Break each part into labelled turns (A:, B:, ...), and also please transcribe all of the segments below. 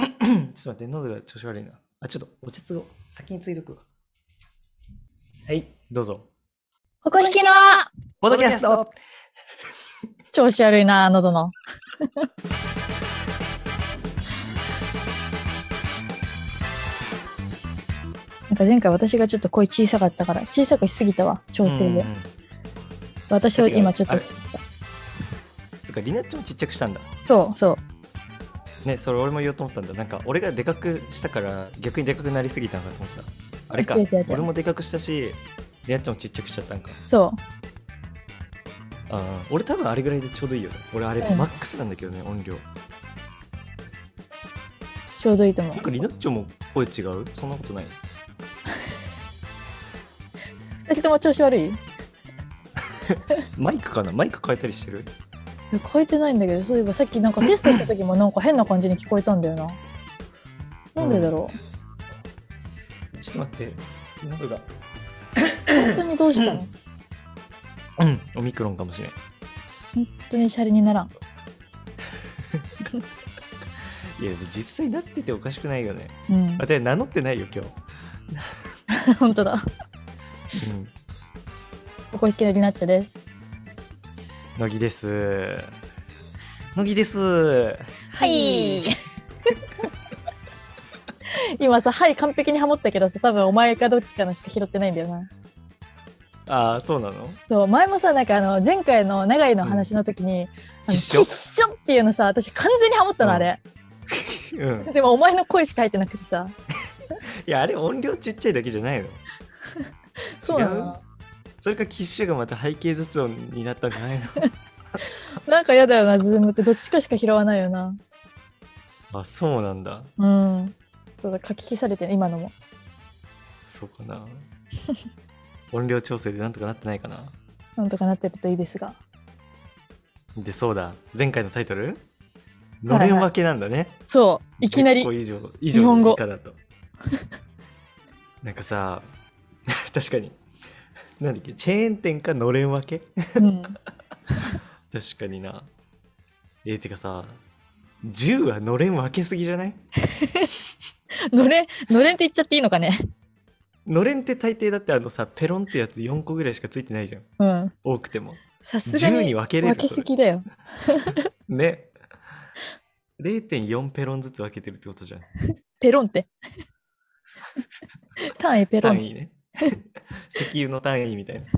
A: ちょっと待って、喉が調子悪いな。あ、ちょっとお茶つご、先についとくわ。はい、どうぞ。
B: ここ引きの
A: ボードキャスト
B: 調子悪いな、喉の。 なんか前回私がちょっと声小さかったから、小さくしすぎたわ、調整で
A: うん。うん
B: 私を今ちょっと
A: あ
B: 聞
A: れ
B: きた。
A: つうか、リナッチもちっちゃくしたんだ。
B: そうそう。
A: ね、それ俺も言おうと思ったんだ。なんか、俺がでかくしたから、逆にでかくなりすぎたのかと思った。あれか
B: 違う違う違、う
A: 俺もでかくしたし、リナッチもちっちゃくしちゃったんか。
B: そ
A: ああ俺多分あれぐらいでちょうどいいよね。俺あれ、
B: うん
A: マックスなんだけどね、音量。
B: う。ちょうどいいと思う
A: なん。かリナッチョも声違うそんなことない
B: 二人とも調子悪い
A: マイクかなマイク変えたりしてる
B: 変えてないんだけど、そういえばさっ きなんかテストした時もなんか変な感じに聞こえたんだよな。なんでだろ
A: ちょっと待って。喉が。
B: う。本当にどうしたの
A: ううん、オミクロンかもしれん。
B: 本当にシャレにならん。
A: いや、でも実際なってておかしくないよね。
B: うん。
A: 私名乗ってないよ、今
B: 本当だ。
A: 日。うん。
B: ここ引きのりなっちゃです。
A: 乃木です。乃木です。
B: はい。 今さ、はい、完璧にハモったけどさ、多分お前かどっちかのしか拾ってないんだよな。
A: ああ、そうなの
B: そう、前もさ、なんかあの、前回の長井の話の時に、あの
A: 必勝
B: 必勝っていうのさ、私完全にハモったの、
A: うん
B: あれ。
A: うん。
B: でもお前の声しか入ってなくてさ。
A: いや、あれ音量ちっちゃいだけじゃないの。
B: そうなの。
A: それか、キッシュがまた背景雑音になったんじゃ ない
B: なんか嫌だよな、ズームって。どっちかしか拾わないよな。
A: のあ、そうなんだ。
B: うん。そうだ、書き消されてる、今のも。
A: そうかな。音量調整でなんとかなってないかな。
B: なんとかなってるといいですが。
A: で、そうだ。前回のタイトルのれん分けなんだね。
B: そう、いきなり
A: 10個。以上以
B: 日
A: 上
B: 本
A: の
B: 語
A: 以下だと なんかさ 確かになんだっけチェーン店かのれん分け
B: うん。
A: 確かになえー、てかさ10はのれん分けすぎじゃない
B: のれん、のれんって言っちゃっていいのかね。
A: のれんって大抵だってあのさペロンってやつ4個ぐらいしかついてないじゃん
B: うん。
A: 多くても
B: さすが
A: 10
B: に
A: に分けれる
B: 分け
A: それ
B: すぎだよ。
A: ね0.4ペロンずつ分けてるってことじゃん
B: ペロン って。単位ペロ
A: 単
B: ン。
A: 位ね 石油の単位みたいな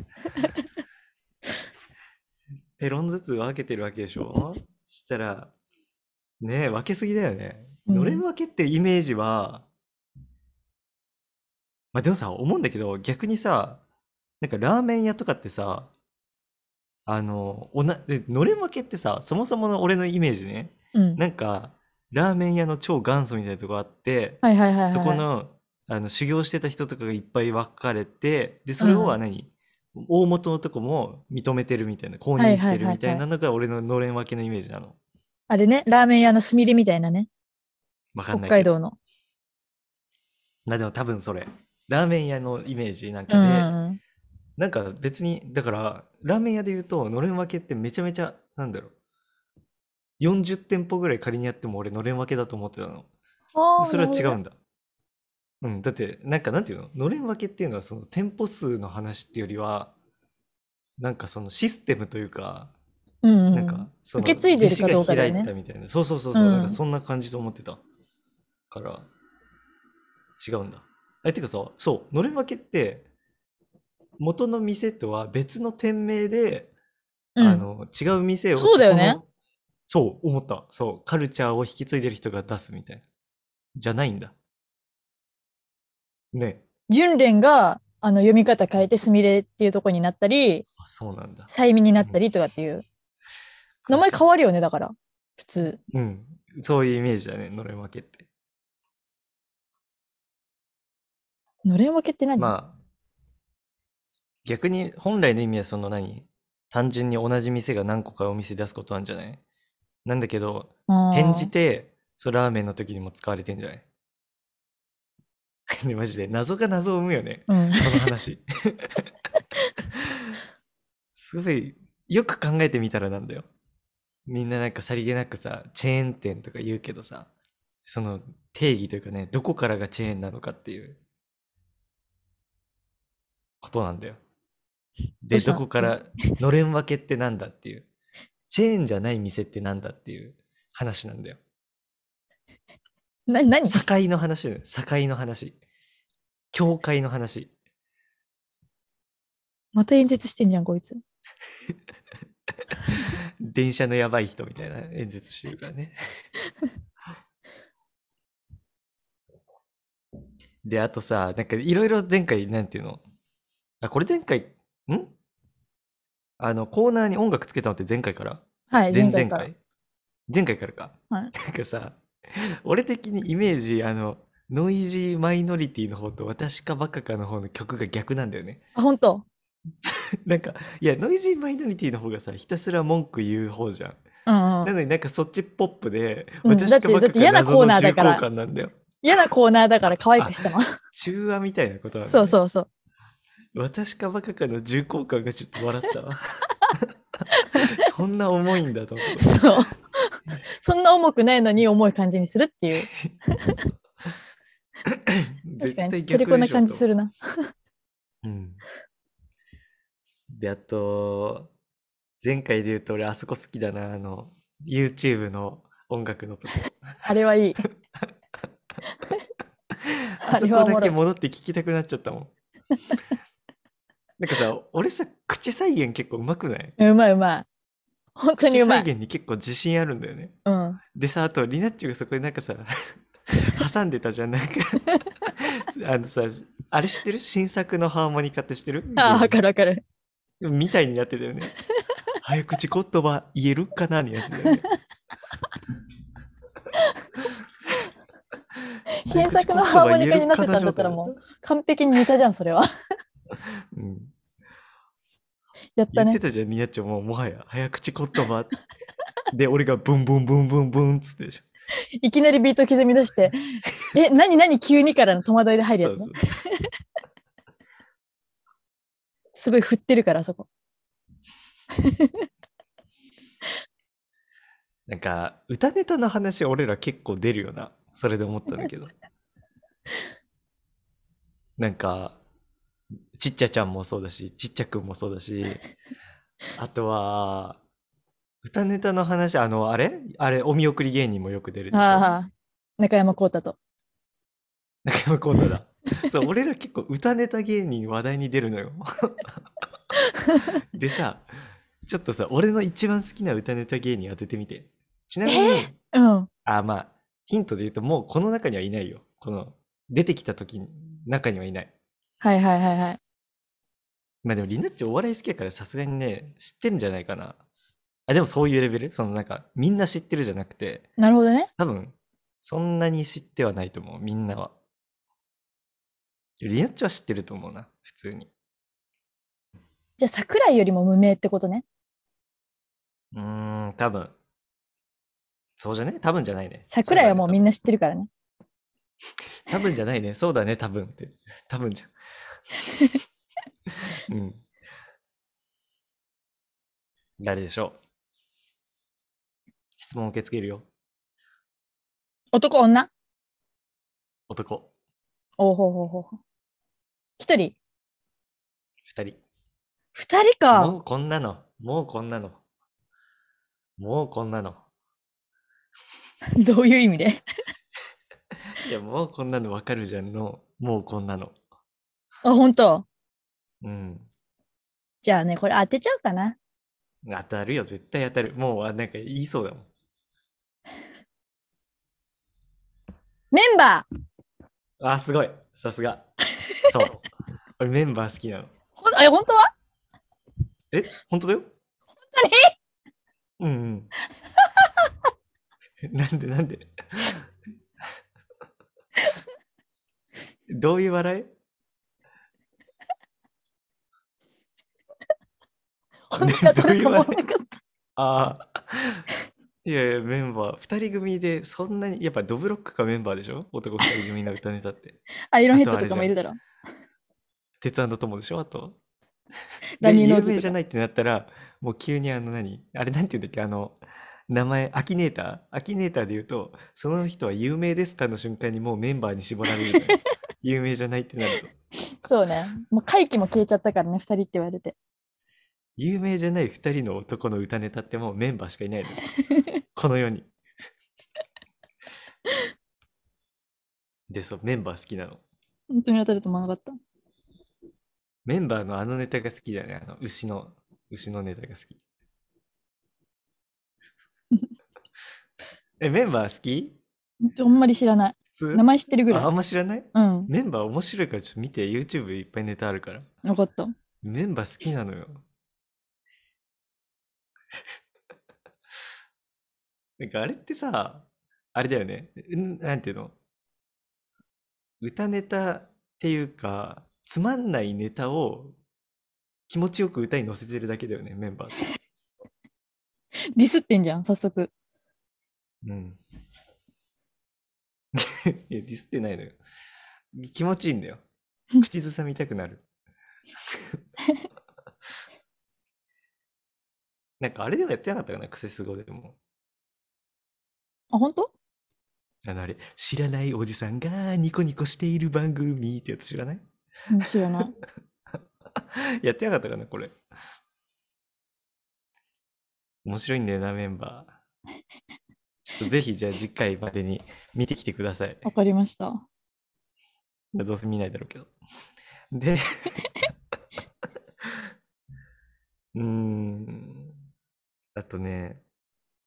A: ペロンずつ分けてるわけでしょしたらねえ分けすぎだよね
B: うん
A: のれん分けってイメージは、まあでもさ思うんだけど逆にさなんかラーメン屋とかってさあのおなでのれん分けってさそもそもの俺のイメージね
B: うん。
A: なんかラーメン屋の超元祖みたいなとこあって、
B: はいはいはいはい。
A: そこのあの修行してた人とかがいっぱい分かれてでそれをは何、大元のとこも認めてるみたいな公認してるみたいなのが俺ののれん分けのイメージなの
B: あれね、ラーメン屋のすみれみたいなね。
A: 分かん
B: 北
A: ないけ
B: 海
A: ど
B: 道の。
A: なでも多分それラーメン屋のイメージなんか
B: う
A: で、
B: んうんうん。
A: なんか別にだからラーメン屋で言うとのれん分けってめちゃめちゃなんだろう40店舗ぐらい仮にやっても俺のれん分けだと思ってたの
B: あー
A: それは違う
B: なる
A: んだ。うん、だってなんかなんていうののれん分けっていうのはその店舗数の話っていうよりはなんかそのシステムというか、
B: ほどね。うん、うん。
A: なんかその
B: 受け継いでるかどうか
A: 弟子
B: だ
A: が
B: よね
A: 開いたみたいなそうそうそうそう、
B: うん
A: なんかそんな感じと思ってたから違うんだえてかさそうのれん分けって元の店とは別の店名で、
B: うん、
A: あの違う店を
B: そうだよね
A: そこのそう思ったそうカルチャーを引き継いでる人が出すみたいなじゃないんだね
B: 純連があの読み方変えてすみれっていうとこになったり、
A: あそうなんだ
B: 催眠になったりとかっていう。名前変わるよね、だから。普通。
A: うんそういうイメージだねのれん分けって
B: のれん分けって何、
A: まあ逆に本来の意味はその何単純に同じ店が何個かお店出すことなんじゃないなんだけど
B: あー
A: 転じてそうラーメンの時にも使われてんじゃない ねマジで謎が謎を生むよね
B: うん。
A: この話 すごいよく考えてみたらなんだよみんななんかさりげなくさチェーン店とか言うけどさその定義というかね、どこからがチェーンなのかっていうことなんだよ。
B: ど
A: で、
B: うした
A: どこから、のれん分けってなんだっていう、チェーンじゃない店ってなんだっていう話なんだよ。
B: な何
A: 境の話だよ、境の話。境界の話。
B: また演説してんじゃん、こいつ。
A: 電車のやばい人みたいな演説してるからね。で、あとさ、なんかいろいろ前回、なんていうのあ、これ前回、んあの、コーナーに音楽つけたのって前回から
B: はい、
A: 前々
B: 々
A: 回前回からか。
B: はい
A: なんかさ、俺的にイメージ、あの、ノイジーマイノリティの方と私かバカかの方の曲が逆なんだよね。
B: あ、本当
A: なんか、いや、ノイジーマイノリティの方がさ、ひたすら文句言う方じゃん。
B: うん
A: な
B: う。
A: んのになんかそっちポップで、
B: うん
A: 私かばっか
B: だってだって嫌なコーナーだから
A: 謎の重厚感なんだよ。
B: 嫌なコーナーだから可愛くしたの。
A: 中和みたいなことなんだ、ね、
B: そうそうそう。
A: う。私かばっかの重厚感がちょっと笑 ったわ。そんな重いんだと思って。
B: そう。そんな重くないのに重い感じにするっていう。確
A: 絶
B: かに。
A: 対
B: ト
A: 逆
B: リコ
A: で
B: な
A: しょ
B: 感じす
A: る。
B: るな。
A: うん。で、あと、前回で言うと俺あそこ好きだな、あの、YouTube の音楽のとこ。
B: あれはいい。
A: あ
B: あ
A: そ
B: れは
A: こ
B: おもろ
A: だ
B: い
A: け戻って聞きたくなっちゃったもん。なんかさ、俺さ、口再現結構うまくない
B: うんうまいうまい。本当に
A: 口
B: うま
A: 再
B: い。
A: 現に結構自信あるんだよね。
B: うん。
A: でさ、あと、リナッチがそこでなんかさ、 挟んでたじゃん、なん か。あのさ、あれ知ってる新作のハーモニカって知ってる
B: ああ、わかるわかる。
A: みたいになってたよね。早口言葉言えるかなになってたよね。
B: 新作のハーモニカになってたんだったらもう完璧に似たじゃん、それは。
A: う。うん、
B: やった
A: 言って
B: ね。
A: たじゃん、ニヤッチョもうもはや早口言葉で俺がブンブンブンブンブンっつってでしょ。
B: いきなりビート刻み出して、 え、何何急にからの戸惑いで入るやつね
A: そう。そう
B: すごい振ってるから、あそこ。
A: なんか歌ネタの話俺ら結構出るよな。それで思ったんだけど。 なんかちっちゃちゃんもそうだしちっちゃくんもそうだしあとは歌ネタの話あのあれあれお見送り芸人もよく出るでしょ。
B: ああ、中山浩太と。
A: 中山コ太だ。そう、俺ら結構歌ネタ芸人話題に出るの よ。でさ、ちょっとさ、俺の一番好きな歌ネタ芸人当ててみて。ちなみに、
B: うん。
A: あ、まあ、ヒントで言うともうこの中にはいないよ。この、出てきた時の中にはいない。
B: はいはいはいはい。
A: まあでも、リナッチお笑い好きやからさすがにね、知ってるんじゃないかな。あ、でもそういうレベルそのなんか、みんな知ってるじゃなくて、
B: なるほどね。
A: 多分、そんなに知ってはないと思う、みんなは。リナッチは知ってると思うな、普通に。
B: じゃあ、桜井よりも無名ってことね。
A: うーん、多分。そうじゃね多分じゃないね。
B: 桜井はもうみん
A: な。
B: な知ってるからね。
A: 多分じゃないね。そうだね、多分って。多分じゃん。うん。誰でしょう質問受け付けるよ。
B: 男、女
A: 男、
B: おうほうほうほうほう。一人
A: 二人。
B: 二人か
A: もうこんなの。もうこんなの。もうこんなの。
B: どういう意味で
A: いや、もうこんなのわかるじゃんの。もうこんなの。
B: あ、本当
A: うん。
B: じゃあね、これ当てちゃうかな。
A: 当たるよ、絶対当たる。もう、あなんか言いそうだもん。
B: メンバー
A: あ、すごい。さすが。そう。俺メンバー好きなの。
B: ほんえ、本当は
A: え、本当だよ。本当にうんうん。 なんでなんでどういう笑い
B: 本当に当たると思わなかった。
A: ああ。いやいや、メンバー、二人組で、そんなに、やっぱドブロックかメンバーでしょ男二人組の歌ネタって。
B: アイロンヘッドとかもいるだろ。
A: 鉄腕ともでしょあと。
B: ラニーノー
A: で
B: ズとか
A: 有名じゃないってなったら、もう急にあの何あれなんていうんだっけあの、名前、アキネーターアキネーターで言うと、その人は有名ですかの瞬間にもうメンバーに絞られる から。有名じゃないってなると。
B: そうね。もう会期も消えちゃったからね、二人って言われて。
A: 有名じゃない2人の男の歌ネタってもうメンバーしかいないのよこの世 にでそうメンバー好きなの
B: 本当に当たると思わなかった。
A: メンバーのあのネタが好きだねあの牛の牛のネタが好 きえメンバー好き
B: 本当あんまり知らない。
A: 普通
B: 名前知ってるぐ
A: ああ
B: らい。
A: んま知らない
B: うん。
A: メンバー面白いからちょっと見て YouTube いっぱいネタあるから
B: 分かった。
A: メンバー好きなのよ。 なんかあれってさ、あれだよね。んなんていうの歌ネタっていうか、つまんないネタを気持ちよく歌に乗せてるだけだよね、メンバーって。
B: ディスってんじゃん、早速。
A: うん。 いや、ディスってないのよ。気持ちいいんだよ。口ずさみたくなる。 なんかあれでもやってなかったかな、クセスゴでも。
B: あ、本当
A: あのあれ、知らないおじさんがニコニコしている番組ってやつ知らない
B: うん知らない。
A: やってなかったかな、これ。面白いんだよな、メンバー。ちょっとぜひ、じゃあ次回までに見てきてください。
B: わかりました。
A: まあどうせ見ないだろうけど。で、うーん、あとね、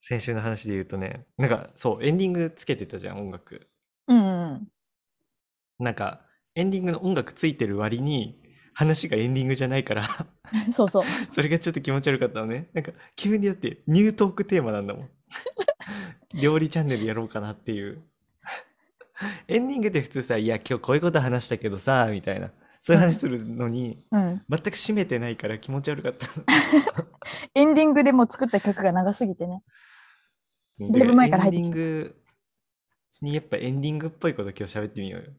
A: 先週の話で言うとね、なんかそう、エンディングつけてたじゃん、音楽。
B: うんうん。
A: なんか、エンディングの音楽ついてる割に、話がエンディングじゃないから、
B: うんそうそう。
A: それがちょっと気持ち悪かったのね。なんか、急にだって、ニュートークテーマなんだも ん。料理チャンネルやろうかなっていう。エンディングで普通さ、いや、今日こういうこと話したけどさ、みたいな。そういう話するのに、
B: うん。
A: 全く締めてないから気持ち悪かった
B: エンディングでもう作った曲が長すぎてね。
A: の。
B: だいぶ前から入って
A: エンディ
B: き
A: ン
B: た
A: グにやっぱエンディングっぽいこと今日喋ってみようよ。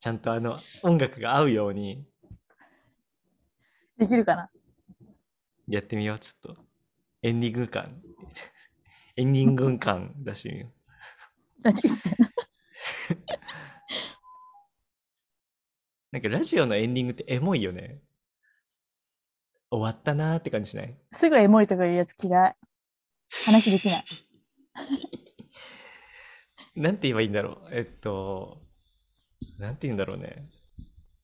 A: ちゃんとあの音楽が合うように
B: できるかな
A: やってみよう、ちょっと。エンディング感。エンディング感出してみよう。
B: 何言ってんの
A: なんかラジオのエンディングってエモいよね。終わったなーって感じしない
B: すぐエモいとか言うやつ嫌い。話できない。
A: なんて言えばいいんだろうえっと、なんて言うんだろうね。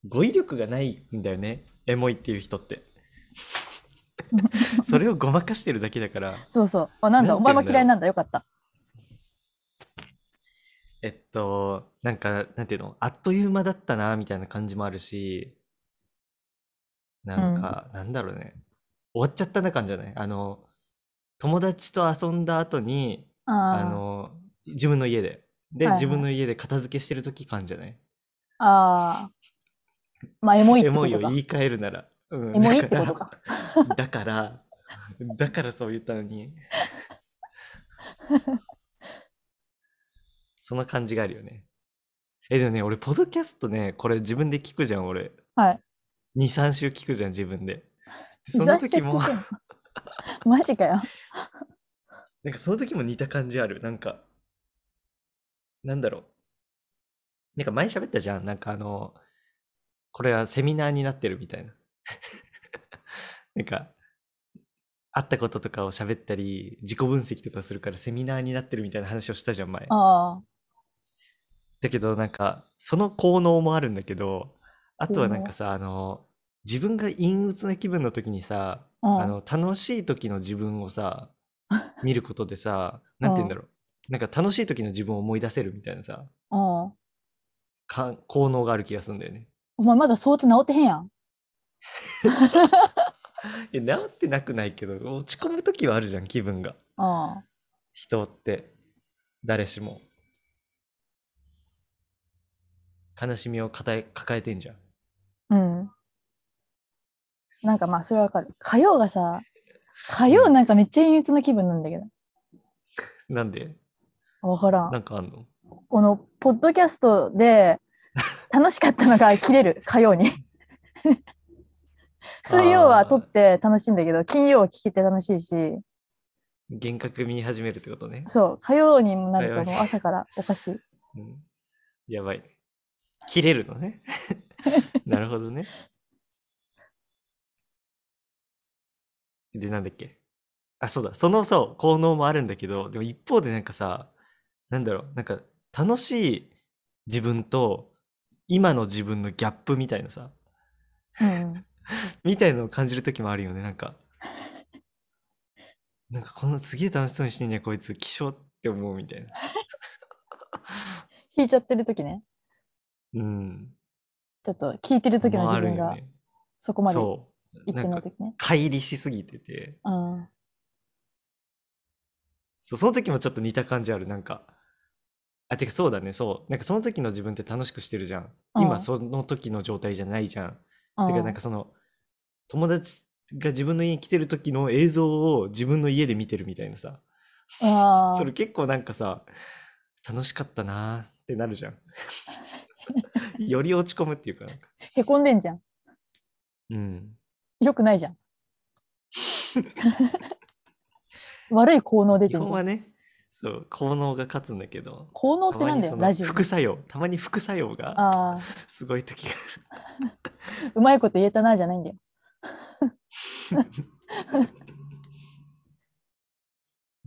A: 語彙力がないんだよね。エモいっていう人 って。それをごまかしてるだけだから、
B: そうそう。あ、なんだ、
A: な
B: お
A: んて言
B: 前
A: うんだろう
B: も嫌いなんだ。よかった。
A: えっと、なんか、なんていうのあっという間だったな、みたいな感じもあるし、なんか、なんだろうね。終わっちゃったな感じじゃないあの、友達と遊んだ後に、あ
B: あ
A: の自分の家でで、
B: はいはい
A: 自分の家で片付けしてる時感じゃない
B: あ。ああ。まあ、エモいって
A: エ
B: こ
A: モいを
B: とか
A: 言。い換えるなら、うん
B: エモいってことか。
A: だ からだからだからそう言ったのにその感じがあるよねえでもね俺ポッドキャストねこれ自分で聞くじゃん俺
B: はい。
A: 23週聞くじゃん自分 ででその時も
B: 雑誌聞いてんの マジかよ。
A: なんかその時も似た感じある。なんか、なんだろう。なんか前喋ったじゃん。なんかあの、これはセミナーになってるみたいな。 なんか、会ったこととかを喋ったり、自己分析とかをするからセミナーになってるみたいな話をしたじゃん、前。
B: ああ。
A: だけどなんか、その効能もあるんだけど、あとはなんかさ、あの、自分が陰鬱な気分の時にさ、
B: うん、
A: あの楽しい時の自分をさ見ることでさなんて言うんだろう、なんか楽しい時の自分を思い出せるみたいなさ
B: うん
A: か効能がある気がするんだよね。
B: お前まだ相当治ってへんやん。
A: いや治ってなくないけど落ち込む時はあるじゃん気分が
B: うん。
A: 人って誰しも悲しみを抱え抱えてんじゃん。
B: うん。なんかまあそれはわかる。火曜がさ、火曜なんかめっちゃ陰鬱な気分なんだけど。
A: なんで
B: わからん
A: な。んかあんの
B: このポッドキャスト で楽しかったのが切れる火曜に。水曜は撮って楽しいんだけど金曜は聞けて楽しいし
A: 幻覚見始めるってことね。
B: そう、火曜にもなる
A: は
B: と
A: い
B: もう朝からおかしい。
A: うん、やばい。切れるの ね。なるほどね。で、なんだっけ。あ、そうだ。そのそう、効能もあるんだけど、でも一方でなんかさ、なんだろう、なんか楽しい自分と今の自分のギャップみたいなさ、
B: うん、
A: みたいなのを感じる時もあるよね、なん か。なんかこのすげえ楽しそうにしてんじゃん、こいつ、気象って思うみたいな。
B: 聞いちゃってる時ね。
A: うん。
B: ちょっと聞いてる時の
A: もあ
B: 自
A: る
B: 分
A: よ
B: が
A: ね
B: そこまで行
A: そう。
B: っ
A: な
B: て
A: ん
B: な
A: か
B: い時ね。
A: 乖離しすぎてて
B: うん。
A: そうその時もちょっと似た感じあるなんかあてかそうだねそうなんかその時の自分って楽しくしてるじゃん
B: う
A: 今
B: ん
A: その時の状態じゃないじゃん、
B: う
A: てかなんかその友達が自分の家に来てる時の映像を自分の家で見てるみたいなさ
B: あ
A: それ
B: ー
A: 結構なんかさ楽しかったなーってなる じゃんより落ち込むっていうかなんか
B: へこんでんじゃん。
A: うん
B: よくな いじゃん。悪い効能出
A: 基
B: てん
A: 本
B: じゃ
A: は
B: ん。
A: ねそう効能が勝つんだけど
B: 効能ったて
A: ま
B: なん
A: に
B: だ
A: そ
B: よ、
A: の
B: ラジオ。
A: 副作用たまに副作用が
B: ああ、
A: すごい時が
B: うまいこと言えたなじゃないんだよ。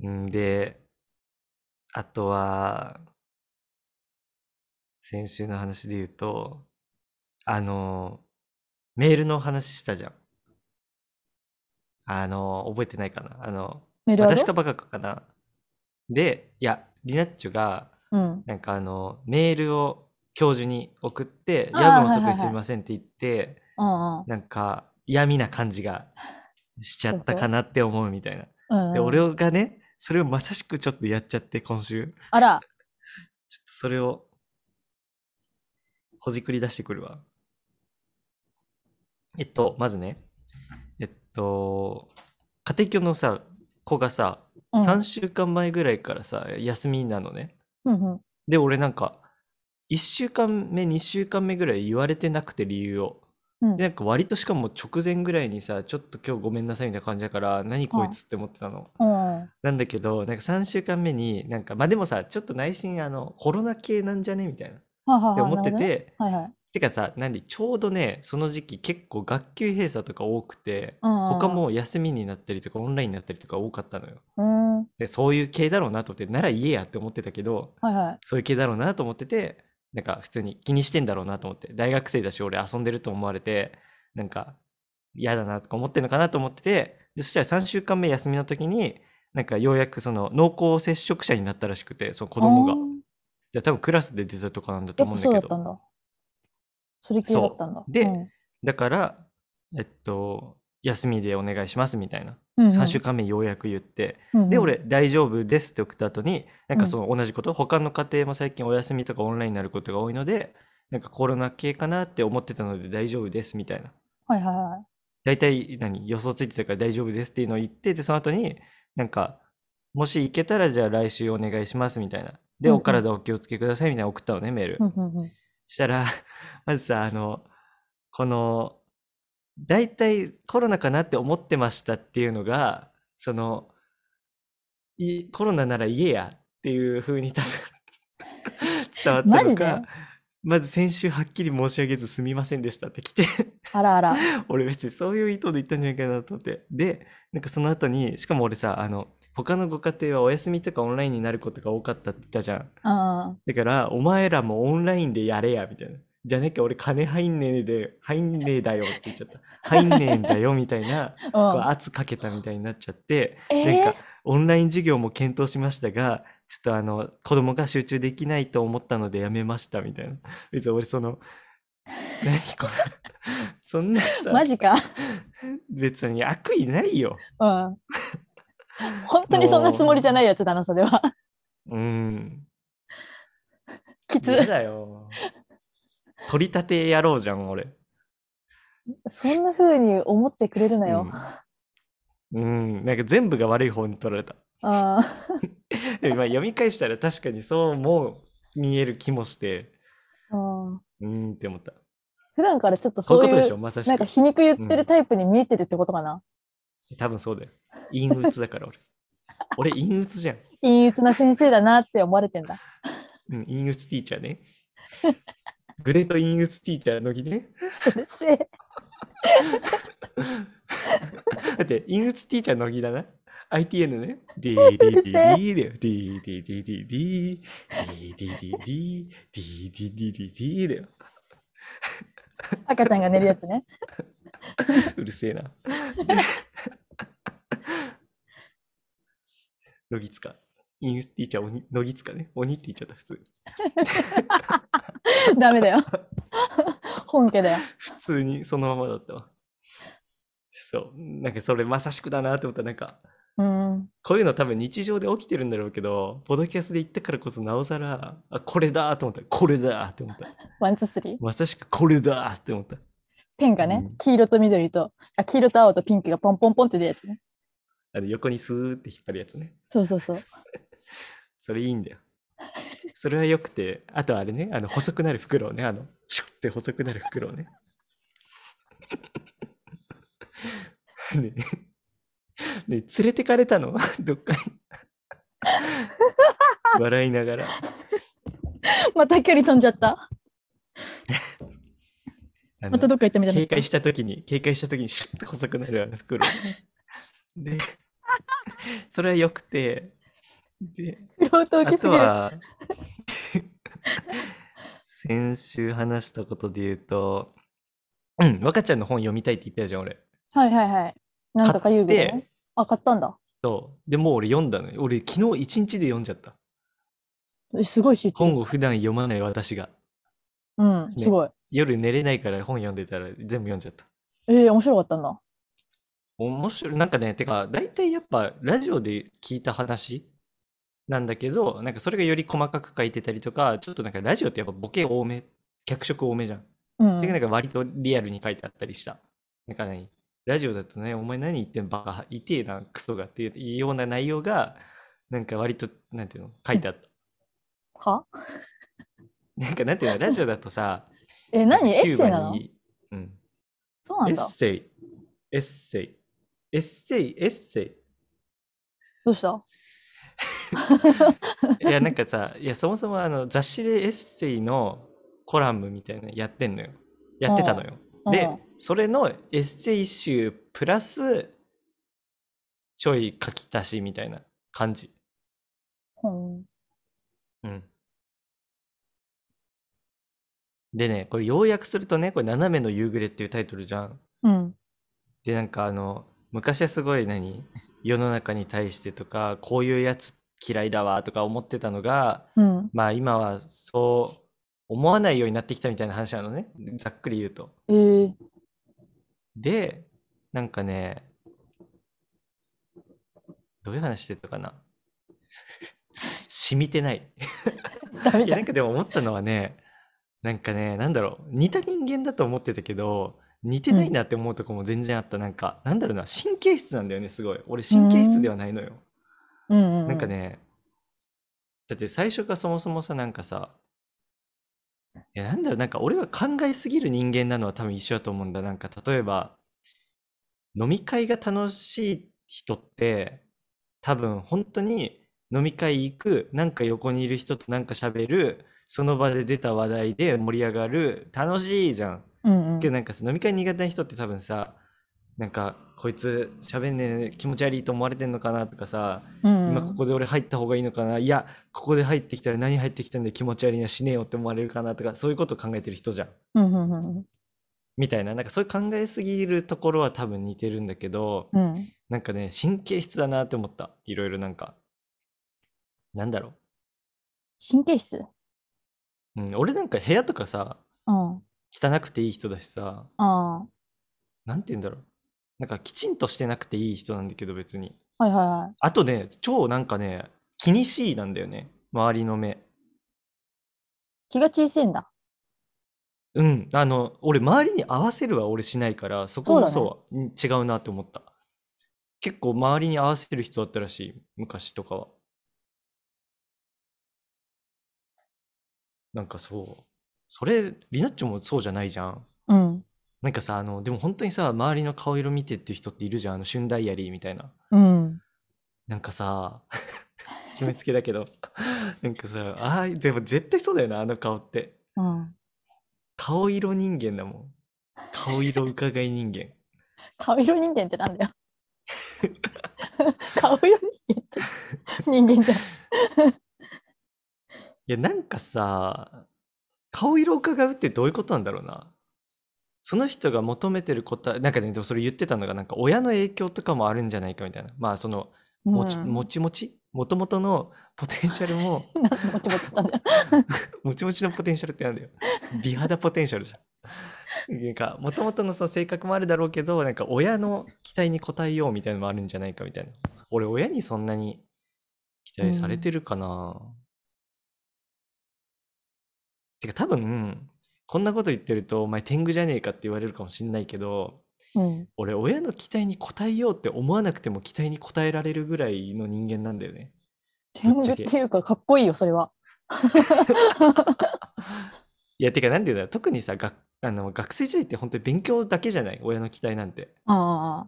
A: うんで、あとは、先週の話で言うと、あの、メールの話したじゃん。あの、覚えてないかなあの、
B: メールア
A: 私か
B: ド
A: バカかかなで、いや、リナッチョが、
B: うん。
A: なんかあの、メールを教授に送って、
B: あー
A: 夜分
B: はい
A: 遅く
B: はい
A: にす
B: はい
A: みませんって言って、
B: うんうん。
A: なんか嫌味な感じがしちゃったかなって思うみたいな。
B: うんうん、
A: で、俺がね、それをまさしくちょっとやっちゃって、今週。
B: あら、
A: ちょっとそれを、ほじくり出してくるわ。えっと、まずね、えっと、家庭教のさ、子がさ、
B: うん、
A: 3週間前ぐらいからさ、休みなのね。
B: うんうん、
A: で、俺なんか、1週間目、2週間目ぐらい言われてなくて理由を。
B: うん
A: で、なんか割としかも直前ぐらいにさ、ちょっと今日ごめんなさいみたいな感じだから、何こいつって思ってたの。
B: うんうん。
A: なんだけど、なんか3週間目に、なんか、まあでもさ、ちょっと内心、あの、コロナ系なんじゃねみたいな、っ
B: はあはあはあ
A: て思って。
B: なる
A: て、
B: ほどねはいはい。
A: てかさ、なんで、ちょうどね、その時期結構学級閉鎖とか多くて、
B: うんうんうん
A: 他。も休みになったりとか、オンラインになったりとか多かったのよ。
B: うん。はい
A: で、そういう系だろうなと思って、なら言えやって思ってたけど、
B: はい。
A: そういう系だろうなと思ってて、なんか普通に気にしてんだろうなと思って、大学生だし俺遊んでると思われて、なんか嫌だなとか思ってんのかなと思ってて、でそしたら3週間目休みの時に、なんかようやくその濃厚接触者になったらしくて、その子供が
B: あ。ー
A: じゃあ多分クラスで出たとかなんだと
B: やっ
A: 思う
B: ぱ
A: ん
B: そう
A: だ
B: だっ
A: け
B: た
A: ど。
B: んだ。それ系だったんだ。
A: そうで
B: うん
A: だから、えっと、休みでお願いしますみたいな。
B: うんうん
A: 3週間目ようやく言って、
B: うんうん
A: で俺大丈夫ですって送った後になん
B: う
A: か
B: ん
A: その同じこと、他の家庭も最近お休みとかオンラインになることが多いのでなんかコロナ系かなって思ってたので大丈夫ですみたいな
B: はいはいはい。
A: 大体何予想ついてたから大丈夫ですっていうのを言ってでその後になんかもし行けたらじゃあ来週お願いしますみたいなで、
B: うんうん
A: お体お気をつけくださいみたいな送ったのねメール、
B: うんうんうん
A: したら まずさあのこの大体コロナかなって思ってましたっていうのがそのいコロナなら言えやっていう風に多分 伝わった
B: マジ
A: の
B: で
A: かまず先週はっきり申し上げずすみませんでしたって 来て
B: あらあら。
A: 俺別にそういう意図で言ったんじゃないかなと思ってでなんかその後にしかも俺さあの他のご家庭はお休みとかオンラインになることが多かったって言ったじゃん
B: うん
A: だから、お前らもオンラインでやれや、みたいな。じゃなきゃ俺金入んねえで、入んねえだよって言っち ゃった。入んねえんだよ、みたいな、こう
B: うん。
A: 圧かけたみたいになっちゃって、
B: え
A: なん
B: ー
A: か、オンライン授業も検討しましたが、ちょっとあの、子供が集中できないと思ったのでやめました、みたいな。別に俺その、何これ。そんなさ、
B: マジか。
A: 別に悪意ないよ。
B: うん。本当にそんなつもりじゃないやつだな、それは。
A: うん。
B: きつ
A: 嫌。だよ。取り立てやろうじゃん、俺。
B: そんな風に思ってくれるな
A: う
B: よ
A: ん。うん、なんか全部が悪い方に取られた。
B: うん。
A: でも今読み返したら確かにそうも見える気もして、
B: うん
A: うーんって思った。
B: 普段からちょっと
A: こういうこ
B: そう
A: とで
B: い
A: しょ、
B: う、
A: まさし
B: なん
A: く
B: か。皮肉言ってるタイプに見えてるってことかな。
A: 多分そうだよ。陰鬱だから俺。 俺、陰鬱じゃん。
B: 陰鬱な先生だなって思われてんだ。
A: うん、陰鬱ティーチャーね。 グレート陰鬱ティーチャーのぎね。
B: うるせえ。
A: だって、陰鬱ティーチャーのぎだな。ITN ね。D
B: る
A: D
B: せ
A: D
B: え
A: D だよ。D D D D D D D D D D D D D D だよ。
B: 赤ちゃんが寝るやつね。
A: うるせえ な。のぎつか。インスティーチャー鬼、のぎつかね。鬼って言っちゃった、普通。
B: ダメだよ。 本家だよ。
A: 普通にそのままだったわ。そう。なんかそれまさしくだなと思った。なんか、
B: うん。
A: こういうの多分日常で起きてるんだろうけど、ポドキャスで言ったからこそなおさら、あ、これだと思った。これだと思った。
B: ワン、ツー、スリー。
A: まさしくこれだって思った。
B: ペンがね、
A: うん
B: 黄色と緑と、あ、黄色と青とピンクがポンポンポンって出るやつね。
A: あの横にスーって引っ張るやつね。
B: そうそう そう。
A: それいいんだよ。それはよくて、あとあれね、あの細くなる袋をね、あの、シュッて細くなる袋をね。 ねえ、ねえ連れてかれたの どっかに。笑いながら。
B: また距離飛んじゃった。
A: あ
B: ま
A: の
B: たどっか行ったみたいな。
A: 警戒したときに、警戒したときにシュッて細くなるあの袋をね。で、それはよくて、で、
B: フロート受けすぎる。
A: あとは先週話したことで言うと、うん、若ちゃんの本読みたいって言ったじゃん、俺。
B: はいはいはい。なんとか
A: 買っ
B: 遊具で、
A: て
B: ね。、あ、買ったんだ。
A: そう。でもう俺読んだのよ。俺、昨日一日で読んじゃった。
B: えすごい集中
A: 本。を普段読まない私が。
B: うん、
A: ね
B: すごい。
A: 夜寝れないから本読んでたら全部読んじゃった。
B: えー、面白かったんだ。
A: 面白い。なんかね、てか、大体やっぱラジオで聞いた話なんだけど、なんかそれがより細かく書いてたりとか、ちょっとなんかラジオってやっぱボケ多め、脚色多めじゃん。
B: うん
A: てかなんか割とリアルに書いてあったりした。なんか何ラジオだとね、お前何言ってんバカ、痛えな、クソがっていうような内容が、なんか割と、なんていうの、書いてあ った。
B: は
A: なんかなんていうの、ラジオだとさ、
B: えー、何エ
A: キュ
B: ッ
A: ー
B: セ
A: バ
B: イなの
A: にうん。
B: そうな
A: エ
B: んだ
A: ッ。セイ、エッセイ、エッセイ、エッセイ。
B: どうした
A: いや、なんかさ、 いや、そもそもあの雑誌でエッセイのコラムみたいなのやってんのよ。やってたのよ。で、それのエッセイ集プラスちょい書き足しみたいな感じ。
B: うん、うん
A: うん。でね、これ要約するとね、これ斜めの夕暮れっていうタイトルじゃん。
B: うん。
A: で、なんかあの、昔はすごい何世の中に対してとか、こういうやつ嫌いだわとか思ってたのが、
B: うん。
A: まあ今はそう思わないようになってきたみたいな話なのね。ざっくり言うと。
B: えー、
A: で、なんかね、どういう話してたかな 染みてない。
B: ダメ
A: い
B: じ
A: や、
B: ゃ
A: なん
B: ん。
A: かでも思ったのはね、なんかね、なんだろう、似た人間だと思ってたけど、似てないなって思うとこも全然あった。なんか、なんだろうな、神経質なんだよね、すごい。俺、神経質ではないのよ。
B: うん、うん。
A: なんか。ね、だって最初がそもそもさ、なんかさ、いや、なんだろう、なんか俺は考えすぎる人間なのは多分一緒だと思うんだ。なんか例えば、飲み会が楽しい人って、多分本当に飲み会行く、なんか横にいる人となんか喋る、その場で出た話題で盛り上がる、楽しいじゃん。
B: うん、うん
A: け。どなんかさ飲み会苦手な人って多分さ、なんかこいつ喋んねえ気持ち悪いと思われてんのかなとかさ、
B: うん
A: 今ここで俺入った方がいいのかないやここで入ってきたら何入ってきたんで気持ち悪いなしねえよって思われるかなとかそういうことを考えてる人じゃん
B: うん、うん、うん
A: みたいななんかそういう考えすぎるところは多分似てるんだけど
B: うん。うん。
A: なんかね神経質だなって思ったいろいろなんかなんだろ
B: 神経質
A: う、うん、俺なんか部屋とかさ
B: うん。
A: 汚くていい人だしさ
B: ああ。
A: なんて言うんだろうなんかきちんとしてなくていい人なんだけど別に
B: はいはいはい。
A: あとね超なんかね気にしいなんだよね周りの目
B: 気が小さいんだ。
A: うん、あの、俺、周りに合わせるは俺しないから、そこも
B: そう
A: そう、うん違うなって思った。結構、周りに合わせる人だったらしい、昔とかは。なんかそう、それ、リナッチョもそうじゃないじゃん。
B: うん。
A: なんかさ、あの、でも本当にさ、周りの顔色見てっていう人っているじゃん、あの、旬ダイアリーみたいな。
B: うん。
A: なんかさ 決めつけだけどなんかさああでも絶対そうだよなあの顔って
B: うん。
A: 顔色人間だもん顔色伺い人間
B: 顔色人間ってなんだよ。顔色人間って人間じゃん。
A: いやなんかさ顔色伺うってどういうことなんだろうなその人が求めてる答えなんかねでもそれ言ってたのがなんか親の影響とかもあるんじゃないかみたいなまあそのもち,、
B: う
A: も
B: ん、
A: ちもちもともとのポテンシャルも
B: なんでもちもちしたんだよ。
A: もちもちのポテンシャルってなんだよ美肌ポテンシャルじゃんなんかもともとのその性格もあるだろうけどなんか親の期待に応えようみたいなのもあるんじゃないかみたいな俺親にそんなに期待されてるかな、てか多分こんなこと言ってるとお前天狗じゃねえかって言われるかもしんないけど
B: うん。
A: 俺親の期待に応えようって思わなくても期待に応えられるぐらいの人間なんだよね
B: 天狗っていうか、かっこいいよ、それは。
A: いやてかなんでだよ特にさ学あの学生時代って本当に勉強だけじゃない親の期待なんて
B: ああ。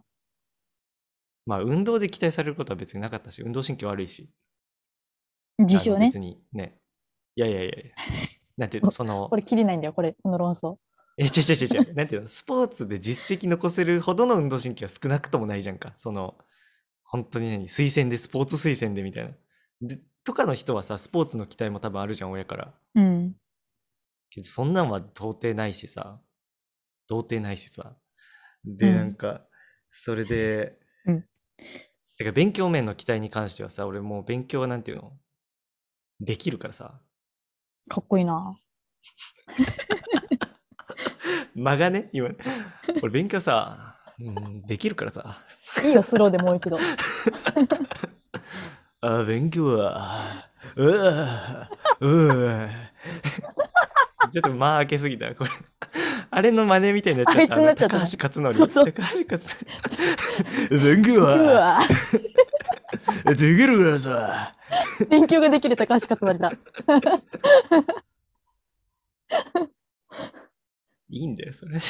A: まあ運動で期待されることは別になかったし運動神経悪いし
B: 自称
A: あの
B: ね
A: 別。にねいやいやいや いやなんていうのその
B: これ、切れないんだよ、これ、この論争。
A: え違う違う違う違うなんていうのスポーツで実績残せるほどの運動神経は少なくともないじゃんかその本当に何推薦でスポーツ推薦でみたいなでとかの人はさスポーツの期待も多分あるじゃん親から
B: うん。
A: けどそんなんは到底ないしさ到底ないしさで、
B: うん
A: なんかそれで、
B: うん
A: てか勉強面の期待に関してはさ俺もう勉強はなんていうのできるからさ
B: かっこいいな。
A: 間がね今俺勉強さ、うん、できるからさ
B: いいよ、スローでもう一度。
A: あ勉強はうわうわちょっと間開けすぎたこれあれの真似みたいになっちゃった
B: あいつになっちゃった
A: あの高橋克典
B: そうそう
A: 高橋克典勉強
B: う
A: は
B: わ
A: できるからさ。
B: 勉強ができる高橋克典だ。
A: いいんだよ、それで。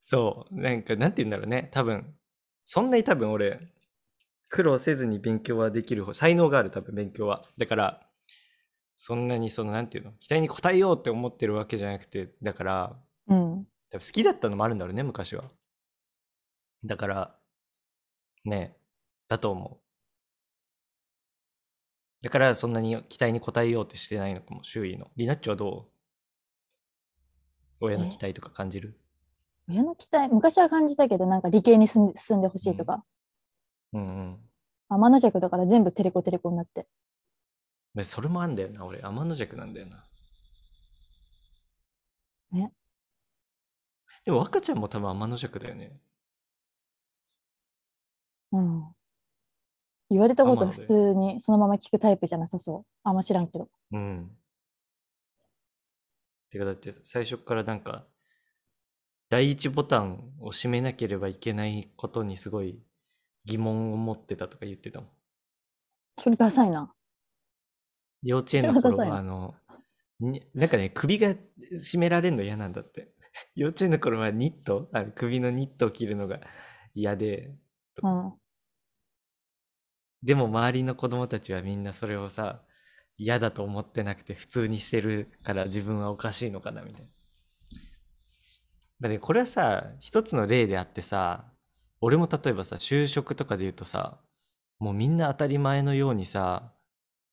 A: そう、なんか、なんて言うんだろうね。多分、そんなに多分俺、苦労せずに勉強はできる方、才能がある、多分勉強は。だから、そんなにその、なんていうの、期待に応えようって思ってるわけじゃなくて、だから、
B: うん。
A: 多分好きだったのもあるんだろうね、昔は。だから、ねえ、だと思う。だから、そんなに期待に応えようってしてないのかも、周囲の。リナッチはどう親の期待とか感じる
B: 親の期待、昔は感じたけど、なんか理系に進んで進んでほしいとか、
A: うんうん
B: 天の弱だから全部テレコテレコになって。
A: で。それもあんだよな、俺、天の弱なんだよな。
B: ね
A: でも、赤ちゃんも多分天の弱だよね。
B: うん。言われたこと
A: 天の
B: 普
A: 弱
B: 通にそのまま聞くタイプじゃなさそう。あんま知らんけど。
A: うん。てかだって最初からなんか第一ボタンを閉めなければいけないことにすごい疑問を持ってたとか言ってたもん。
B: それダサいな。
A: 幼稚園の頃
B: それはダサい
A: は
B: な
A: あのになんかね首が絞められるの嫌なんだって。 幼稚園の頃はニットあの首のニットを切るのが嫌で
B: うん。
A: でも周りの子供たちはみんなそれをさ嫌だと思ってなくて普通にしてるから自分はおかしいのかなみたいな。だってこれはさ一つの例であってさ俺も例えばさ就職とかで言うとさもうみんな当たり前のようにさ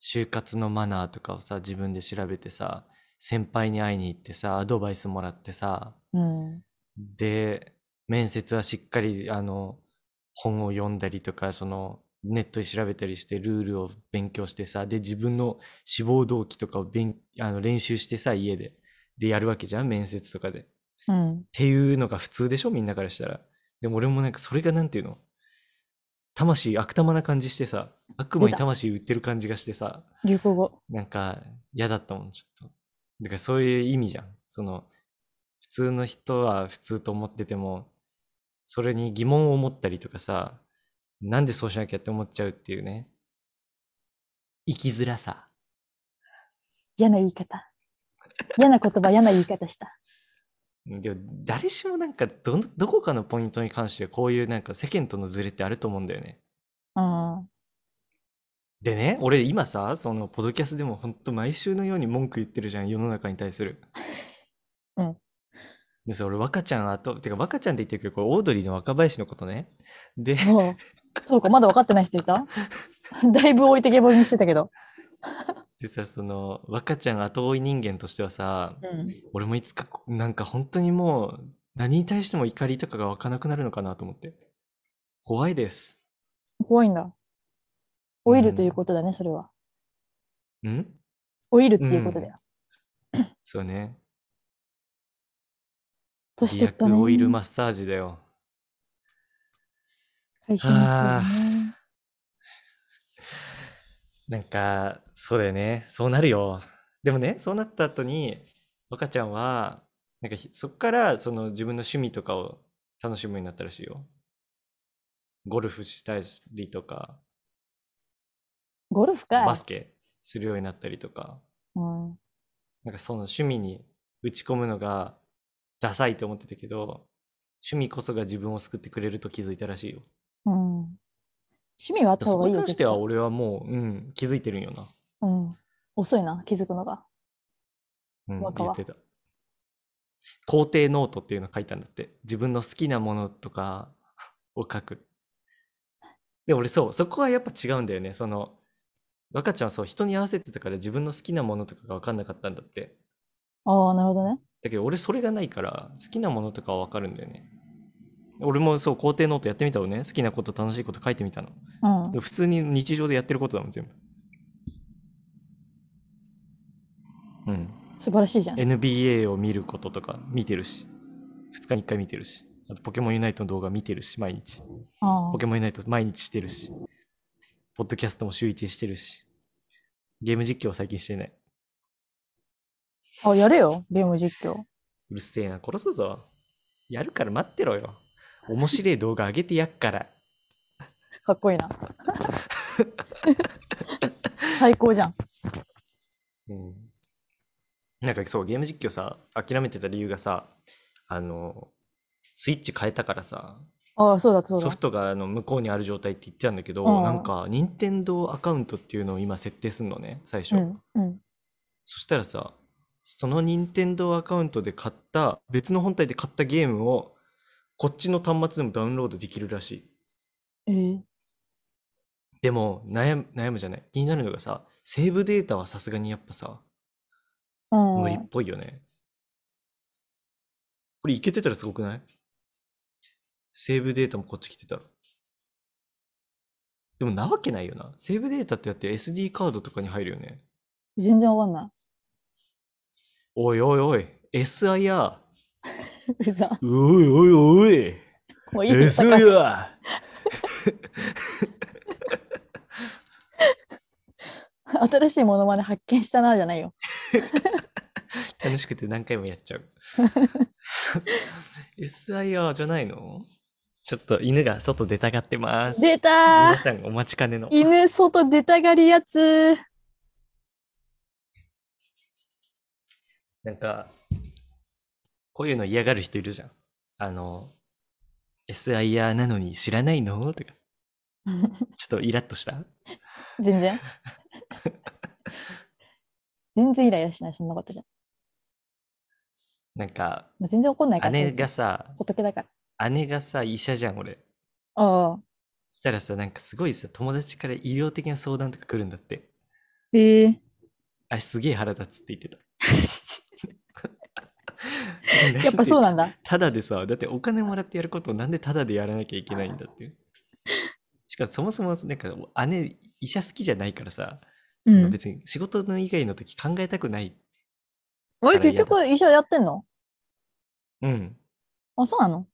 A: 就活のマナーとかをさ自分で調べてさ先輩に会いに行ってさアドバイスもらってさ
B: うん。
A: で面接はしっかりあの本を読んだりとかそのネットで調べたりしてルールを勉強してさで自分の志望動機とかを勉あの練習してさ家ででやるわけじゃん面接とかで。っ
B: うん。
A: ていうのが普通でしょみんなからしたら。でも俺もなんかそれがなんていうの魂悪玉な感じしてさ悪魔に
B: 出た
A: 魂売ってる感じがしてさ
B: 流行語。
A: なんか嫌だったもん、ちょっと。だからそういう意味じゃん。その、普通の人は普通と思ってても、それに疑問を持ったりとかさ、なんでそうしなきゃって思っちゃうっていうね。生きづらさ。
B: 嫌な言い方。嫌な言葉、嫌な言い方した。
A: でも、誰しもなんかどの、どこかのポイントに関してこういうなんか世間とのズレってあると思うんだよね。
B: うん。
A: でね、俺今さ、そのポドキャスでもほんと毎週のように文句言ってるじゃん、世の中に対する。
B: うん。
A: でさ、俺若ちゃんあと、てか若ちゃんって言ってるけど、これオードリーの若林のことね。で、
B: もう、そうか、まだ分かってない人い ただいぶ置いてけぼりにしてたけど。
A: でさ、その若ちゃん後追い人間としてはさ、
B: うん。
A: 俺もいつかこなんか本当にもう何に対しても怒りとかが湧かなくなるのかなと思って。怖いです。
B: 怖いんだ。老いるということだね、それは。
A: ん
B: 老いるっていうことだよ。
A: そうね。
B: 年取ったね。
A: 美白オイルマッサージだよ。
B: 回収もそうだね。
A: なんか、そうだよね。そうなるよ。でもね、そうなった後に、若ちゃんは、なんかひそっからその自分の趣味とかを楽しむようになったらしいよ。ゴルフしたりとか、
B: ゴルフかい。
A: バスケするようになったりとか、
B: うん。
A: なんかその趣味に打ち込むのがダサいと思ってたけど、趣味こそが自分を救ってくれると気づいたらしいよ。
B: うん。趣味はあっ
A: だ
B: た
A: からそ
B: 方が
A: こ
B: いい
A: に
B: よ。
A: 関しては
B: 絶
A: 俺はもう、うん、気づいてるんよな。
B: 対うん。遅いな、気づくのが。
A: うん、
B: 若
A: 言
B: は
A: ってた。肯定ノートっていうの書いたんだって。自分の好きなものとかを書く。で、俺そう、そこはやっぱ違うんだよね。その、若ちゃんはそう、人に合わせてたから自分の好きなものとかが分かんなかったんだって。
B: ああ、なるほどね。
A: だけど俺それがないから、好きなものとかは分かるんだよね。俺もそう、肯定ノートやってみたのね。好きなこと、楽しいこと書いてみたの。
B: うん
A: で。も普通に日常でやってることだもん、全部。うん。
B: 素晴らしいじゃん。
A: NBA を見ることとか見てるし2日に1回見てるしあとポケモンユナイトの動画見てるし毎日
B: あ
A: ポケモンユナイト毎日してるしポッドキャストも週1してるしゲーム実況は最近してないう
B: ああ、やれよ、ゲーム実況。
A: うるせえな殺すぞやるから待ってろよ面白い動画上げてやっから
B: かっこいいな。最高じゃん。
A: うんなんかそうゲーム実況さ諦めてた理由がさあのスイッチ変えたからさ
B: ああ、そうだ、そう
A: ソ
B: だ
A: フ。トがあの向こうにある状態って言ってたんだけど、
B: うん
A: なんか任天堂アカウントっていうのを今設定するのね最初、
B: うん、うん。
A: そしたらさその任天堂アカウントで買った別の本体で買ったゲームをこっちの端末でもダウンロードできるらしい
B: えー、
A: でも悩む悩むじゃない気になるのがさセーブデータはさすがにやっぱさ
B: うん。
A: 無理っぽいよね、これいけてたらすごくないセーブデータもこっち来てたらでもなわけないよなセーブデータってだって SD カードとかに入るよね
B: 全然わかんな
A: おいおいおい SIR
B: い。うざ。
A: おいおいおい
B: もういいよ
A: SIR
B: 新しいものまで発見したな、じゃないよ。
A: 楽しくて何回もやっちゃう SIR じゃないのちょっと犬が外出たがってます
B: 出た
A: 皆
B: ー
A: さんお待ちかねの
B: 犬外出たがりやつ
A: なんか、こういうの嫌がる人いるじゃん。あの、SIR なのに知らないのとか、 ちょっとイラッとした
B: 全然。全然イライラしない、そんなことじゃん。
A: なんか、
B: まあ、全然怒んないから。
A: 姉がさ、
B: 仏だから。
A: 姉がさ、医者じゃん、俺。
B: ああ。
A: したらさ、なんかすごいさ、友達から医療的な相談とか来るんだって。
B: ええ
A: あれすげえ腹立つって言っ てた。
B: やっぱそうなん
A: だ。
B: だ。
A: ただでさ、だってお金もらってやることをなんでただでやらなきゃいけないんだっていう。しかもそもそも、なんか姉、医者好きじゃないからさ、
B: う
A: その
B: ん。
A: 別に仕事の以外の時考えたくない。
B: あれ、結局医者やってんの
A: うん。
B: あ、そうなの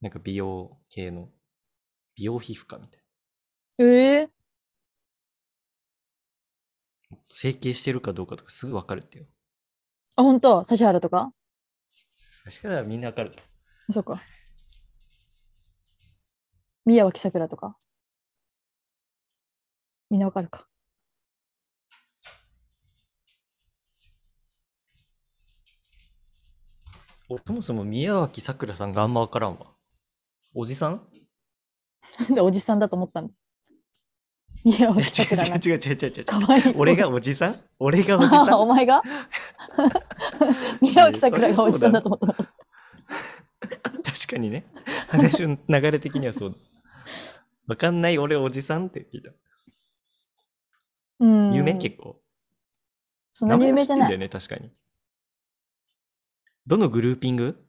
A: なんか美容系の、美容皮膚科みたい
B: ええ
A: な。整形してるかどうかとかすぐ分かるってよ。
B: あ、本当指原とか
A: 確かにみんな分かる。
B: そうか。宮脇さくらとか。みんなわかる か。
A: おそもそも宮脇さくらさんがあんま分からんわ。おじさん
B: で、おじさんだと思ったんだ。いや、
A: いや
B: 落ち
A: 違
B: た
A: う
B: くらな。
A: 違う違う違う違う違う。
B: かわいい。
A: 俺がおじさん俺がおじさ
B: あ お
A: ん
B: 前が宮脇さくらがおじさんだと思った。
A: 確かにね。話の流れ的にはそうだ。わかんない俺おじさんって聞いた。
B: うん。
A: 有名結構。
B: そんなに有名じゃ
A: 名前は知ってん
B: な
A: だ
B: い
A: よ。ね、確かに。どのグルーピング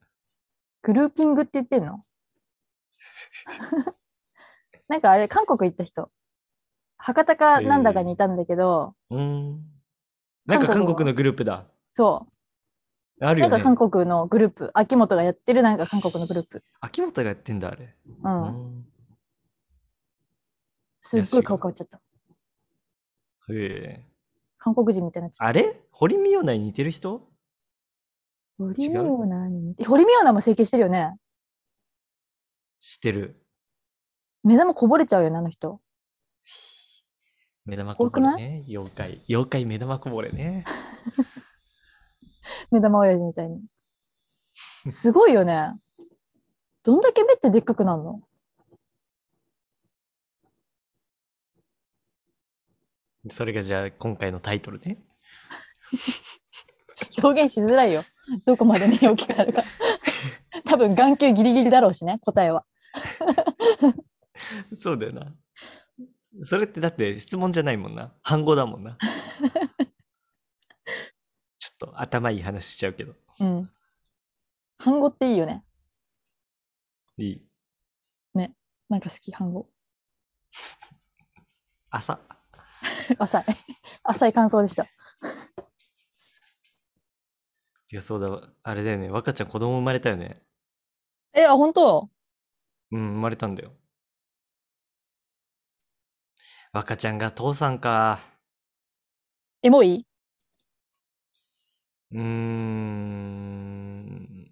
B: グルーピングって言ってんの なんかあれ、韓国行った人。博多かなんだかにいたんだけど、
A: うーん。なんか韓国のグループだ。
B: そ
A: あ
B: う。
A: る
B: な
A: よ
B: んか
A: ね。
B: 韓国のグループ、秋元がやってるなんか韓国のグループ。
A: 秋元がやってんだ、あれ。う
B: う。
A: んん。
B: すっごい顔変わっちゃった。
A: へえ。
B: 韓国人みたいになっちゃっ
A: あれ堀美央内似てる人
B: た。堀
A: 違
B: 美
A: う
B: 央奈に似て堀美央奈も整形してるよね。
A: 知ってる。
B: 目玉こぼれちゃうよね、あの人。
A: 目玉こぼれね。妖怪。妖怪目玉こぼれね。
B: 目玉親父みたいに。すごいよね。どんだけ目ってでっかくなるの
A: それがじゃあ今回のタイトルね。
B: 表現しづらいよ。どこまで目大きくなる か。多分眼球ギリギリだろうしね、答えは。
A: そうだよな。それってだって質問じゃないもんな。反語だもんな。ちょっと頭いい話しちゃうけど。
B: うん。反語っていいよね。
A: いい。
B: なんか好き、反語。
A: 朝。
B: 浅い。浅い感想でした。
A: いや、そうだわ。あれだよね。若ちゃん子供生まれたよね。
B: え、あ、本当
A: うん、生まれたんだよ。若ちゃんが父さんか。
B: エモいう
A: ーん。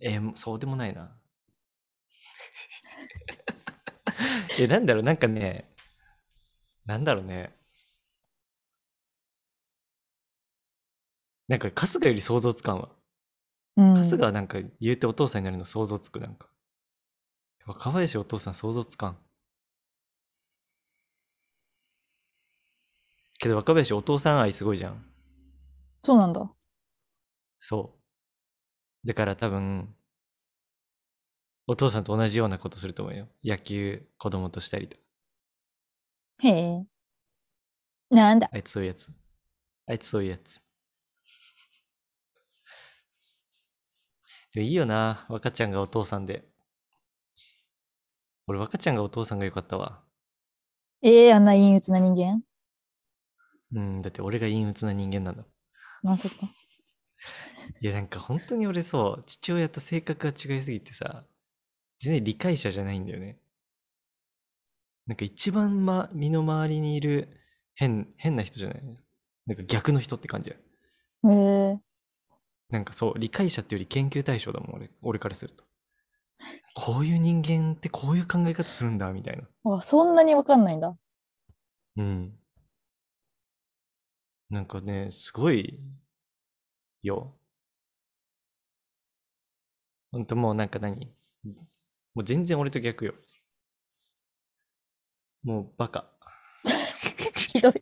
A: え、そうでもないな。 え、なんだろう、なんかね、なんだろうね。なんか春日より想像つかんわ。
B: うん。
A: 春日はなんか言うてお父さんになるの想像つく、なんか。若林お父さん想像つかん。けど若林お父さん愛すごいじゃん。
B: そうなんだ。
A: そう。だから多分、お父さんと同じようなことすると思うよ。野球、子供としたりとか。
B: へえ。なんだ。
A: あいつそういうやつ。あいつそういうやつ。でもいいよな、若ちゃんがお父さんで。俺、若ちゃんがお父さんがよかったわ。
B: ええあんな陰鬱な人間
A: うん、だって俺が陰鬱な人間なんだ。
B: まさか。
A: いや、なんか本当に俺そう、父親と性格が違いすぎてさ、全然理解者じゃないんだよね。なんか一番、ま、身の回りにいる変、変な人じゃないなんか逆の人って感じや。
B: ええ
A: なんかそう、理解者っていうより研究対象だもん、俺、俺からすると。こういう人間ってこういう考え方するんだ、みたいな。
B: あ、そんなにわかんないん だ。
A: うん。なんかね、すごいよ。ほんともうなんか何もう全然俺と逆よ。もうバカ。
B: ひどい。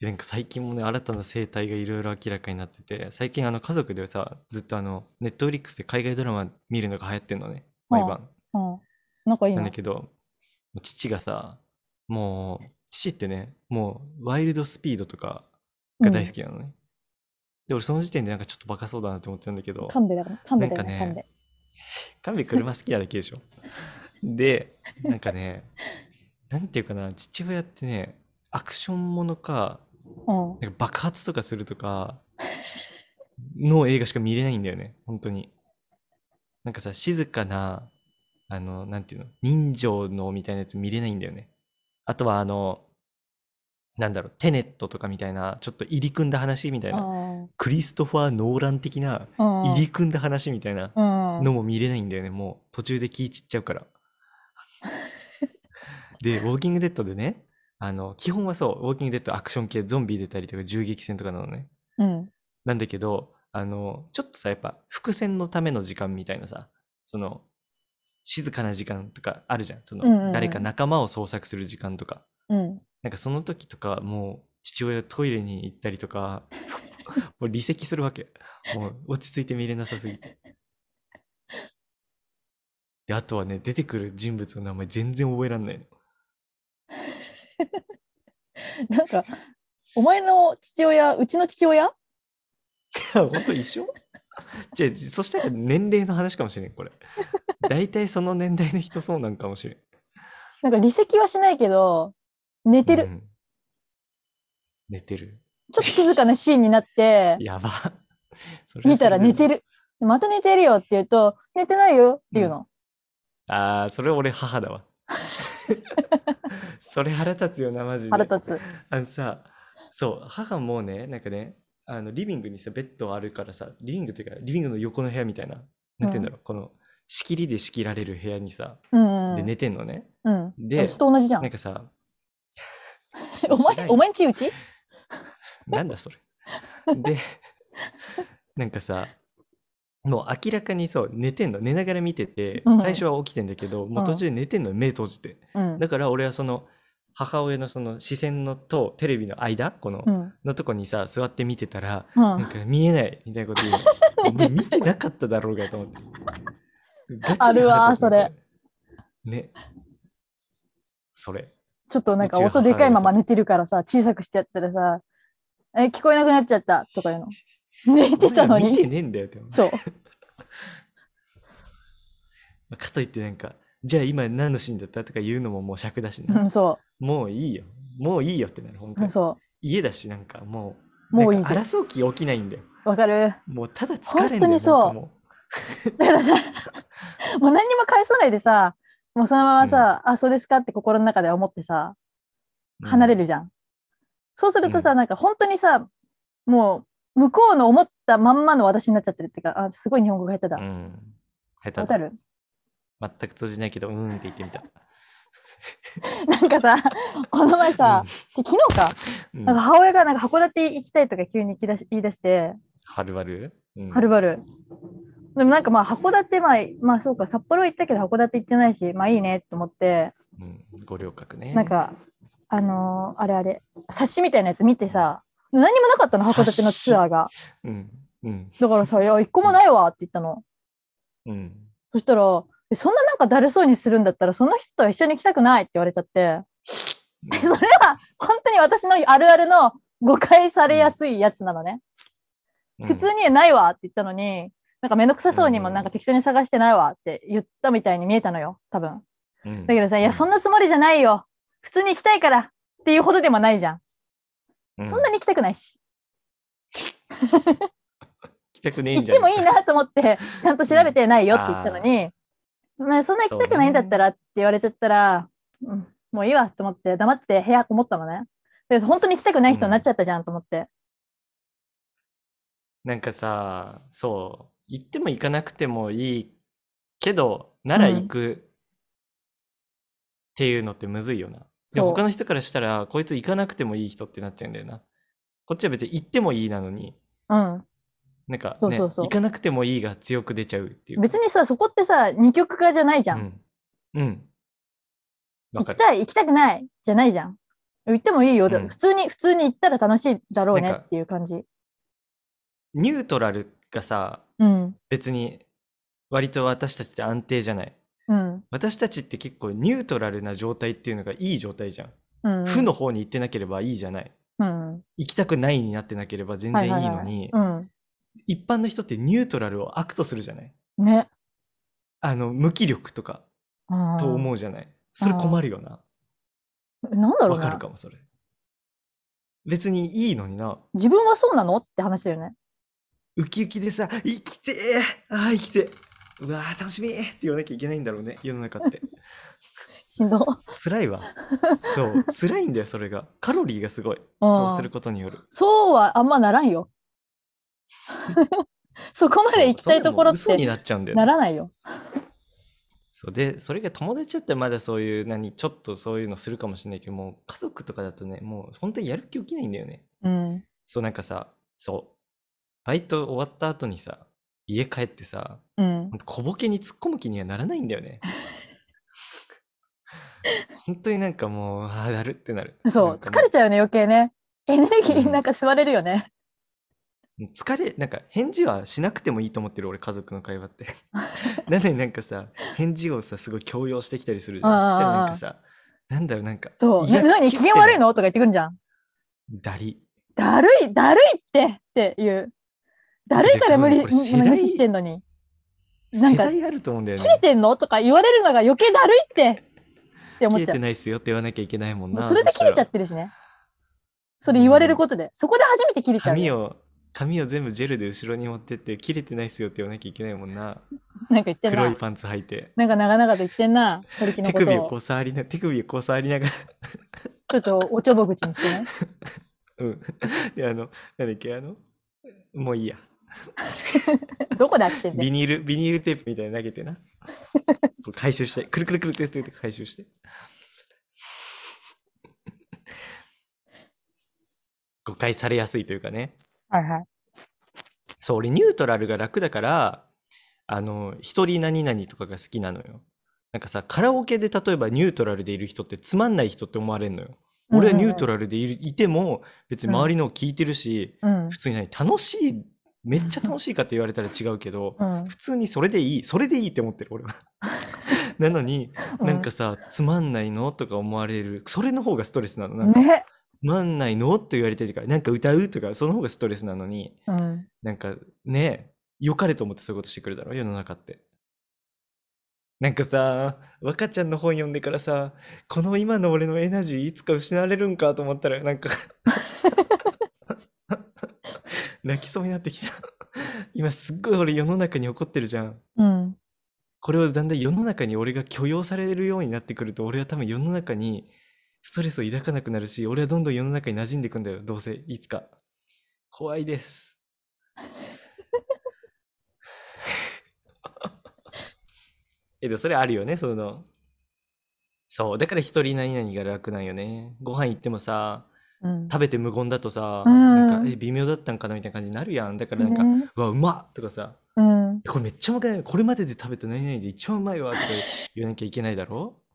A: なんか最近もね、新たな生態がいろいろ明らかになってて、最近あの家族でさ、ずっとあの、ネットフリックスで海外ドラマ見るのが流行ってんのね、毎
B: はあ
A: 晩。
B: うん。仲いい
A: な
B: の
A: んだけど、父がさ、もう、父ってね、もう、ワイルドスピードとかが大好きなのね。で、俺その時点でなんかちょっとバカそうだなって思ってたんだけ
B: う
A: ど
B: ん。、神戸だから。神戸だよ
A: なんか
B: ね
A: ね、神戸車好きなだけ でしょ。で、なんかね、なんていうかな、父親ってね、アクションものか、
B: 神戸。うん。
A: なんか爆発とかするとか、の映画しか見れないんだよね、本当に。なんかさ、静かな、あの、なんていうの、人情のみたいなやつ見れないんだよね。あとは、あの、なんだろう、テネットとかみたいな、ちょっと入り組んだ話みたいな、
B: あ
A: クリストファー・ノーラン的な、
B: あ。
A: 入り組んだ話みたいな
B: うん。
A: のも見れないんだよね、もう途中で気散っちゃう から。で、ウォーキングデッドでね、あの、基本はそう、ウォーキングデッドアクション系、ゾンビ出たりとか銃撃戦とかなのね。
B: うん。
A: なんだけど、あの、ちょっとさ、やっぱ伏線のための時間みたいなさ、その、静かな時間とかあるじゃんその、
B: うんうんうん
A: 誰か仲間を捜索する時間とか
B: うん。
A: なんかその時とかもう父親がトイレに行ったりとか もう離席するわけもう落ち着いて見れなさすぎてであとはね出てくる人物の名前全然覚えらんない の
B: なんか、お前の父親、うちの父親
A: 本当一 緒じゃあそしたら年齢の話かもしれん これ大体その年代の人そうなんかもしれん
B: なんか離席はしないけど、寝てる、
A: うん寝てる
B: ちょっと静かなシーンになって、
A: やば それは
B: 見たら
A: それ
B: 寝
A: で
B: てる。また寝てるよって言うと、寝てないよっていうの。
A: ああそれ俺母だわ それ腹立つよなマジで
B: 腹立つ。
A: あのさそう母もねなんかねあのリビングにさベッドあるからさリビングというかリビングの横の部屋みたいななんて言うんだろう、この仕切りで仕切られる部屋にさ
B: うん、うん。
A: で寝てんのね、
B: うん。
A: で
B: うちと同じじゃん
A: なん。かさ 知ら
B: お前、
A: んよ
B: お前んちうち
A: なんだそれ。で、なんかさ、もう明らかにそう、寝てんの、寝ながら見てて
B: う、ん
A: 最初は起きてんだけど、もう途中で寝てんの、目閉じて。
B: うん。
A: だから俺はその、母親のその視線のとテレビの間この、
B: うん。
A: のとこにさ、座って見てたら、
B: う
A: なん
B: ん。
A: か見えないみたいなこと 言うの。お前見てなかっただろうがと思って。ガチで
B: あるわ
A: 腹立つね。ね。それ。
B: ちょっとなんか音でかいまま寝てるからさ、小さくしてやったらさ、え、聞こえなくなっちゃったとかいうの。寝てたの
A: 俺ら見て
B: に。
A: ねえんだよって思って
B: そう。
A: まあかといってなんか、じゃあ今何のシーンだったとか言うのももう尺だし
B: う
A: な。
B: ん、そ
A: もういいよ。もういいよってなる、本
B: う。
A: 当
B: うん
A: に。
B: そ
A: 家だし、なんかもう、
B: もういい
A: なんか争う気起きないんだよ。
B: う。わかる。
A: もうただ疲れんだよ
B: 本当にそう
A: なんかも
B: だからさ、もう何にも返さないでさ、もうそのままさ、あ、そうですかって心の中では思ってさ、
A: う
B: 離れ
A: うん
B: るじゃん。そうするとさ、
A: う
B: なんか本当にさ、もう向こうの思ったまんまの私になっちゃってるっていうか、あ、すごい日本語が下手だ。
A: う
B: わ、
A: ん。下手だ
B: かる
A: 全く通じないけど、うーんって言ってみた。
B: なんかさ、この前さ、昨日か、
A: うん、
B: なんか
A: は
B: 母親がなんか函館行きたいとか急に言い出し言い出して、
A: るばる、うん
B: はるばる。でもなんかまあ函館、まあ、まあそうか、札幌行ったけど函館行ってないし、まあいいねと思って、
A: うんご両角ね。
B: なんか、あのーあれあれ、冊子みたいなやつ見てさ、何にもなかったの、函館のツアーが。
A: うん。うん。
B: だからさ、いや、一個もないわって言ったの。
A: うん。
B: そしたら、えそんななんかだるそうにするんだったら、その人とは一緒に行きたくないって言われちゃって、
A: う
B: で
A: ん
B: それは本当に私のあるあるの誤解されやすいやつなのね。普通にないわって言ったのに、なんかめんどくさそうにも
A: うん
B: なんか適当に探してないわって言ったみたいに見えたのよ、多分。
A: うん、うん
B: だけどさ、いや、そんなつもりじゃないよ。普通に行きたいからっていうほどでもないじゃん。
A: う
B: そんなに行きたくないし。
A: 行きたくねえ
B: 行
A: ん
B: っ
A: じゃ
B: て
A: ん。
B: もいいなと思って、ちゃんと調べてないよって言ったのに、まあ、そんな行きたくないんだったらって言われちゃったら、うん、もういいわと思って、黙って部屋こもったのね。で、本当に行きたくない人になっちゃったじゃんと思って。
A: なんかさ、そう、行っても行かなくてもいいけど、なら
B: うん
A: 行くっていうのってむずいよな。で
B: そう
A: 他の人からしたら、こいつ行かなくてもいい人ってなっちゃうんだよな。こっちは別に行ってもいいなのに、
B: うん。
A: なんか
B: そう
A: ね、
B: そうそう
A: 行かなくてもいいが強く出ちゃうっていうか。
B: 別にさ、そこってさ、二極化じゃないじゃん。
A: うん。うん。わ
B: 行
A: か
B: き
A: る。
B: たい、行きたくないじゃないじゃん。行ってもいいよ。だ
A: うん
B: 普通に、普通に行ったら楽しいだろ
A: な
B: う
A: ん
B: ね
A: か
B: っていう感じ。
A: ニュートラルがさ、
B: うん。
A: 別に割と私たちって安定じゃない。
B: うん。
A: 私たちって結構ニュートラルな状態っていうのがいい状態じゃん。
B: うん。
A: 負の。方に行ってなければいいじゃない。
B: うん。
A: 行きたくないになってなければ全然いいのに、
B: ははは
A: 一般の人ってニュートラルを悪とするじゃない
B: うん。ね。
A: あの無気力とか
B: うん
A: と思うじゃない、それ困るよな
B: なんだろ
A: わ
B: う
A: か
B: ね
A: る。かもそれ別にいいのにな
B: 自分はそうなのって話だよね。
A: ウキウキでさ生きてーあー生きてうわー楽しみーって言わなきゃいけないんだろうね世の中って
B: しんど。
A: 辛いわそう辛いんだよそれがカロリーがすごいそうすることによる
B: そうはあんまならんよ。 そこまで行きたいところっ
A: そうそれも嘘に
B: て
A: なっちゃうんだよね
B: ならないよ。
A: そうでそれが友達だったらまだそういう何ちょっとそういうのするかもしれないけどもう家族とかだとねもう本当にやる気起きないんだよね
B: うん。
A: そうなんかさそうバイト終わった後にさ家帰ってさ、
B: うん
A: ほんと小ボケに突っ込む気にはならないんだよ ね。本当になんかもう、ああ、だるってなる。
B: そう
A: なんかも
B: 疲れちゃうよね余計ねエネルギー
A: うん
B: なんか吸われるよね、
A: 疲れなんか返事はしなくてもいいと思ってる俺家族の会話って なのになんかさ返事をさすごい強要してきたりするじゃん
B: ああ
A: そしたらなんかさなんだろうなんか
B: そう
A: 胃が
B: え何
A: 切
B: 機
A: って
B: 嫌悪いのとか言ってくるんじゃん
A: だり
B: だるいだるいってっていうだるいから無理
A: で多分これ世代
B: 無視してんのになん
A: 世
B: か
A: 代あると思うんだよ
B: 切れ
A: ね
B: てんのとか言われるのが余計だるいってって
A: 切
B: 思っ
A: れ
B: ちゃ
A: て
B: う
A: ないっすよって言わなきゃいけないもん
B: もう
A: な
B: それで切れちゃってるしねそれ言われることで、そこで初めて切れちゃう
A: 髪
B: よ
A: を髪を全部ジェルで後ろに持ってって切れてないっすよって言わなきゃいけないもんな
B: なんか言ってん
A: 黒い
B: な
A: パンツ履いて
B: なんか長々と言ってんな鳥木の
A: 手
B: こと
A: 首をこ
B: を
A: う触りな手首をこう触りながら
B: ちょっとおちょぼ口にしてね
A: うんであのなんだっけあのもういいや
B: どこで飽きてんだ よ
A: ビニール、ビニールテープみたいに投げてな。こう回収して、くるくるくるくるくるって回収して。 誤解されやすいというかね。
B: はいはい
A: そう、俺ニュートラルが楽だから、あの、一人何々とかが好きなのよ。なんかさ、カラオケで例えばニュートラルでいる人ってつまんない人って思われるのよ。俺はニュートラルでいるいても、別に周りのを聞いてるし、
B: うん
A: 普通に何楽しい、めっちゃ楽しいかって言われたら違うけど、
B: うん
A: 普通にそれでいいそれでいいって思ってる俺 はなのに
B: うん
A: なんかさ「つまんないの?」とか思われるそれの方がストレスなのなんか
B: ね
A: つまんないの?」って言われてるからなんか歌うとかその方がストレスなのに
B: うん
A: なんかね良かれと思ってそういうことしてくるだろ世の中ってなんかさ若ちゃんの本読んでからさこの今の俺のエナジーいつか失われるんかと思ったらなん か泣きそうになってきた今すっごい俺世の中に怒ってるじゃん
B: うん
A: これをだんだん世の中に俺が許容されるようになってくると俺は多分世の中にストレスを抱かなくなるし俺はどんどん世の中に馴染んでいくんだよどうせいつか怖いです えでもそれあるよねそのそうだから一人何々が楽なんよねご飯行ってもさ
B: うん
A: 食べて無言だとさ、
B: うん
A: なんかえ微妙だったんかなみたいな感じになるやんだからなんか、
B: ね
A: うわうまっとかさ
B: うん
A: これめっちゃうまくないこれまでで食べた何々で一番うまいわとか言わなきゃいけないだろ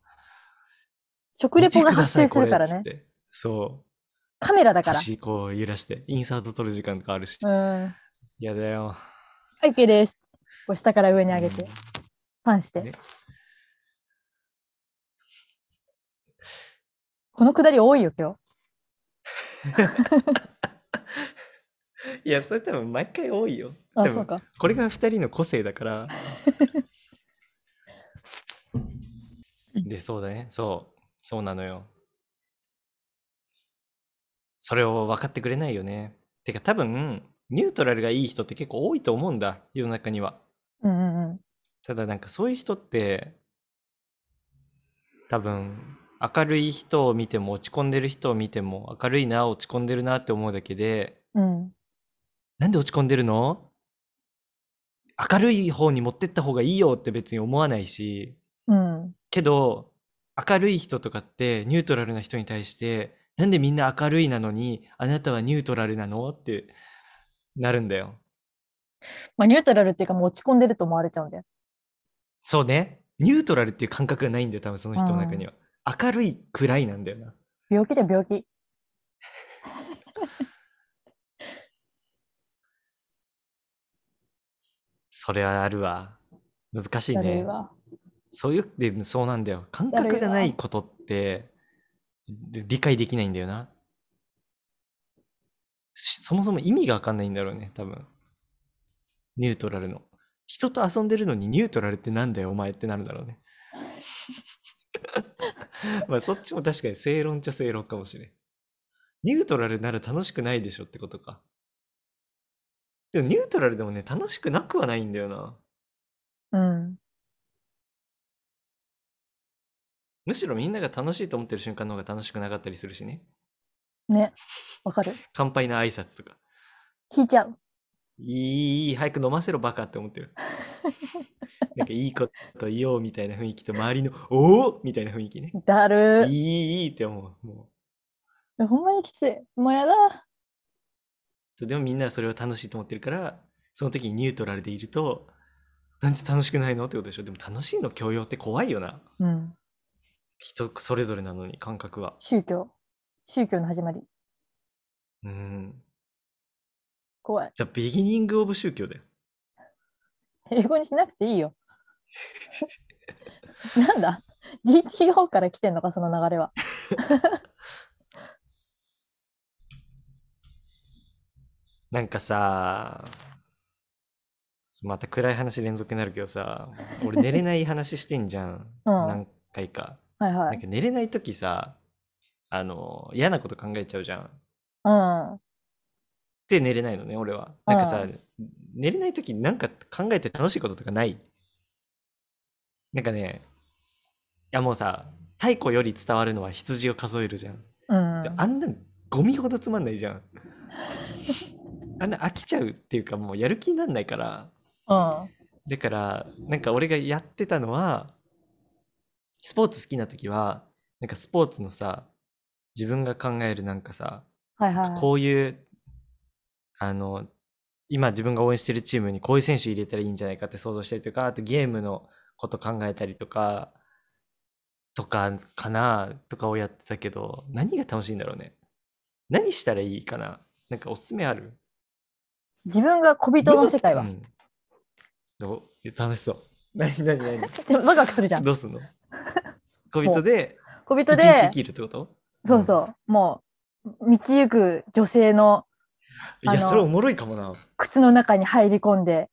B: 食レポが
A: 見てくだ
B: 発
A: さ
B: 生
A: い
B: するから
A: これっつ
B: ね
A: ってそ
B: カメラだ
A: う
B: から
A: 箸こう揺らしてインサート撮る時間とかあるし、
B: うん
A: やだよ
B: はい OK ですこう下から上に上げてパンして、
A: ね
B: このくだり多いよ今
A: いやそれ多分毎回多いよ
B: 日
A: 多
B: あ
A: 分
B: そうか
A: これが2人の個性だから でそうだねそうそうなのよそれを分かってくれないよねてか多分ニュートラルがいい人って結構多いと思うんだ世の中には
B: うんうんうん
A: ただなんかそういう人って多分明るい人を見ても落ち込んでる人を見ても明るいな落ち込んでるなって思うだけで
B: うん
A: なんで落ち込んでるの明るい方に持ってった方がいいよって別に思わないし
B: うん
A: けど明るい人とかってニュートラルな人に対してなんでみんな明るいなのにあなたはニュートラルなのってなるんだよ
B: まあニュートラルっていうかもう落ち込んでると思われちゃうんだよ
A: そうねニュートラルっていう感覚がないんだよ多分その人の中には明るいくらいなんだよな
B: 病気だよ病気
A: それはあるわ。難しい
B: だるい
A: ね。
B: わ
A: そういう、でもそうなんだよ。感
B: だるいわ
A: 覚がないことってり理解できないんだよな。しそもそも意味がわかんないんだろうね、多分。ニュートラルの。人と遊んでるのにニュートラルってなんだよ、お前ってなるんだろうね。 まあそっちも確かに正論っちゃ正論かもしれん。ニュートラルなら楽しくないでしょってことか。でもニュートラルでもね、楽しくなくはないんだよな。
B: うん
A: むしろみんなが楽しいと思ってる瞬間の方が楽しくなかったりするしね。
B: ねわかる
A: 乾杯の挨拶とか。
B: 聞いちゃう
A: いい、早く飲ませろバカって思ってる。なんかいいこと言おうみたいな雰囲気と周りのおおみたいな雰囲気ね。
B: だる
A: いい、いいって思う。も
B: いほんまにきついもうやだ
A: うでもみんなはそれを楽しいと思ってるから、その時にニュートラルでいるとなんて楽しくないのってことでしょでも楽しいの強要って怖いよな
B: うん。
A: 人それぞれなのに感覚は
B: 宗教。宗教の始まり。
A: うん
B: 怖い。
A: ザ・ビギニング・オブ宗教だよ
B: 英語にしなくていいよ。 なんだ ?GTO から来てんのか、その流れは。
A: なんかさまた暗い話連続になるけどさ俺寝れない話してんじゃん、何回か
B: はいは
A: なん
B: い。
A: か寝れない時さあの嫌なこと考えちゃうじゃん
B: うん。
A: で寝れないのね俺はなんかさ、
B: う
A: 寝れない時になんか考えて楽しいこととかないなんかねいやもうさ太鼓より伝わるのは羊を数えるじゃん、
B: うん。
A: であんなんゴミほどつまんないじゃん あんな飽きちゃうっていうかもうやる気になんないから
B: うん。
A: だからなんか俺がやってたのはスポーツ好きな時はなんかスポーツのさ自分が考えるなんかさ
B: はいはい。
A: こういうあの今自分が応援してるチームにこういう選手入れたらいいんじゃないかって想像したりとかあとゲームのこと考えたりとかとかかなとかをやってたけど何が楽しいんだろうね何したらいいかななんかおすすめある
B: 自分が小人の世界は
A: う。んどう楽しそう 何何何
B: で もワクワクするじゃん。
A: どうすんの小人で
B: 小
A: 一
B: 人
A: 日生
B: で、
A: きるってこと
B: そうそう、もう、道行く女性の
A: いや
B: あの
A: それおもろいかもな
B: 靴の中に入り込んで、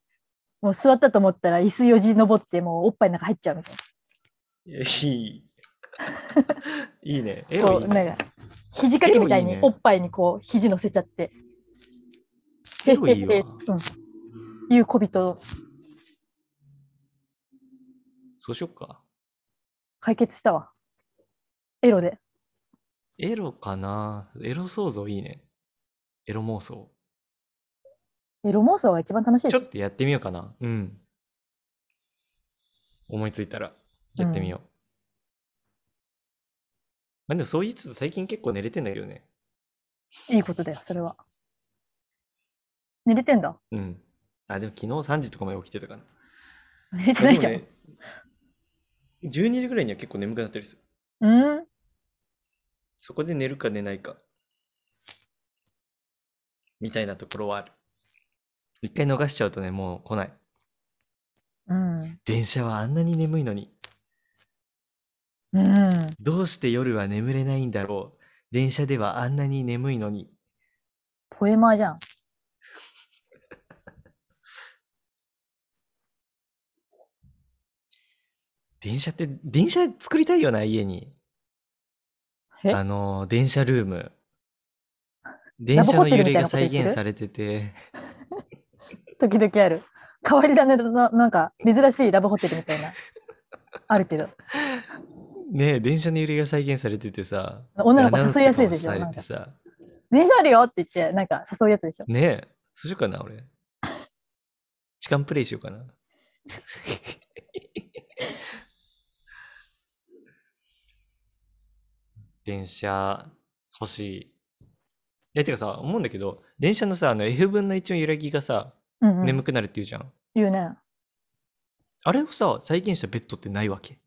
B: もう座ったと思ったら椅子よじ登って、もうおっぱいの中入っちゃうみたい
A: いやいい いいねエ
B: な。こ
A: ロ
B: う、
A: い
B: な
A: ね
B: んか、肘掛けみたい
A: エロい
B: に
A: ね
B: おっぱいにこう、肘乗せちゃって。
A: エロい
B: へへへ
A: わ
B: うん。いう小人、
A: そうしよっか
B: 解決したわ。エロで。
A: エロかなエロ想像いいねエロ妄想
B: エロ妄想が一番楽しいで
A: ち
B: す
A: ょっとやってみようかなうん思いついたらやってみよう、まあでもそう言いつつ最近結構寝れてんだけどね
B: いいことだよ、それは。寝れてんだ。
A: うんあでも昨日3時とかまで起きて たかな
B: 寝れてないじゃん。
A: でもね、12時ぐらいには結構眠くなったりする。
B: うん。
A: そこで寝るか寝ないか。みたいなところはある。一回逃しちゃうとね、もう来ない。
B: うん。
A: 電車はあんなに眠いのに、
B: うん。
A: どうして夜は眠れないんだろう。電車ではあんなに眠いのに。
B: ポエマーじゃん。
A: 電車って、電車作りたいよな、家に。
B: え
A: あの、電車ルーム。電車の揺れが再現されてて。
B: 時々ある。変わり種のななんか珍しいラブホテルみたいな。あるけど。
A: ねえ電車の揺れが再現されててさ
B: 女の子誘いやすいでしょ
A: アナウンスとかもされてさ
B: 電車あるよって言って、なんか誘うやつでしょ。
A: ねえそうしようかな俺痴漢プレイしようかな 電車欲しいいやてかさ思うんだけど電車のさあの F 分の1の揺らぎがさ
B: うん、うん。
A: 眠くなるっていうじゃん、
B: 言うね。
A: あれをさ再現したベッドってないわけ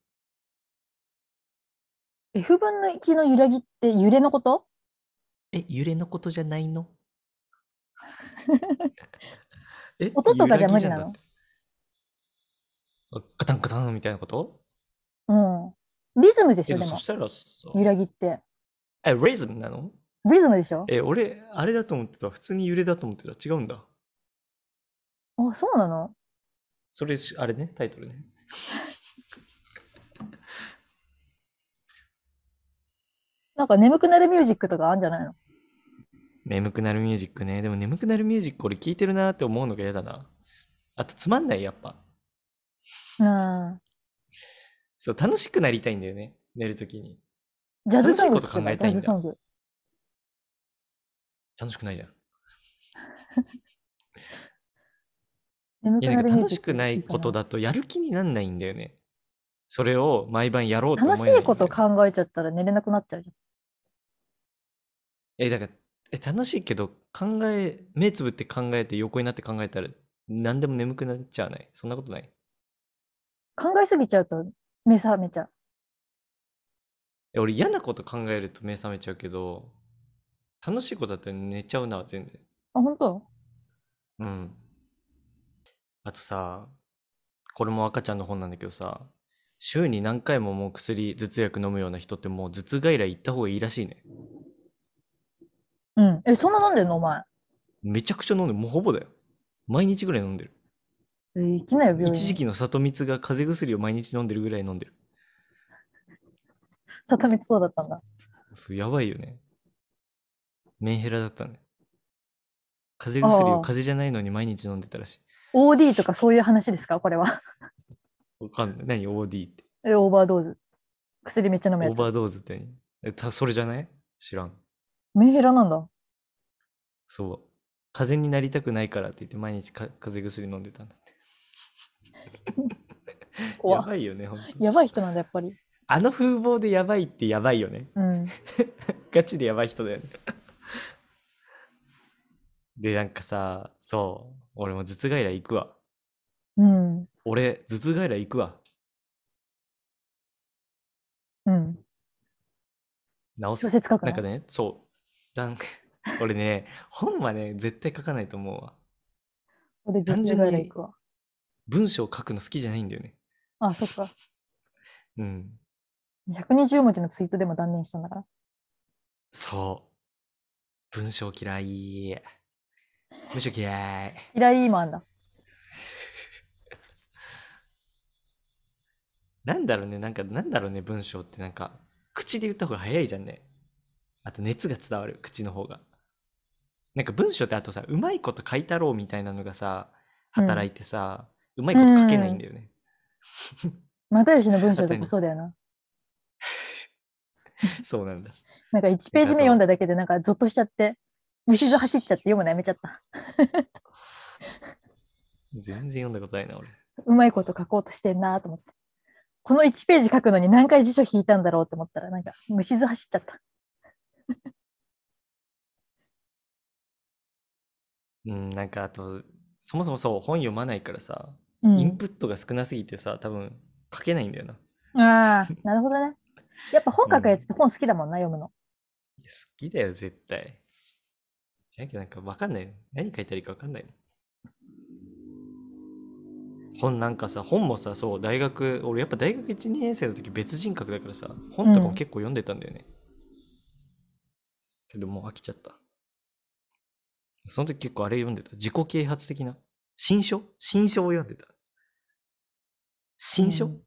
B: F 分の1の揺らぎって揺れのこと
A: え揺れのことじゃない のえ
B: 音とかじゃ無
A: 揺らぎ
B: 理なの
A: じゃんだってあガタンガタンみたいなこと
B: うん。リズムでし
A: え
B: ょ、
A: で
B: で
A: もそ
B: も
A: し。たらさ
B: 揺らぎって。
A: えリズムなの
B: リズムでしょ
A: え俺あれだと思ってた普通に揺れだと思ってた違うんだ
B: あ、そうなの
A: それしあれねタイトルね
B: なんか眠くなるミュージックとかあるんじゃないの
A: 眠くなるミュージックねでも眠くなるミュージック俺聞いてるなって思うのが嫌だなあとつまんないやっぱ
B: うん。
A: そう楽しくなりたいんだよね寝るときに
B: ジャズソング
A: 楽しいこと考えたいん
B: ジ
A: だ
B: ャズソング。
A: 楽しくないじゃん
B: 眠
A: い
B: く
A: やな
B: な
A: ん
B: る
A: か
B: ミュー
A: 楽
B: ジ
A: し
B: ック
A: くないことだとやる気になんないんだよね。それを毎晩やろうと思えな
B: 楽し
A: いんだよね。
B: いこと考えちゃったら寝れなくなっちゃうじ
A: え、だから、え、楽しいけど、考え、目つぶって考えて横になって考えたら何でも眠くなっちゃわないそんなことない
B: 考えすぎちゃうと目覚めちゃう。
A: え俺嫌なこと考えると目覚めちゃうけど楽しいことだったら寝ちゃうな全然
B: あ、本当
A: うんあとさこれも赤ちゃんの本なんだけどさ週に何回ももう薬頭痛薬飲むような人ってもう頭痛外来行った方がいいらしいね
B: うん。え、そんな飲んでんのお前。
A: めちゃくちゃ飲んでるもうほぼだよ毎日ぐらい飲んでる
B: え行きなよ、病院。
A: 一時期の里光が風邪薬を毎日飲んでるぐらい飲んでる
B: 里光そうだったんだ。
A: そうやばいよねメンヘラだったね風邪薬
B: あ
A: を
B: あ
A: 風邪じゃないのに毎日飲んでたらしい
B: OD とかそういう話ですかこれは。
A: わかんない何 OD って
B: え、オーバードーズ。薬めっちゃ飲む
A: オ
B: や
A: ーバ
B: つ。
A: ードーズって何えたそれじゃない知らん
B: メンヘラなんだ。
A: そう風邪になりたくないからって言って毎日か風邪薬飲んでたんだってや
B: 怖っ
A: ばいよねほんと
B: やばい人なんだ、やっぱり。
A: あの風貌でやばいってやばいよね
B: うん。
A: ガチでやばい人だよね。 で、なんかさ、そう、俺も頭痛外来行くわ。
B: うん。
A: 俺、頭痛外来行くわ。
B: うん。
A: 直す
B: 小。説書く
A: なん
B: の
A: かね、そう。なんか 俺ね、本はね、絶対書かないと思うわ。
B: 俺、
A: 単純
B: 実際
A: に
B: から行くわ。
A: 文章書くの好きじゃないんだよね。
B: あ、そっか。
A: うん。
B: 120文字のツイートでも断念したんだから。
A: そう。文章嫌い。文章嫌い。
B: 嫌いもあんだ。
A: なんだろうね、なんか、なんだろうね、文章ってなんか、口で言った方が早いじゃんね。あと、熱が伝わる、口の方が。なんか文章ってあとさ、うまいこと書いたろうみたいなのがさ、
B: うん
A: 働いてさ、うまいこと書けないんだよね。
B: 又吉の文章
A: だ
B: と
A: ってね
B: かそうだよな。
A: そうなんだ。
B: なんか1ページ目読んだだけでなんかゾッとしちゃって、虫ず走っちゃって読むのやめちゃった。
A: 全然読んだことないな、俺。
B: うまいこと書こうとしてんなと思って。この1ページ書くのに何回辞書引いたんだろうと思ったら、なんか虫ず走っちゃった。
A: うん、なんかあと、そもそもそう、本読まないからさ、
B: う
A: イン
B: ん。
A: プットが少なすぎてさ、多分書けないんだよな。い
B: ああ、なるほどね。やっぱ本書くやつって本好きだもんな、読むの。
A: や好きだよ、絶対。じゃなきゃなんかわかんないよ。何書いたらいいかわかんないもん。本なんかさ本もさそう大学俺やっぱ大学12年生の時別人格だからさ本とかも結構読んでたんだよね、けどもう飽きちゃったその時結構あれ読んでた自己啓発的な新書新書を読んでた新書、
B: うん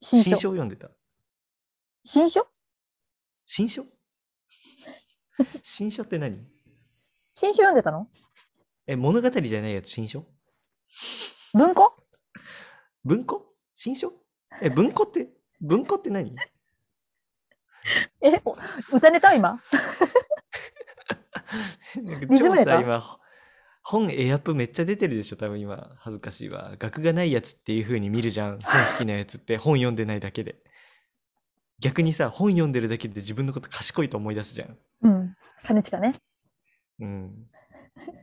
B: 新
A: 新書
B: 書
A: を。読んでた
B: 新書
A: 新書 新書って何
B: 新書読んでたの
A: え物語じゃないやつ新書
B: 文庫
A: 文庫新書え文庫 って文庫って何
B: え、お歌ネタ今
A: なんか
B: リズム
A: 超
B: ネ
A: さ
B: タ
A: 今ほ本エアプめっちゃ出てるでしょ多分今恥ずかしいわ学がないやつっていう風に見るじゃん本好きなやつって本読んでないだけで逆にさ本読んでるだけで自分のこと賢いと思い出すじゃん
B: うん。兼近ね。
A: うん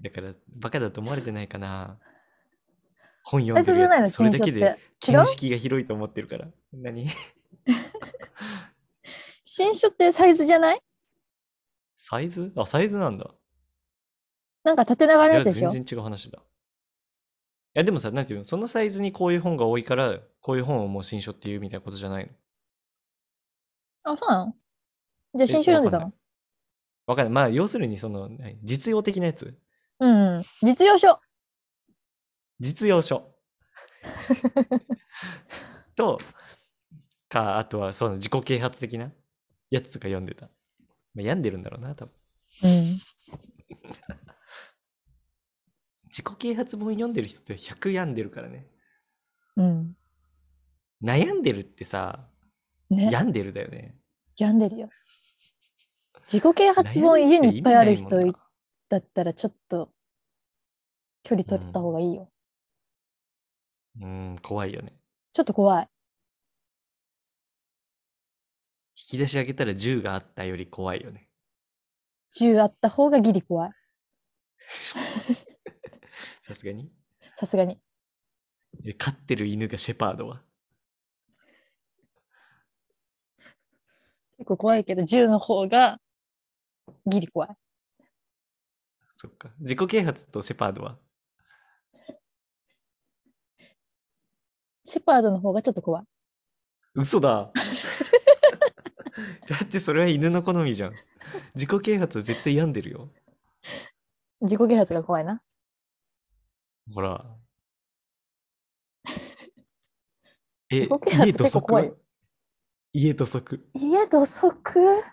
A: だからバカだと思われてないかな本読
B: あ
A: ん
B: い
A: で
B: つ
A: る
B: じゃない
A: や
B: の
A: つそれ
B: 新
A: だ
B: 書っ
A: けで
B: て。違う
A: 見識が広いと思ってるから何
B: 新書ってサイズじゃない
A: サイズあサイズなんだ
B: なんか縦長
A: い
B: のや
A: や
B: つでしょ
A: 全然違う話だ。いやでもさ、なんていうの、そのサイズにこういう本が多いから、こういう本をもう新書っていうみたいなことじゃないの。
B: あ、そうなのじゃあ新書読んでたの
A: わかんない。まあ、要するに、その、何実用的なやつ。
B: うん、うん。実用書。
A: 実用 書。と、か、あとは、その自己啓発的なやつとか読んでた。まあ、病んでるんだろうな、多分。
B: うん。
A: 自己啓発本読んでる人って100病んでるからね。
B: うん。
A: 悩んでるってさ、
B: ね、
A: 病んでるだよね。
B: 病んでるよ。自己啓発本
A: 悩み
B: 家
A: て
B: にいっぱいある
A: 意
B: 人
A: 味ないもんな
B: だったらちょっと距離取った方がいいよ。
A: うん、怖いよね。
B: ちょっと怖い。
A: 引き出し上げたら銃があったより怖いよね。
B: 銃あった方がギリ怖い。
A: さすがに。
B: さすがに。
A: え飼ってる犬がシェパードは
B: 結構怖いけど、銃の方がギリ怖い。
A: そっか。自己啓発とシェパードは
B: シェパードの方がちょっと怖い。
A: 嘘だ だってそれは犬の好みじゃん。自己啓発は絶対病んでるよ。
B: 自己啓発が怖いな。
A: ほら。え、家
B: 自己啓
A: 土
B: 発結構
A: 足
B: 怖い
A: は
B: よ
A: 家土足。
B: 家土足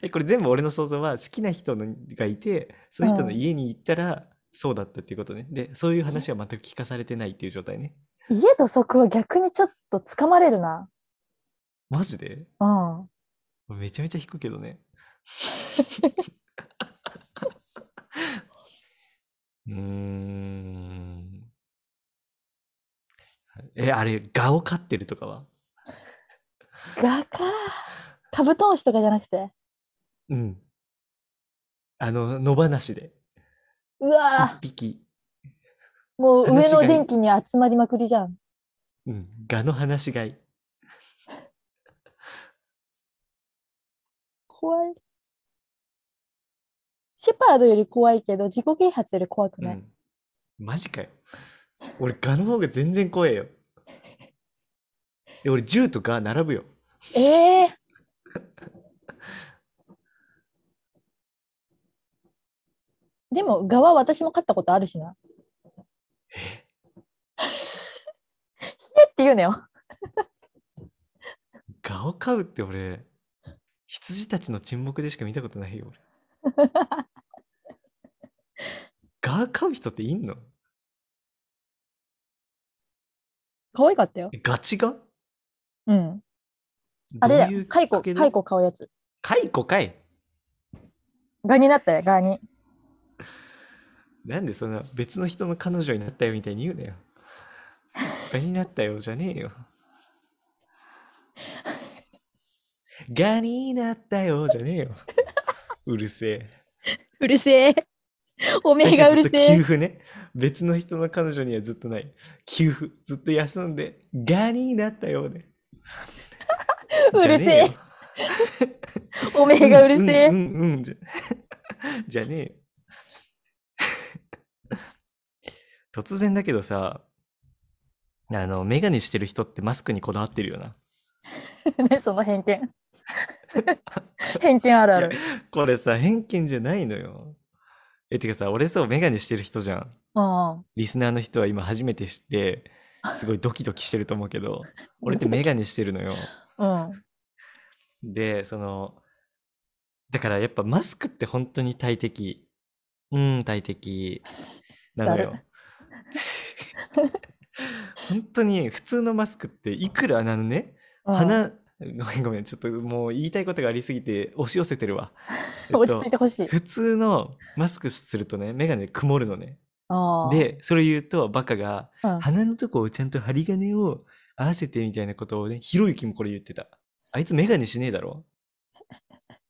A: え、これ全部俺の想像は好きな人のがいて、その人の
B: うん
A: 家に行ったらそうだったっていうことね。で、そういう話は全く聞かされてないっていう状態ね。
B: 家土足は逆にちょっとつかまれるな。
A: マジで
B: うん。
A: めちゃめちゃ引くけどね。うーん。え、あれ、ガを飼ってるとかは
B: 画か。カブトムシとかじゃなくて。
A: うん。あの、野放しで。
B: う
A: 一
B: わ
A: 匹。
B: ぁ、もう上
A: 話が
B: の
A: いい
B: 電気に集まりまくりじゃん。
A: うん。ガの放し飼い。
B: 怖い。シェパードより怖いけど、自己啓発より怖く
A: う
B: ない。
A: ん。マジかよ。俺、ガの方が全然怖えよ。え俺、銃とガ並ぶよ。
B: ええでも、ガは私も飼ったことあるしな。 ひえって言うなよ。
A: ガを飼うって俺、羊たちの沈黙でしか見たことないよ。俺 ガ飼う人っていんの
B: 可愛かったよ。
A: えガチガ
B: うん。あれだ
A: どうい
B: よ
A: う。き
B: カ
A: っ
B: イコ、
A: かけで
B: カイコ買うやつ。
A: カイコかい
B: ガになったよ、ガに。
A: なんでそんな別の人の彼女になったよみたいに言うなよ。ガになったよじゃねえ よ。ガになったよじゃねえよ。うるせえ。
B: うるせえ。おめえがうる
A: 最初ずっ
B: せ
A: と給
B: え。
A: 付ね。別の人の彼女にはずっとない。給付。ずっと休んで、ガになったようで。
B: うるせえ。
A: じ
B: おめ
A: ゃね
B: えがうるせえ
A: うん。うん、うんうんじゃじゃねえよ。突然だけどさ、あの、メガネしてる人ってマスクにこだわってるよな。
B: ね、 その偏見。偏見あるある。
A: これさ、偏見じゃないのよ。え、てかさ、俺そう、メガネしてる人じゃん。
B: うんうん。
A: リスナーの人は今初めて知って、すごいドキドキしてると思うけど、俺ってメガネしてるのよ。
B: うん。
A: で、その、だからやっぱマスクって本当に大敵。うん、大敵なのよ
B: だ。
A: 本当に普通のマスクっていくらなのね、
B: うん
A: 鼻、ごめんごめん、ちょっともう言いたいことがありすぎて押し寄せてるわ。えっと
B: 落ち着いてほしい。
A: 普通のマスクするとね、メガネ曇るのね。
B: あー、
A: で、それ言うとバカが、
B: うん
A: 鼻のとこをちゃんと針金を合わせてみたいなことをね、ひろゆきもこれ言ってた。あいつメガネしねえだろ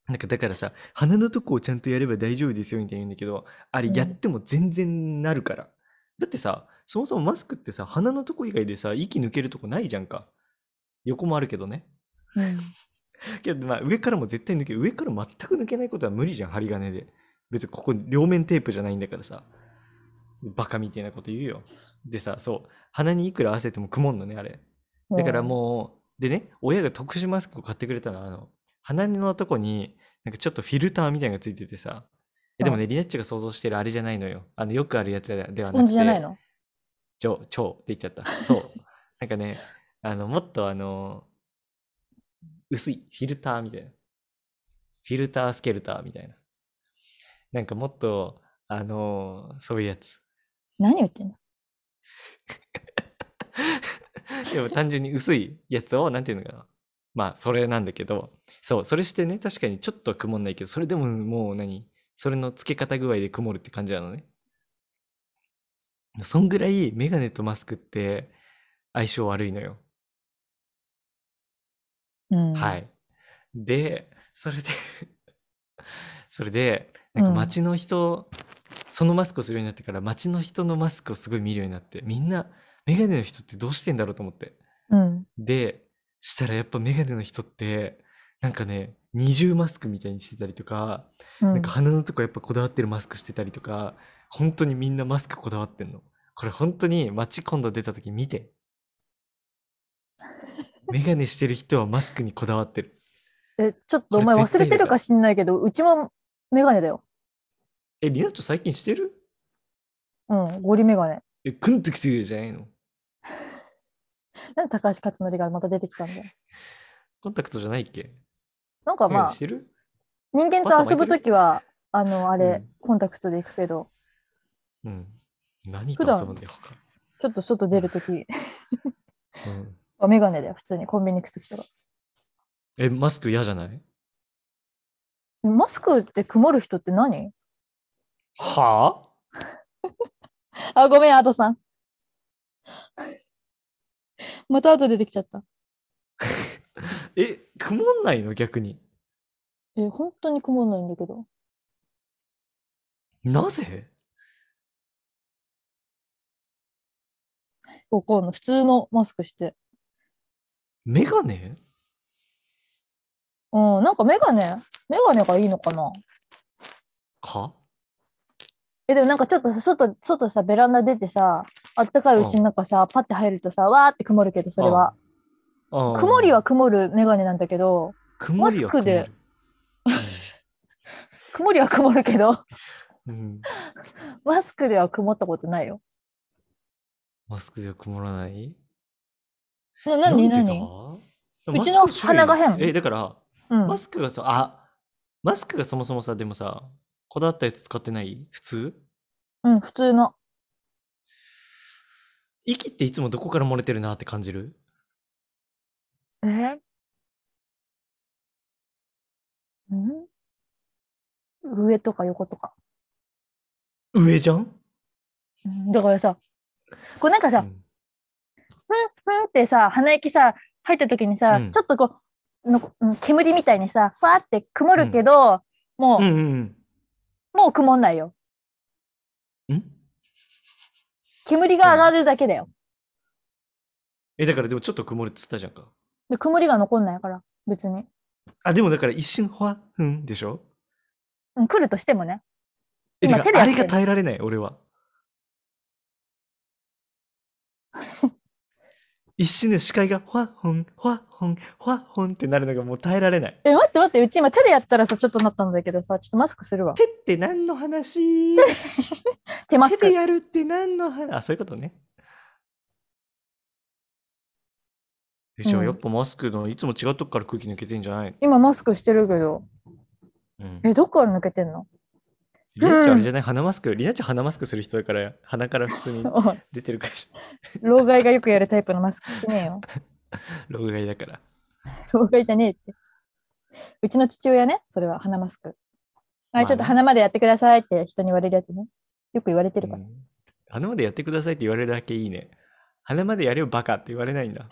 A: なんかだからさ、鼻のとこをちゃんとやれば大丈夫ですよみたいに言うんだけど、あれ
B: うん
A: やっても全然なるから。だってさ、そもそもマスクってさ、鼻のとこ以外でさ、息抜けるとこないじゃんか。横もあるけどね。
B: うん
A: けどまあ上からも絶対抜け上から全く抜けないことは無理じゃん針金で別にここ両面テープじゃないんだからさバカみたいなこと言うよでさそう鼻にいくら合わせても曇んのねあれだからもうでね親が特殊マスクを買ってくれたのあの鼻のとこになんかちょっとフィルターみたいなのがついててさえでもね、リナッチが想像してるあれじゃないのよあのよくあるやつではなくて
B: スポンジじゃないの
A: 超超って言っちゃった。そう。なんかね、あの、もっとあの、薄い、フィルターみたいな。フィルタースケルターみたいな。なんかもっと、あの、そういうやつ。
B: 何を言ってんの
A: でも単純に薄いやつを、なんていうのかな。まあ、それなんだけど、そう、それしてね、確かにちょっとは曇んないけど、それでももう何それの付け方具合で曇るって感じなのね。そんぐらいメガネとマスクって相性悪いのよ。
B: うん。
A: は。い。 で、それで、それで、なんか
B: うん
A: 街の人そのマスクをするようになってから街の人のマスクをすごい見るようになってみんなメガネの人ってどうしてんだろうと思って
B: うん。
A: でしたらやっぱメガネの人ってなんかね二重マスクみたいにしてたりとか、
B: うん
A: なんか鼻のとこやっぱこだわってるマスクしてたりとか本当にみんなマスクこだわってんのこれ本当に街今度出た時見 てメガネしてる人はマスクにこだわってる
B: え、ちょっとお前
A: これ絶
B: 忘
A: 対
B: れてるか知んないけど、うちもメガネだよ。
A: えリナッチョ最近してる
B: うん、ゴリメガネ。
A: えくんときてるじゃないの
B: なんで高橋克典がまた出てきたんだよ。
A: コンタクトじゃないっけ
B: なんか
A: メガ
B: ま
A: ネ
B: あ
A: し、てる
B: 人間と遊ぶときは、あの、あ
A: う
B: れ
A: ん、
B: コンタクトで行くけど、
A: うん何と
B: 普段
A: 遊ぶんだよ他
B: ちょっと外出るとき
A: うん、
B: はメガネだよ、普通にコンビニ行くときとか。
A: えマスク嫌じゃない
B: マスクって曇る人って何
A: はあ
B: あ、ごめん、アドさん。 また後出てきちゃった。
A: え曇んないの逆に
B: え、本当に曇んないんだけど。
A: なぜ
B: わかんない。普通のマスクして。
A: メガネ
B: うん、なんかメガネ、メガネがいいのかな
A: か
B: え、でもなんかちょっとさ、外、外さ、ベランダ出てさ、あったかいうちになんかさ、パッて入るとさ、わーって曇るけど、それは。
A: あー
B: 曇りは曇るメガネなんだけど、
A: 曇りは
B: マスクで
A: 曇る
B: 曇りは曇るけど、
A: うんうん
B: マスクでは曇ったことないよ。
A: マスクでは曇らない
B: な、なにな
A: んでだ
B: に
A: マスク
B: うち
A: 種
B: の
A: 類
B: 鼻が変
A: えだから
B: うん
A: マ。スクがさあマスクがそもそもさでもさこだわったやつ使ってない普通
B: うん、普通の。
A: 息っていつもどこから漏れてるなって感じる
B: えん上とか横とか。
A: 上じゃん
B: うんだからさ、こうなんかさ、
A: うん
B: ふんふんってさ、鼻息さ、入った時にさ、
A: うん
B: ちょっとこう、のうん煙みたいにさ、ふわって曇るけど、もう、
A: うんうん
B: もう曇んないよ。
A: うんん
B: 煙が上がるだけだよ。
A: えだからでもちょっと曇るっつったじゃんか
B: で曇りが残んないから、別に。
A: あでもだから一瞬ほわふんでしょ
B: うん、来るとしてもね。
A: えだ
B: 今
A: か
B: 手
A: ら
B: でや
A: あ
B: っ
A: れ
B: てる
A: が耐えられない俺 は一瞬で視界がほわほんほわほんほわほんってなるのがもう耐えられない
B: え、待って待って、うち今手でやったらさ、ちょっとなったんだけどさ、ちょっとマスクするわ。
A: 手 って何の話
B: 手マ
A: 手
B: スク
A: で。やるって何の話あそういうことねえじゃあ
B: うん
A: やっぱマスクのいつも違うとこから空気抜けてんじゃない、
B: 今マスクしてるけど、
A: うん、
B: え、どっから抜けてんの
A: リナッチあれじゃない鼻マスクリナッチ鼻マスクする人だから鼻から普通に
B: おい
A: 出てるから し
B: 老害がよくやるタイプのマスクしてねえ よ。
A: 老害だから
B: 老害じゃねえって。うちの父親ね、それは鼻マスク。
A: まあ
B: あ
A: ね
B: れちょっと鼻までやってくださいって人に言われるやつね。よく言われてるから。
A: うん鼻までやってくださいって言われるだけいいね。鼻までやれよバカって言われないんだ。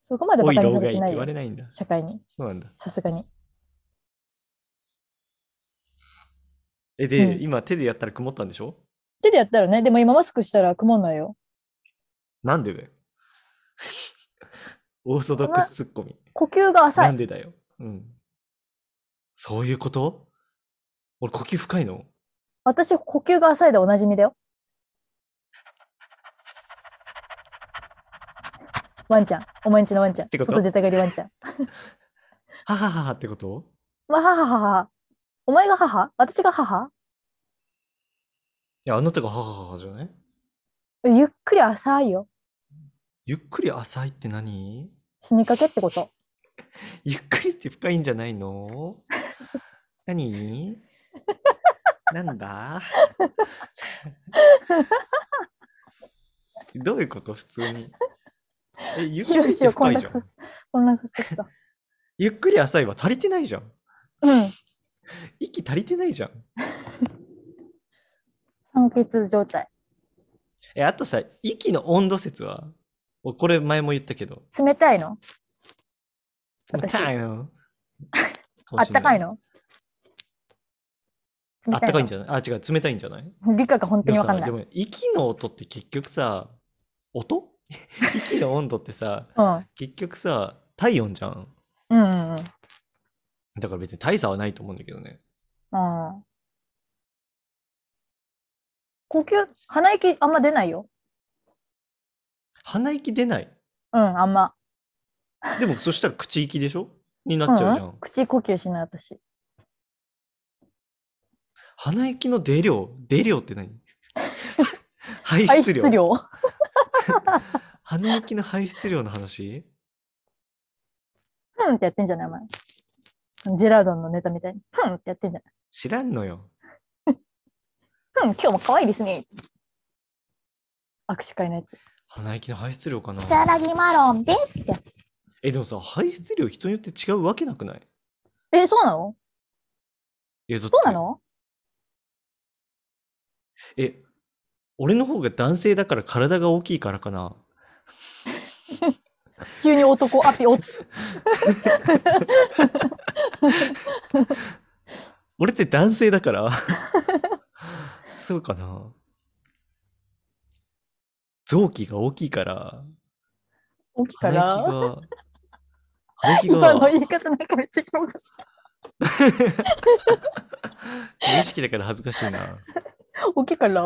B: そこまで
A: お
B: バ
A: い
B: カに
A: 老
B: さ
A: 害って
B: れてない
A: 言
B: よ
A: われ。ないんだ。
B: 社会に、
A: そうなんだ。
B: さすがに。
A: え、で、
B: うん
A: 今手でやったら曇ったんでしょ
B: 手でやったらね、でも今マスクしたら曇んないよ。
A: なんでだ よ。オーソドックスツッコミ。
B: 呼吸が浅
A: ないん。でだよ。うん。そういうこと俺呼吸深いの
B: 私、呼吸が浅いでおなじみだよ。ワンちゃん、お前んちのワンちゃん
A: てこ、と
B: 外出たがりワンちゃん。
A: ははははってこと
B: まあ、母母母。お前が母私が母
A: いや、あなたがははははじゃない
B: ゆっくり浅いよ。
A: ゆっくり浅いって何
B: 死にかけってこと。
A: ゆっくりって深いんじゃないの何なんだどういうこと普通に。え、ゆっく
B: ヒ
A: り
B: ロ
A: っ
B: シ
A: て
B: を混
A: 深いじゃ
B: 乱
A: ん
B: さ。せ、混乱させてきた。
A: ゆっくり浅いは足りてないじゃん。
B: うん。
A: 息足りてないじゃん。
B: 酸欠状態。
A: え、あとさ、息の温度説はおこれ前も言ったけど。
B: 冷たいの
A: 冷
B: 私
A: たいの
B: あったかいの
A: あったかいんじ
B: ゃ
A: ゃないあ、違う、冷たいんじゃない
B: 理科が本当
A: で
B: に
A: も
B: わか
A: さ、
B: んな
A: で
B: い。うん。
A: も、息の音って結局さ、音 息の温度ってさ、
B: うん
A: 結局さ、体温じゃん。
B: うんうん。うん
A: だから別に大差はないと思うんだけどね。
B: 呼吸、鼻息あんま出ないよ。
A: 鼻息出ない。
B: うん、あんま。
A: でも、そしたら口息でしょに
B: う
A: なっちゃうじゃん。
B: ん、口呼吸しない私。
A: 鼻息の出量、出量 って何排
B: 排
A: 出
B: 出
A: 量。
B: 量。
A: 鼻息の排出量の話
B: ふんってやってんじゃないお前。ジェラードンのネタみたいに。ふんってやってんじゃ
A: 知らんのよ。
B: ない。ふん、今日も可愛いですね。握手会のやつ。い
A: 鼻息の排出量かな。
B: ただきマロンですってやつ。
A: え、でもさ、排出量人によって違うわけなくない
B: え、そうなの
A: え、どう
B: そうなの
A: え、俺の方が男性だから体が大きいからかな。
B: 急に男アピオツ。
A: 俺って男性だ から。そうかな。臓器が大きいから、
B: 大きいか
A: 鼻息
B: ら。
A: が、 鼻息
B: 今の
A: が
B: 言い方なんかめっちゃ気持ち
A: 無意識だから恥ずかしいな。
B: 大きいから。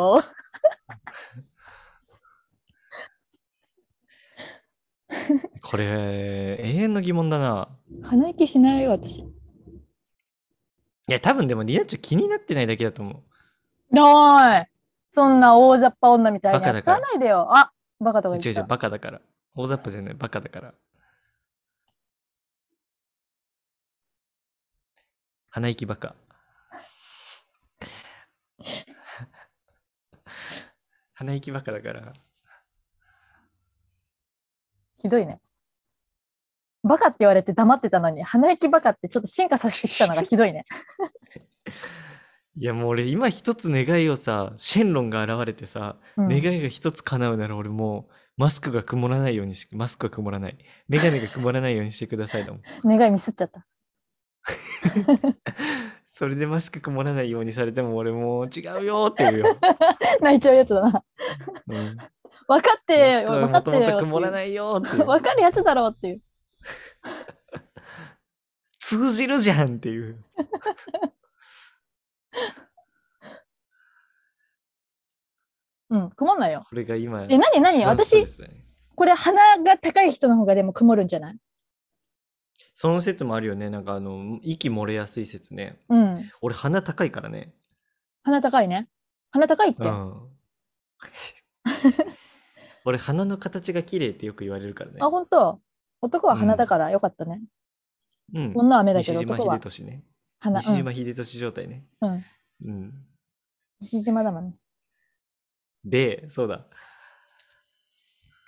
A: これ、永遠の疑問だな。
B: 鼻息しないよ、私。
A: いや、多分でもリアッチョ気になってないだけだと思
B: ない。そんな大雑把女みたい
A: バ
B: に
A: カ
B: や
A: だ
B: っ
A: から
B: かないでよ。あバカと
A: う。
B: か
A: 違う
B: 言っ
A: 違う、
B: た。
A: バカだから。大雑把じゃない、バカだから。鼻息バカ。鼻息バカだから。
B: ひどいね。バカって言われて黙ってたのに、鼻息バカってちょっと進化させてきたのがひどいね。
A: いやもう俺今一つ願いをさ、シェンロンが現れてさ、
B: うん
A: 願いが一つ叶うなら俺もうマスクが曇らないようにし、マスクが曇らない。メガネが曇らないようにしてくださいだもん。
B: 願いミスっちゃった。
A: それでマスク曇らないようにされても俺もう違うよーって言うよ。
B: 泣いちゃうやつだな。
A: うん
B: 分かって、分か
A: も
B: って
A: と
B: る
A: もと
B: よ。
A: 曇らないよー っていう
B: 分かるやつだろうっていう。
A: 通じるじゃんっていう
B: うん、曇んないよ。
A: これが今
B: え、なになに
A: 一番そう
B: 私
A: で、すね
B: これ鼻が高い人の方がでも曇るんじゃない
A: その説もあるよねなんかあの息漏れやすい説ね
B: うん。
A: 俺鼻高いからね
B: 鼻高いね。鼻高いって。
A: うん 俺鼻の形が綺麗ってよく言われるからね
B: あ、本当。男は鼻だからよかったね。
A: うん
B: 女は目だけ
A: 西
B: ど
A: 島
B: 男は
A: 秀俊ね
B: 鼻。
A: 西
B: うん
A: 島秀俊状態ね
B: うん。
A: うん
B: 西島だもんね。
A: でそうだ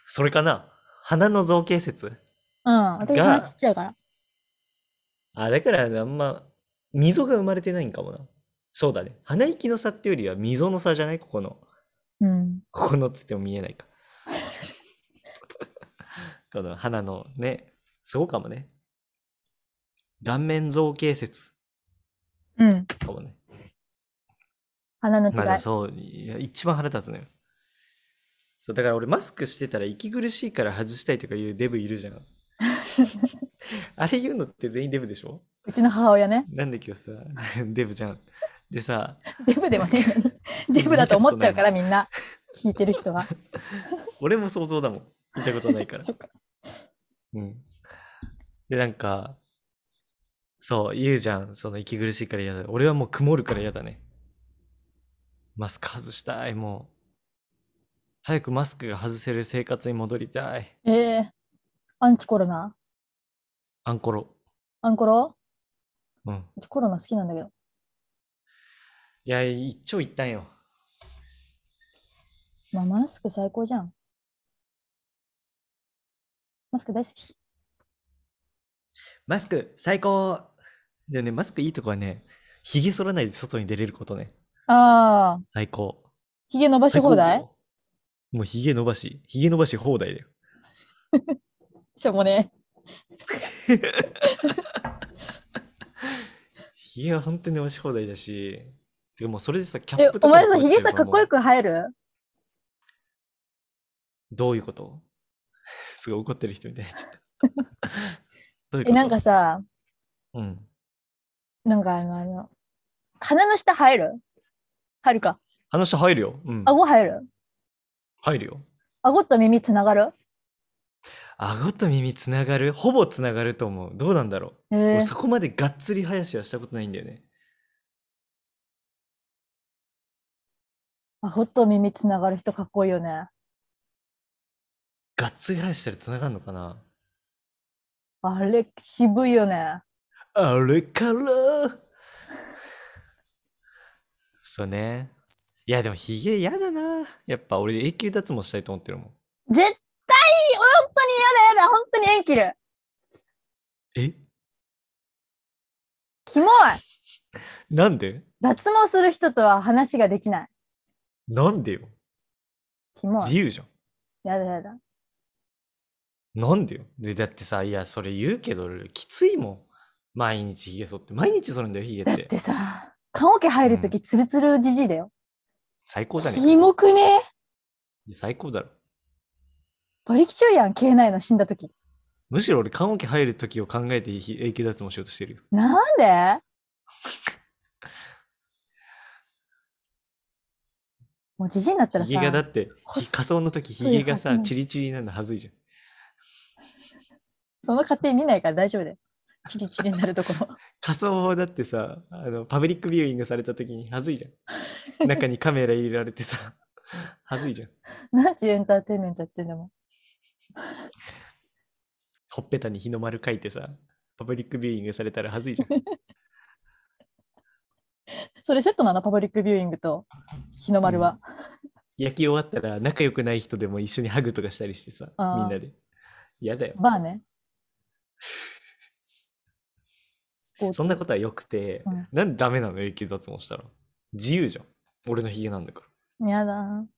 A: それかな鼻の造形説
B: うん。私
A: が
B: 鼻ちっちゃいから。
A: あ、だからあんま、溝が生まれてないんかもな。そうだね。鼻息の差っていうよりは溝の差じゃないここの。
B: うん。
A: ここのっつっても見え ないか。この鼻のね、そうかもね。顔面造形説
B: うん。
A: かもね。
B: 鼻の違い
A: まあでも。そう、いや一番腹立つのよ。そう、だから俺マスクしてたら息苦しいから外したいとかいうデブいるじゃ ん。あれ言うのって全員デブでしょ
B: うちの母親ね。
A: なんだけどさ、 デブじゃん。でさ、
B: デブで もね。デブだと思っちゃうからみんな。聞いてる 人は。
A: 俺も想像だもん。見たことない から
B: そ。っか
A: うん。で、なんか、そう、言うじゃん。その息苦しいから嫌だ。俺はもう曇るから嫌だね。マスク外したい、もう。早くマスクが外せる生活に戻りたい。
B: ええアンチコロナ
A: アンコロ。
B: アンコロ
A: うん。
B: コロナ好きなんだけど。
A: いや、一長一短よ。
B: まあ、マスク最高じゃん。マスク大好き。
A: マスク、最高でもね、マスクいいとこはね、髭剃らないで外に出れることね。
B: ああ、
A: 最高。
B: ひげ伸ばし放題
A: もう髭伸ばし、髭伸ばし放題だよ。
B: しょうもね
A: ひげは本当に押し放題だし、でもそれでさ、キャ
B: え
A: ップ、とか
B: お前さ、
A: こうや
B: ヒ
A: って
B: ゲさ、かっこよ
A: も
B: く生える
A: うどういうこと すごい怒ってる人みたいになっちゃった。 どういうこ
B: え、
A: と
B: なんかさ、
A: うん。
B: なんかあの、あの、鼻の下生える入るか。
A: あの人入るよ。うん。
B: 顎生える
A: 入るよ。
B: 顎と耳つながる
A: 顎と耳つながるほぼつながると思う。どうなんだろ
B: へ
A: う、
B: え
A: 俺そこまでがっつり林はしたことないんだよね。
B: 顎と耳つながる人かっこいいよね。
A: がっつり林したらつながるのかな
B: あれ、渋いよね。
A: あれからそうね。いやでもヒゲ嫌だな。やっぱ俺永久脱毛したいと思ってるもん。
B: 絶対、本当にやだやだ、本当に縁切る。
A: え
B: キモい。
A: なんで
B: 脱毛する人とは話ができない。
A: なんでよ
B: キモ
A: 自
B: い。
A: 由じゃん。
B: やだやだ。
A: なんでよでだってさ、いやそれ言うけど俺きついもん。毎日ヒゲ剃って。毎日剃るんだよヒゲっ。
B: だっててさ、棺桶入ると
A: う
B: きツルツルじじいだよ。
A: 最高だね。
B: キモくね
A: 最高だろ。
B: 馬力中やん、消えないの死んだとき。
A: むしろ俺、棺桶入る時を考えてひ永久脱毛しようとしてるよ。
B: なん でもうじじいになったら
A: ひげがだ
B: さ、
A: って、
B: 細い
A: ひ仮装の時ひげが
B: は
A: さ、
B: ずい
A: チリチリなのはずいじゃん。
B: その過程見ないから大丈夫だよ。チリチリになるとこ ろ。
A: 仮装だってさ、あのパブリックビューイングされた時にはずいじ ゃん。中にカメラ入れられてさ、はずいじゃん。
B: 何ちゅうエンターテインメントやってんだもん。
A: ほっぺたに日の丸書いてさ、パブリックビューイングされたらはずいじゃん。
B: それセットなのパブリックビューイングと日の丸は。
A: 焼き終わったら仲良くない人でも一緒にハグとかしたりしてさ、
B: あー
A: みんなで。嫌だよ。
B: バ ーね。
A: そんなことはよくて、
B: うん
A: なんでダメなの永久脱毛したら。自由じゃん。俺のひげなんだから。
B: やだな。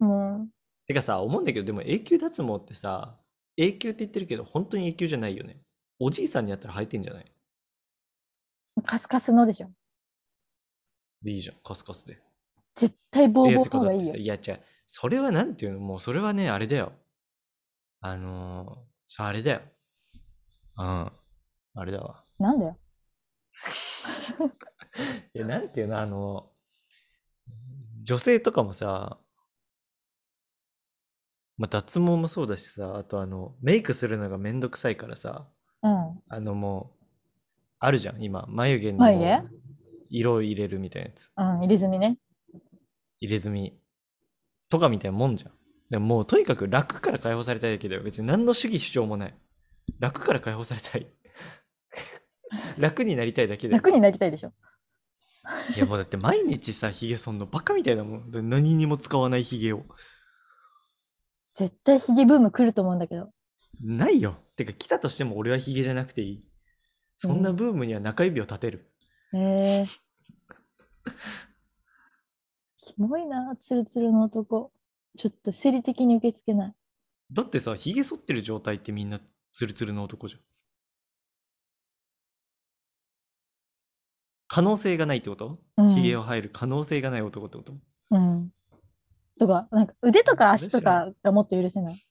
B: も、
A: てかさ、思うんだけど、でも永久脱毛ってさ、永久って言ってるけど、本当に永久じゃないよね。おじいさんにやったら生えてんじゃないう
B: カスカスのでしょ。
A: いいじゃん、カスカスで。
B: 絶対ボー
A: え
B: ボ
A: ー
B: ーの方がいい
A: て
B: よ
A: かだってさ。いや、違う。それはなんていうのもうそれはね、あれだよ。あのー、そうあれだよ。うん。あれだわ。
B: なんだよ。
A: いや、なんていうのあの、女性とかもさ、まあ、脱毛もそうだしさ、あとあの、メイクするのがめんどくさいからさ、
B: うん。
A: あのもう、あるじゃん、今、眉毛に
B: 眉
A: も色を入れるみたいなやつ。
B: うん、入れ墨ね。
A: 入れ墨とかみたいなもんじゃん。でももうとにかく楽から解放されたいだけだよ。別に何の主義主張もない。楽から解放されたい。楽になりたいだけだよ。
B: 楽になりたいでしょ。
A: いやもうだって毎日さ、ヒゲそんのバカみたいなもん。で何にも使わないヒゲを。
B: 絶対ヒゲブーム来ると思うんだけど。
A: ないよ。てか来たとしても俺はヒゲじゃなくていい。そんなブームには中指を立てる。
B: へえー。キモいな、ツルツルの男。ちょっと生理的に受け付けない。
A: だってさ、ヒゲ剃ってる状態ってみんなツルツルの男じゃん。可能性がないってこと、
B: うん
A: ヒゲを生える可能性がない男ってこと
B: うん。とか、なんか腕とか足とかがもっと許せない。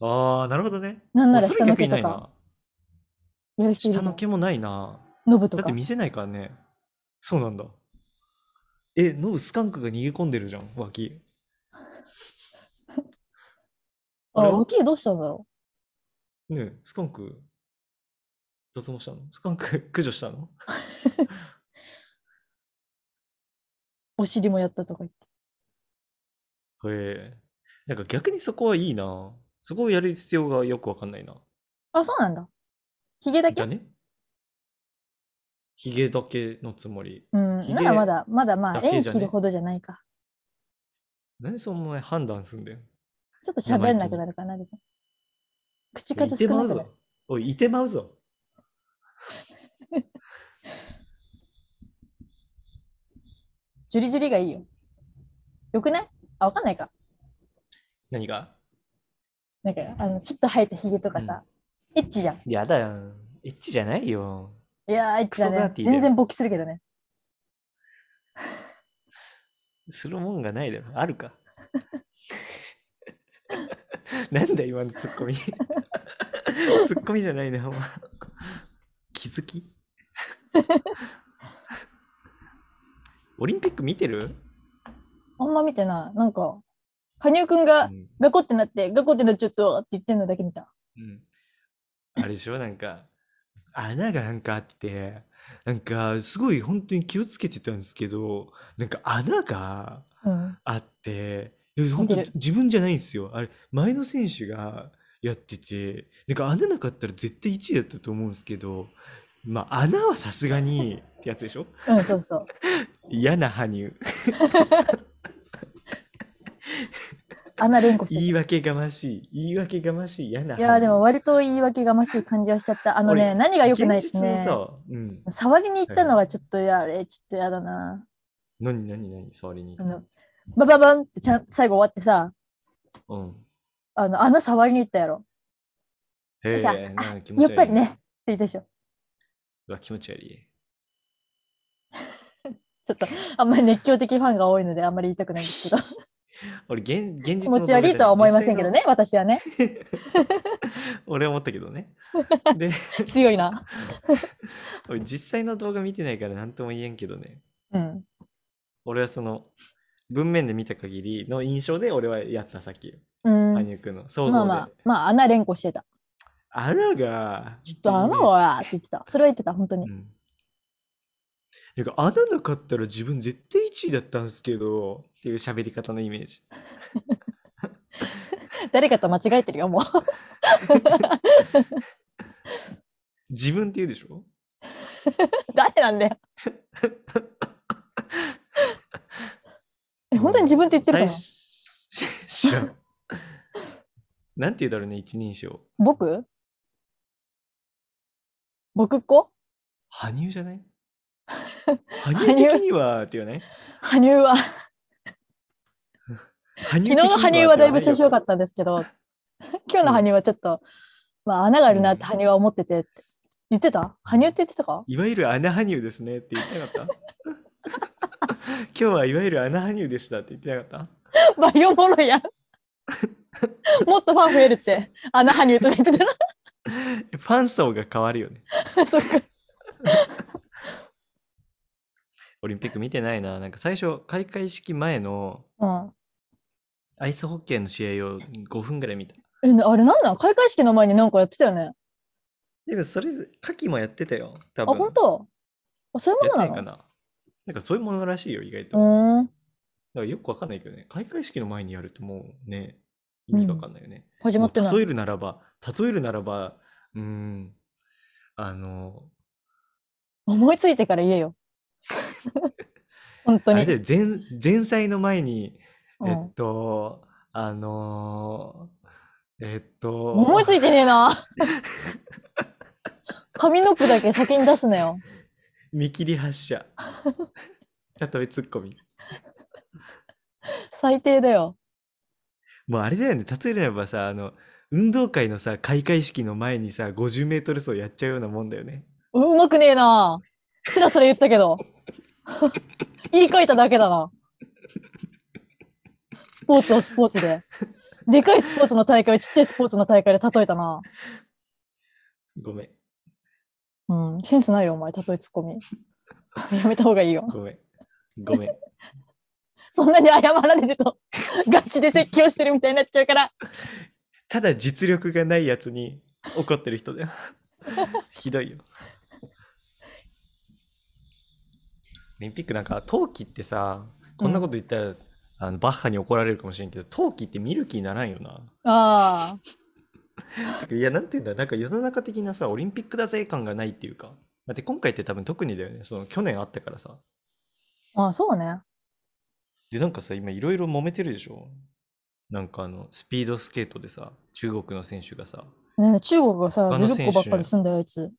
A: ああ、なるほどね。
B: なんなら
A: それ
B: 下の
A: 逆
B: 毛
A: にな
B: と
A: い
B: か
A: な。
B: やる
A: 下
B: 人いるじゃ
A: の
B: ん。
A: 毛もないな。
B: ノブと
A: だっ
B: か
A: て。見せないからね。そうなんだ。え、ノブスカンクが逃げ込んでるじゃん、脇。
B: あ、
A: あれは
B: 大きいどうしたんだろ
A: ねえスカンク、脱毛したのスカンク 駆除したの
B: う。お尻もやったとか言って。
A: へえ。なんか逆にそこはいいな。そこをやる必要がよくわかんないな。
B: あ、そうなんだ。ヒゲだ
A: じ
B: け
A: ゃねヒゲだけのつもり。
B: うん。
A: ヒゲ
B: ならまだ、まだまあ、
A: だけじゃ
B: 縁
A: ね
B: 切るほどじゃないか。
A: 何そのお前判断すんだよ。
B: ちょっと喋んなくなるかな。でも口
A: い
B: 数
A: て
B: 少
A: ま
B: な
A: う
B: くなる
A: ぞ。。おい、いてまうぞ。
B: ジュリジュリがいいよ。よくないあ、わかんないか。
A: 何が
B: なんか、あの、ちょっと生えたヒゲとかさ、エッチじゃん。
A: やだよ。エッチじゃないよ。
B: いやー、エッチだ
A: クソダ
B: ね
A: ー。ティーだよ
B: 全然勃起するけどね。
A: するもんがないだろ。あるか。なんだ今のツッコミ。ツッコミじゃないな、お前。気づきオリンピック見てる
B: あんま見てない。なんか、羽生くんが
A: うん
B: ガコってなって、ガコってなっちゃったって言ってんのだけ見た。
A: うんあれでしょなんか穴がなんかあってなんかすごい本当に気をつけてたんですけどなんか穴が
B: うん。
A: あっていや本当
B: 開ける
A: 自分じゃないんですよあれ前の選手がやっててなんか穴なかったら絶対1位だったと思うんですけどまあ穴はさすがにってやつでしょ
B: うん、そうそう。
A: 嫌な羽生
B: 穴連呼して
A: 言い訳がましい言い訳がましい嫌な
B: た。いやーでも
A: 羽
B: 割と言い訳がましい感じはしちゃった。あのね、
A: 俺
B: 何が
A: 生
B: 良くないで
A: 現実
B: す
A: の
B: ね。
A: さ、うん、
B: 触りに行ったのがちょっとやあれ、ちょっとやだな。
A: 何何何触りに
B: あの、バババンってちゃん最後終わってさ、
A: うん
B: あの、穴触りに行ったやろ。
A: へえ、
B: さ
A: なんか気持
B: やっ
A: ち悪い。
B: ぱりね。って言ったでしょ。
A: うわ、気持ち悪い。
B: ちょっと、あんまり熱狂的ファンが多いので、あんまり言いたくないんで すけど、
A: 俺、現現
B: 気
A: 実の
B: 持ち悪いとは思いませんけどね、私はね。
A: 動画じゃない。実際の俺は思ったけどね。で、
B: 強いな。
A: 俺、実際の動画見てないから何とも言えんけどね。
B: うん。
A: 俺はその、文面で見た限りの印象で俺はやったさっき。
B: うん。
A: 羽生くんの想像
B: まあ
A: で。
B: まあ、まあ、穴連呼してた。
A: 穴が。
B: ちょっと穴はって言ってた。それは言ってた、本当に
A: う。ん。てか、穴なかったら自分絶対1位だったんですけど、っていう喋り方のイメージ。
B: 誰かと間違えてるよ、もう。
A: 自分って言うでしょ
B: 誰なんだよ。え、本当に自分って言ってるかな
A: 最初 知らん。なんて言うだろうね、一人称。
B: 僕僕っ子
A: 羽生じゃ ない羽生的にはって言わない
B: 羽生は、
A: 昨
B: 昨日の羽生はだいぶ調子良かったんですけど、今日の羽生はちょっと、まあ穴があるなって羽生は思っててって言ってた羽生って言って たか
A: いわゆる穴羽生ですねって言ってなかった今日はいわゆる穴羽生でしたって言ってなかっ
B: バイオモ ロやん。もっとファン増えるって、穴羽生とか言ってた
A: たファン層が変わるよね。
B: な。そっか。
A: オリンピック見てないな。なんか最初、開会式前の
B: うん
A: アイスホッケーの試合を5分ぐらい見た。
B: えなあれなんなん開会式の前になんかやってたよね。
A: でもそれ、夏季もやってたよ。多
B: あ、
A: 分
B: 本当あそういうも
A: や
B: の
A: ってな
B: ない
A: か
B: の
A: な。なんかそういうものらしいよ、意外と。だか
B: うーん。
A: らよくわかんないけどね。開会式の前にやるともうね、意味がわかんないよね。
B: 始まってな
A: もう
B: い。
A: 例えるならば、例えるならば、うーん、あの、
B: 思いついてから言 えよ。本当
A: あ
B: に。
A: れで前前菜の前に、
B: う
A: え
B: ん
A: っと、あのー、えっと、
B: 思いついてねえ な。髪の毛だけ先に出すなよ。
A: 見切り発車。たとえツッコミ。
B: 最低だよ。
A: もうあれだよね、例えるならばさ、あの、運動会のさ、開会式の前にさ、50メートル走やっちゃうようなもんだよね。
B: ううまくねえな。スラスラ言ったけど。 言い換えただけだな。スポーツをスポーツで。でかいスポーツの大会をちっちゃいスポーツの大会で例えたな。
A: ごめん、
B: うん、センスないよ、お前、例えツッコミ。やめた方がいいよ。
A: ごめん、ごめん。
B: そんなに謝られると、ガチで説教してるみたいになっちゃうから。
A: ただ実力がないやつに怒ってる人だよ。ひどいよ。オリンピックなんか冬季ってさこんなこと言ったら、あのバッハに怒られるかもしれんけど冬季って見る気にならんよな。
B: ああ、
A: いやなんていうんだなんか世の中的なさオリンピックだぜ感がないっていうかだって今回って多分特にだよねその去年あったからさ
B: まあそうね。
A: でなんかさ今いろいろ揉めてるでしょなんかあのスピードスケートでさ中国の選手がさっ
B: ねえ中国がさ、
A: 他
B: ず
A: の
B: るっ
A: 選
B: こ
A: 手
B: ばっかりすんだよ、あいつ。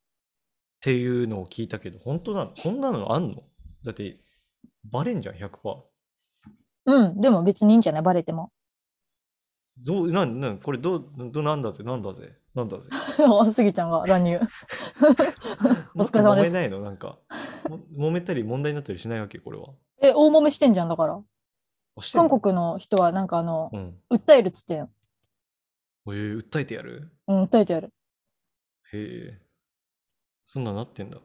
A: ていうのを聞いたけど本当なのこんなのあんのだってバレんじゃん100%
B: うん、でも別にいいんじゃないバレても。
A: どうなんなんこれどうどなんだぜなんだぜなんだぜ
B: すぎちゃんが乱入。 お疲れ
A: もっ
B: 様
A: と揉
B: で
A: め
B: す
A: ないのなんかも揉めたり問題になったりしないわけこれは
B: え、大揉めしてんじゃんだから。
A: あしてん
B: 韓
A: の
B: 国の人はなんかあの、
A: うん。
B: 訴えるっつってんの。
A: えー、訴えてやる
B: うん、訴えてやる。
A: へえ。そんなんなってんだ。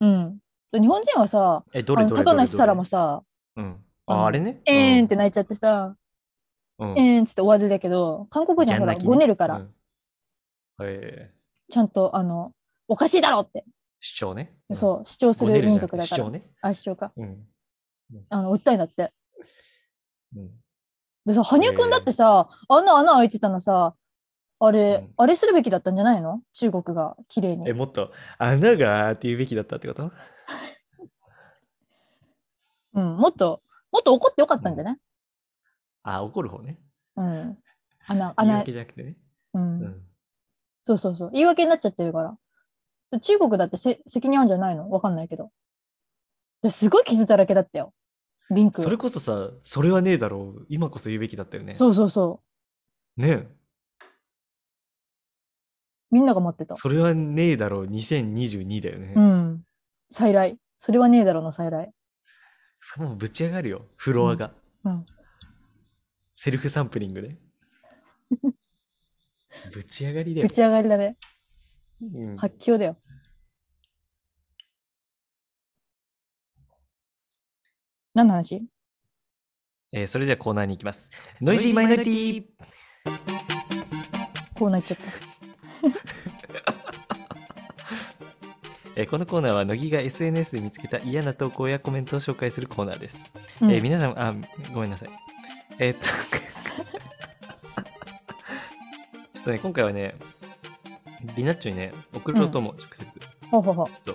B: うん。日本人はさ、
A: え、
B: あ
A: どれ
B: の
A: どれ
B: 高
A: どれ
B: 梨沙羅
A: ど
B: も
A: れ
B: さ、
A: うん。
B: あ
A: あ、
B: の
A: あれね。。
B: えーんってて泣いちゃってさ、
A: うん。
B: えーんっつって終わりだけど、韓国人は
A: ギャ
B: ほら、
A: ン泣きね
B: ごねるから、
A: うんへえ。
B: ちゃんと、あの、おかしいだろって、
A: 主張ね。
B: そう、主張
A: うん。
B: す
A: ごね
B: る
A: るじ
B: 民
A: ゃなく
B: 族
A: て
B: だか
A: 主張
B: ら。
A: ね。
B: あ、主張か。
A: うん。
B: あの、訴えんだって。
A: うん。
B: でさ、羽生くんだってさ、あんな穴開いてたのさ、あれ、
A: うん
B: あれするべきだったんじゃないの中国が綺麗
A: え、
B: に。
A: もっと、穴がって言うべきだったってこと
B: うん、もっと、もっと怒ってよかったんじゃない
A: あ、怒る方ね。
B: うん。穴、
A: 言い
B: 穴
A: 訳、じゃなくてね。
B: う。
A: うんん。
B: そうそうそう。言い訳になっちゃってるから。中国だってせ責任あるんじゃないのわかんないけど。ですごい傷だらけだったよ。リンク。
A: それこそさ、それはねえだろう。今こそ言うべきだったよね。
B: そうそうそ
A: ねえ
B: う。みんなが待ってた。
A: それはねえだろう。2022だよね。
B: うん。再来。それはねえだろうの再来。
A: もうぶち上がるよ。フロアが。
B: うん。
A: セルフサンプリング で。ぶち上がりだ
B: ぶ
A: よ。
B: ち上がりだね。
A: うん
B: 発狂だよ。何の話
A: えーそれではコーナーに行きます。ノイジーマイノリティ
B: こうなっちゃった。
A: えーこのコーナーは乃木が SNS で見つけた嫌な投稿やコメントを紹介するコーナーです。
B: うん
A: えー皆さん、あ、ごめんなさい。えーっと、 ちょっとね、今回はね、リナッチョにね、送ろうとも、直接、ち
B: ほうほうほう。
A: ょっと、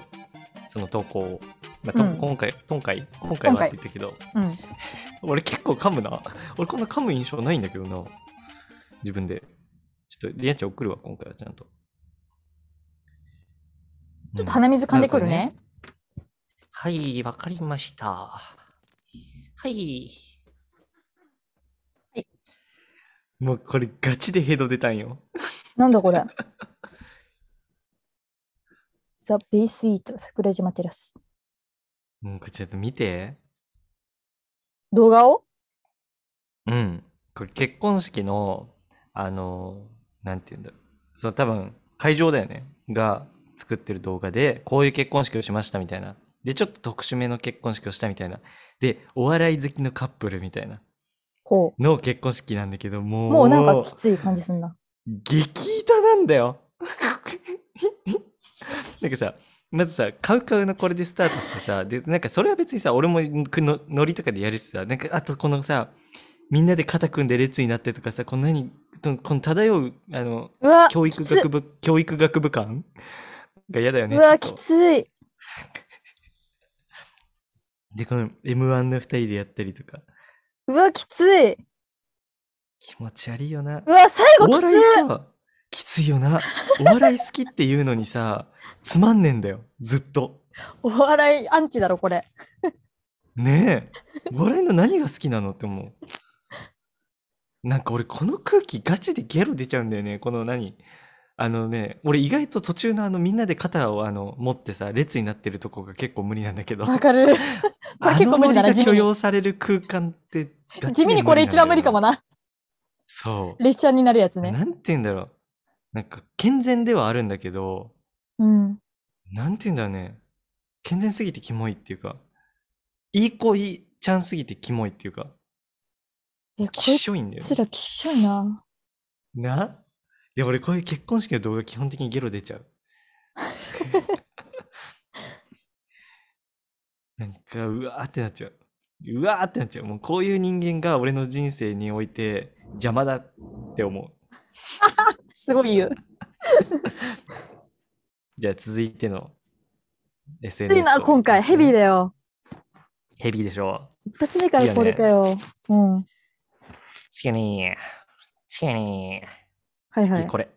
A: その投稿を。まあと
B: うん
A: 今回、今回、今回はって言ったけど、
B: うん。
A: 俺結構噛むな。俺こんな噛む印象ないんだけどな。自分で。ちょっとリナッチョ送るわ、今回はちゃんと。
B: ちょっと鼻水噛んでくるね。
A: はい、わかりました。はい。
B: い
A: もうこれガチでヘド出たんよ。
B: なんだこれザ・ベースイート桜島テラス。
A: もうこれちょっと見て。
B: 動画を
A: うん。これ結婚式の、あの、なんて言うんだろう。その多分、会場だよね。が作ってる動画で、こういう結婚式をしましたみたいな。で、ちょっと特殊めの結婚式をしたみたいな。で、お笑い好きのカップルみたいな。
B: ほ
A: の結婚式なんだけど、も
B: う。
A: う。
B: もうなんかきつい感じすんな。
A: 激痛なんだよなんかさまずさ「カウカウ」のこれでスタートしてさでなんかそれは別にさ俺もくのノリとかでやるしさなんかあとこのさみんなで肩組んで列になってとかさこの何とこの漂うあの
B: うわ、
A: 教育学部教育学部感が嫌だよ
B: う
A: ね
B: わ、
A: ちょっ
B: き
A: と
B: つい。
A: でこの m 1の2人でやったりとか
B: うわ、きつい。
A: 気持ち悪いよな
B: うわ、最後
A: お
B: きつ
A: 笑
B: い
A: い。さきついよなお笑い好きっていうのにさつまんねえんだよずっと。
B: お笑いアンチだろ、これ。
A: ねえお笑いの何が好きなのって思うなんか俺この空気ガチでゲロ出ちゃうんだよねこの何あのね俺意外と途中のあのみんなで肩をあの持ってさ列になってるとこが結構無理なんだ けど
B: わかる。これ
A: あ
B: 結構
A: の
B: 無
A: ノリ
B: 理だな
A: が
B: 地味に
A: 許容される空間ってガチ
B: 地味にこれ一番無理かも
A: な
B: な。
A: そう
B: 列車になるやつね。
A: なんて言うんだろうなんか健全ではあるんだけど
B: うん。
A: なんて言うんだろうね健全すぎてキモいっていうかいい子いいちゃんすぎてキモいっていうか
B: え、こ
A: きっしょいんだ
B: い
A: よね、
B: つらきっしょいな。
A: ないや俺こういう結婚式の動画基本的にゲロ出ちゃ う。なんかうわーってなっちゃう。うわーってなっちゃう。もうこういう人間が俺の人生において邪魔だって思う。
B: すごい言う。
A: じゃあ続いての
B: き
A: SNS
B: ついな、今回。ヘビー
A: で。
B: だよ。
A: ヘビーでしょ。
B: 一発目からこれかよ。うん。は
A: チキニー。チキニー。
B: いは
A: 次
B: い。
A: これ。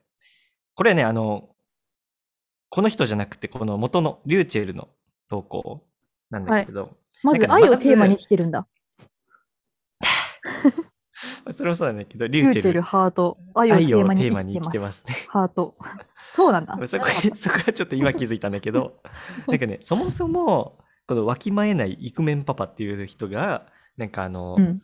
A: これね、あの、この人じゃなくて、この元のリューチェルの投稿なんだけど、
B: まず
A: なんかね
B: 愛をテーマに生きてるんだ。
A: それもそうなんだけど、リ
B: ユ
A: ュ
B: ー
A: ー
B: チ
A: チ
B: ェ
A: ェ
B: ル、
A: ル、
B: ハート。愛をテ
A: 愛を
B: ーマ
A: テ
B: に
A: ーマに生
B: 生き
A: き
B: て
A: て
B: ま。
A: ますすね。
B: ハート。そうな んだ。
A: そこそこはちょっと今気づいたんだけ ど、なんかね、そもそも、このわきまえないイクメンパパっていう人が、なんかあの、
B: うん。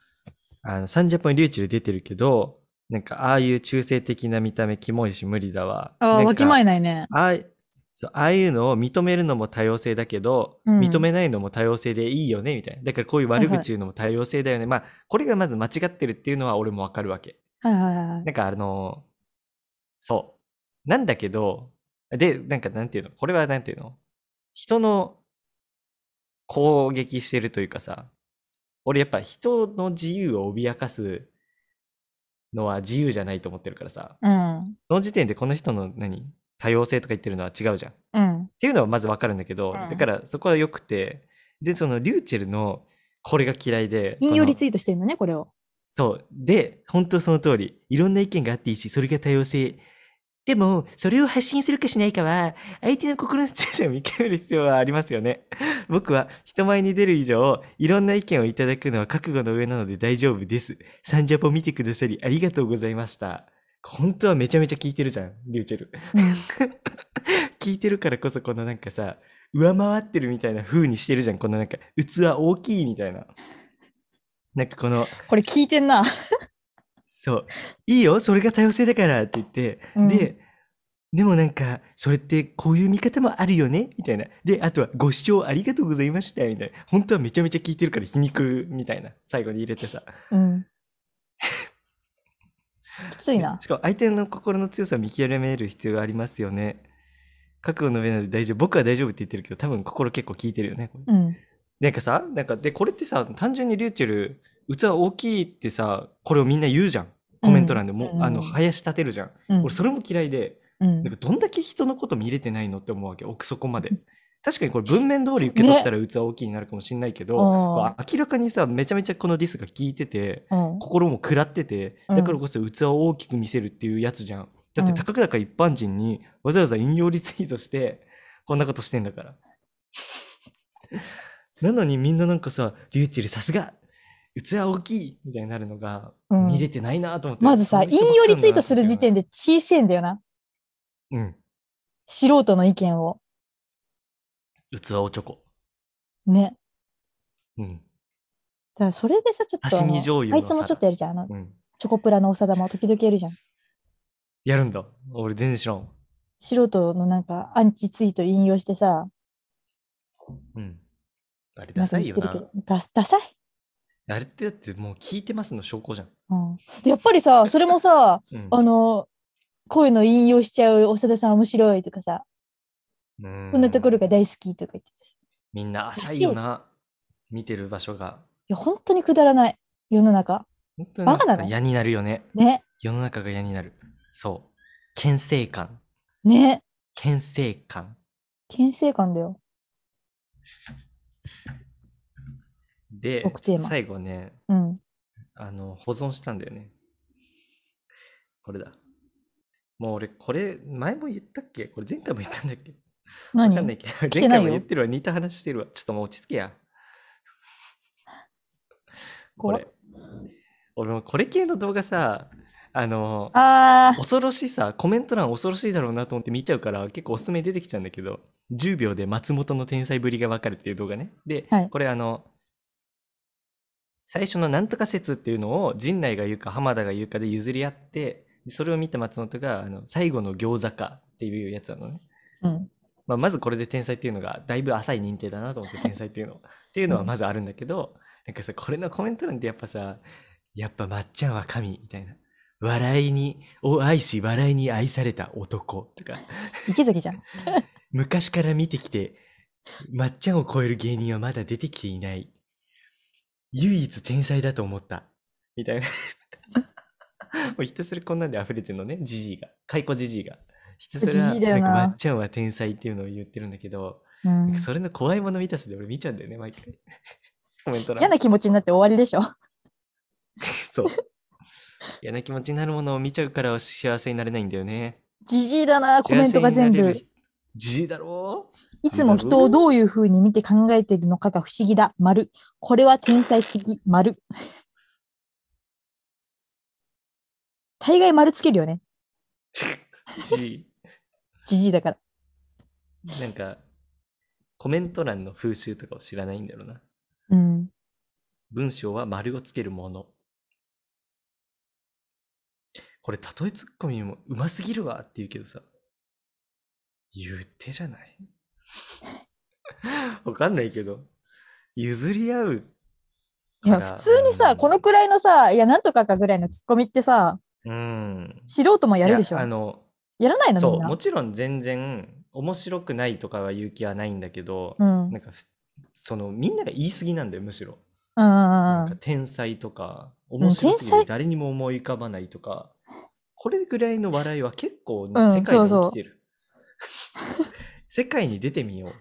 A: あの、サンジャポにリューチル出てるけど、なんか、ああいう中性的な見た目、キモいし無理だわ。
B: ああ、
A: なんか
B: わきまえないね。
A: ああいそうああいうのを認めるのも多様性だけど、
B: うん
A: 認めないのも多様性でいいよねみたいなだからこういう悪口言うのも多様性だよね、まあこれがまず間違ってるっていうのは俺もわかるわけ
B: はいはいは
A: な
B: い。
A: んかあのそうなんだけどでなんかなんていうのこれはなんていうの人の攻撃してるというかさ俺やっぱ人の自由を脅かすのは自由じゃないと思ってるからさ
B: うん。
A: その時点でこの人の何多様性とか言ってるのは違うじゃん
B: うん。
A: っていうのはまず分かるんだけど、
B: うん
A: だからそこは良くてでそのリューチェルのこれが嫌いで
B: 引用リ
A: い
B: ツイートしてるのね、これを。
A: そうで本当その通りいろんな意見があっていいしそれが多様性でもそれを発信するかしないかは相手の心の強さを見極める必要はありますよね 僕は人前に出る以上いろんな意見をいただくのは覚悟の上なので大丈夫ですサンジャポ見てくださりありがとうございました本当はめちゃめちゃ聞いてるじゃんリューチェル 聞いてるからこそこのなんかさ上回ってるみたいな風にしてるじゃんこのなんか器大きいみたいななんかこの
B: これ聞いてんな。
A: そういいよそれが多様性だからって言って、
B: う ん
A: ででもなんかそれってこういう見方もあるよねみたいなであとはご視聴ありがとうございましたみたいな本当はめちゃめちゃ聞いてるから皮肉みたいな最後に入れてさ
B: うん。きつい
A: ね
B: な。
A: しかも相手の心の強さを見極める必要がありますよね覚悟の上なので大丈夫僕は大丈夫って言ってるけど多分心結構聞いてるよねこれ
B: うん。
A: なんかさ、なんかで、これってさ、単純にリューチェル、器大きいってさ、これをみんな言うじゃん。コメント欄でも、
B: うん
A: あの、林立てるじゃん。
B: うん
A: 俺、それも嫌いで、
B: うん
A: なんかどんだけ人のこと見れてないのって思うわけ、奥底まで。確かにこれ文面通り受け取ったら器大きいになるかもしれないけど、
B: うん
A: こう明らかにさ、めちゃめちゃこのディスが効いてて、
B: うん
A: 心も食らってて、
B: うん
A: だからこそ器を大きく見せるっていうやつじゃん。だって、
B: うん
A: たかだか一般人にわざわざ引用リツイートして、こんなことしてんだ から。なのにみんななんかさ、リューチェルさすが器大きいみたいになるのが
B: うん
A: 見れてないなと思って。
B: まずさ、引用リツイートする時点
A: で。
B: で小さいんだよな。
A: うん。
B: 素人の意見を。
A: 器をチョコ。
B: ね。
A: うん。
B: だからそれでさ、ちょっとあ
A: 刺身醤
B: の、
A: 油
B: あ
A: の
B: いつもちょっとやるじゃん。あの、
A: うん。
B: チョコプラのおさだま時々やるじゃん。
A: やるんだ。俺全然知らん。
B: 素人のなんか、アンチツイート引用してさ、
A: うん。あれ
B: な
A: ダ
B: んか
A: サい
B: 言っ
A: よ
B: てる
A: な
B: け。ど。ダサダサい
A: あれってだってもう聞いてますの証拠じゃん。
B: うん。でやっぱりさ、それもさ、
A: うん。
B: あの、こういうの引用しちゃうおさださん面白いとかさ、
A: うん
B: こんなところが大好きとか言って。
A: みんな浅いよな。見てる場所が。
B: いや、本当にくだらない。世の中。
A: 本当に
B: バカだ
A: な
B: ね
A: んか嫌になるよね。
B: ね。
A: 世の中が嫌になる。そう。牽制感。
B: ね。
A: 牽制感。
B: 牽制感だよ。
A: で
B: 特テー、マ
A: 最後ね、
B: うん。
A: あの、保存したんだよね。これだ。もう俺、これ、前も言ったっけこれ前回も言ったんだっけわ
B: 何
A: かんないけど、
B: て
A: 前
B: ない
A: 回
B: よ
A: も言ってるわ。似た話してるわ。ちょっともう落ち着けや。こ
B: 怖っ
A: れ。俺もこれ系の動画さ、あの、
B: あー、
A: 恐ろしさコメント欄恐ろしいだろうなと思って見ちゃうから結構おすすめ出てきちゃうんだけど10秒で松本の天才ぶりがわかるっていう動画ねで、
B: はい
A: これあの最初の「なんとか説」っていうのを陣内が言うか浜田が言うかで譲り合ってそれを見た松本があの「最後の餃子か」っていうやつなのね、
B: うん。
A: まあ、まずこれで天才っていうのがだいぶ浅い認定だなと思って天才 っていうのっていうのはまずあるんだけどなんかさこれのコメント欄ってやっぱさやっぱまっちゃんは神みたいな笑いにを愛し笑いに愛された男とか
B: 池崎 じゃん。
A: 昔から見てきてまっちゃんを超える芸人はまだ出てきていない唯一天才だと思ったみたいな もうひたすらこんなんで溢れてるのねじじいが解雇じじいがひたすら
B: ジジイだ
A: な
B: よ
A: ん
B: な
A: かまっちゃんは天才っていうのを言ってるんだけど、
B: う
A: な
B: ん
A: んかそれの怖いもの見たさで俺見ちゃうんだよね毎 回コメント欄
B: 嫌な気持ちになって終わりでしょ。
A: そう嫌な気持ちになるものを見ちゃうから幸せになれないんだよね
B: じじい だな、コメントが全部。
A: じじいだろ
B: いつも人をどういうふうに見て考えてるのかが不思議だ、丸。これは天才的、丸。大概丸つけるよね、
A: じじい
B: じじいだから。
A: なんか、コメント欄の風習とかを知らないんだろうな。
B: うん。
A: 文章は丸をつけるもの。これ例えツッコミもうますぎるわって言うけどさ言うてじゃない わかんないけど譲り合う
B: いや普通にさ、このくらいのさ、いや、なんとかかぐらいのツッコミってさ、
A: うん
B: 素人もやるでしょ。
A: いやあ
B: や
A: の
B: らないの
A: そ
B: み
A: うん
B: な
A: も。ちろん全然面白くないとかは言う気はないんだけど、
B: うん。うん
A: なんかふそのみんなが言い過ぎなんだよむしろ、
B: うん
A: な
B: うんん
A: か天才とか
B: ん
A: 面白すぎ
B: 天
A: て
B: 才
A: 誰にも思い浮かばないとか、これぐらいの笑いは結構世
B: ん
A: 界に
B: そうそ
A: 生
B: う
A: きてる、 世界に出てみよう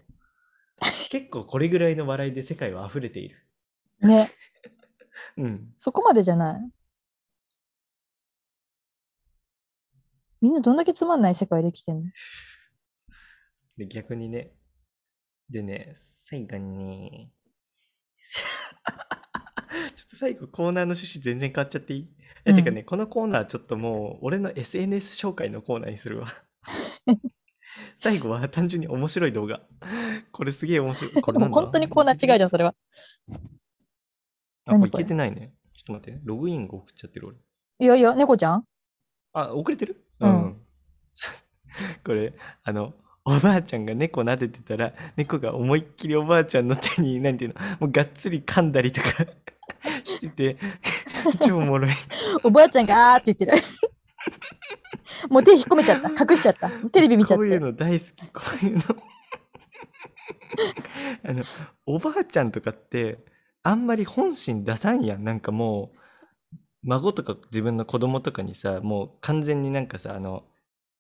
A: 結構これぐらいの笑いで世界は溢れている
B: うん。ね、
A: うん
B: そこまでじゃない。みんなどんだけつまんない世界できてんの
A: で逆にねでね最後に ちょっと最後コーナーの趣旨全然変わっちゃっていいえ、
B: うん
A: てかねこのコーナーちょっともう俺の SNS 紹介のコーナーに するわ最後は単純に面白い動画これすげえ面白いこれ
B: でも本当にコーナー違
A: ゃ
B: うじ
A: ん
B: ゃん、それは。
A: だあこれ
B: 何
A: い
B: こ
A: け
B: れ
A: てないねちょっと待ってログインが送っちゃってる俺
B: いやいや、猫ちゃん
A: あ、遅れてる
B: うん。
A: これ、あの、おばあちゃんが猫撫でてたら、猫が思いっきりおばあちゃんの手に、なんていうの、もうがっつり噛んだりとか してて、超おもろい。
B: おばあちゃんがあーって 言ってる。もう手引っ込めちゃった。隠しちゃった。テレビ見ちゃっ
A: こ
B: て。
A: ういうの大好き、こういうの。 あの、おばあちゃんとかって、あんまり本心出さんやん。なんかもう、孫とか自分の子供とかにさ、もう完全になんかさ、あの、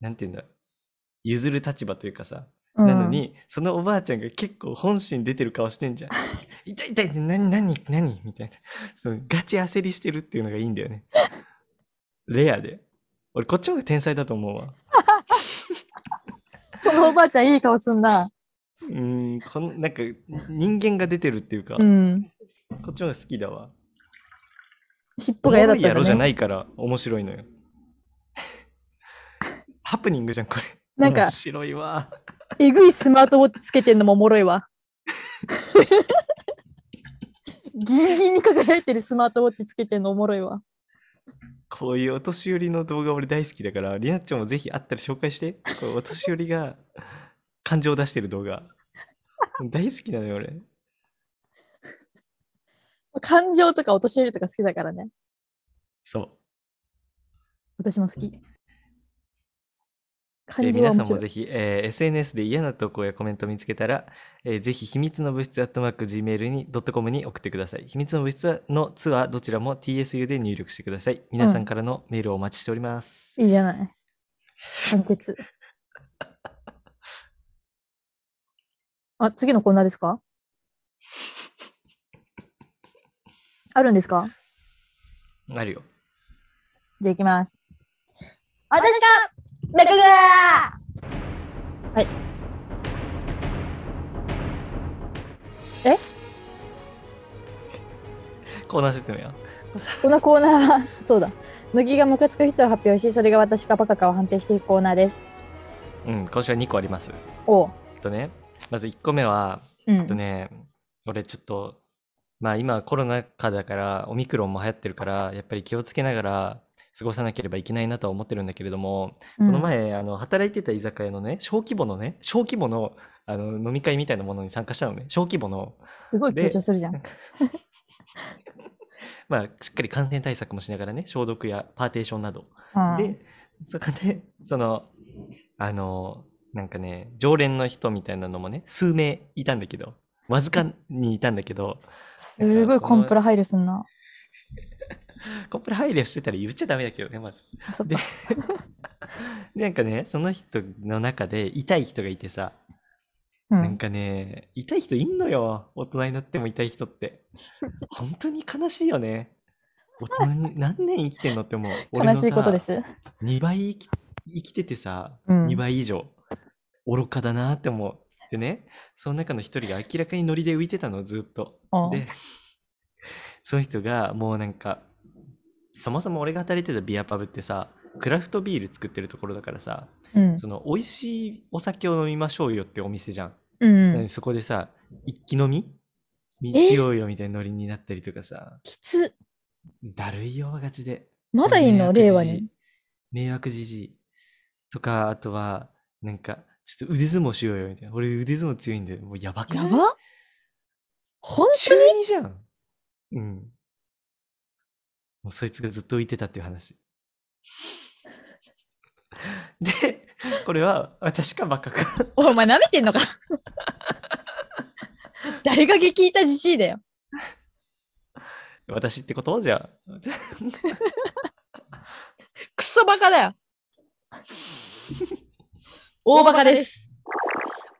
A: なんていうんだ、譲る立場というかさ、
B: うん
A: なのに、そのおばあちゃんが結構本心出てる顔してんじゃ ん。痛い痛い、何、何、何みたいな。そのガチ焦りしてるっていうのがいいんだよね。レアで。俺、こっちの方が天才だと思うわ。
B: このおばあちゃんいい顔すんな。
A: うーん、この、なんか、人間が出てるっていうか、
B: うん。
A: こっちの方が好きだわ。
B: 尻
A: お
B: 尾
A: も
B: が嫌だ
A: ろ
B: っ
A: いや
B: た
A: ろ
B: ん
A: じゃ
B: だ
A: な
B: ね。
A: いから面白いのよ。 ハプニングじゃん、これ。
B: なんか
A: 面白いわ。
B: えぐいスマートウォッチつけてんのもおもろ いわ。ギンギンに輝いてるスマートウォッチつけてんのおもろいわ。
A: こういうお年寄りの動画俺大好きだから、りなちゃんもぜひあったら紹介して。こうお年寄りが感情を出してる動画。大好きなのよ俺。
B: 感情とかお年寄りとか好きだからね。
A: そ
B: 私も好き。
A: う。え
B: 感
A: ー
B: 情は
A: 皆さ
B: 面
A: んも
B: 白
A: ぜ
B: い。
A: ひ、えー SNS で嫌な投稿やコメントを見つけたら、えーぜひ秘密の物質 atmarkgmail に .com に送ってください。秘密の物質のツアーどちらも TSU で入力してください。皆さんからのメールをお待ちしております。
B: いいじゃない。完結。あ、次のコーナーですかあるんですか
A: あるよ。
B: じゃあ行きます。私が中川はい。え
A: コーナー説明は。
B: このコーナーは、 そうだ。乃木がムカつく人を発表し、それが私かバカかを判定していくコーナーです。
A: うん、今週は2個あります。
B: おう。
A: えっとね、まず1個目は、
B: う
A: えっと
B: ん。
A: ね、俺ちょっと、まあ今コロナ禍だから、オミクロンも流行ってるから、やっぱり気をつけながら過ごさなければいけないなとは思ってるんだけれども、
B: こ
A: この、前、あの、働いてた居酒屋のね、小規模のね、小規模の、あの、飲み会みたいなものに参加したのね、小規模の、
B: すごい緊張するじゃん。
A: まあ、しっかり感染対策もしながらね、消毒やパーテーションなど。
B: うん
A: で、そこで、その、あの、なんかね、常連の人みたいなのもね、数名いたんだけど、わずかにいたんだけど、
B: すごいコンプラ配慮すんな。
A: コンプラ配慮してたら言っちゃダメだけどね、まず。
B: あそっ
A: で
B: か。
A: でなんかね、その人の中で痛い人がいてさ、
B: う
A: なん
B: ん。
A: かね、痛い人いんのよ。大人になっても痛い人 って。本当に悲しいよね。大人に何年生きてんのって 思う。
B: 悲しいことで。す。
A: 2倍生き生きててさ、
B: うん
A: 2倍以上。愚かだなって思う。でね、その中の一人が明らかにノリで浮いてたの、ずっと。
B: うん
A: で、その人がもうなんか、そもそも俺が働いてたビアパブってさ、クラフトビール作ってるところだからさ、
B: うん。
A: その美味しいお酒を飲みましょうよってお店じゃん。
B: うん。
A: そこでさ、一気飲みみ
B: え
A: しようよみたいなノリになったりとかさ、
B: きつ。
A: だるいよ、がちで。
B: まだいいの
A: これね
B: 令和
A: 8時
B: に。
A: 迷惑じじいとか、あとは、なんか、ちょっと腕相撲しようよみたいな。俺腕相撲強いんで、もうやばくな
B: や
A: い
B: ば本
A: 中二じゃん。うん。もうそいつがずっと浮いてたっていう 話。で、これは私かバカか。
B: 当にお前舐めてん のか誰が激いたじじいだよ。
A: 私ってことじゃあ。
B: クソバカだ よ。大バカです。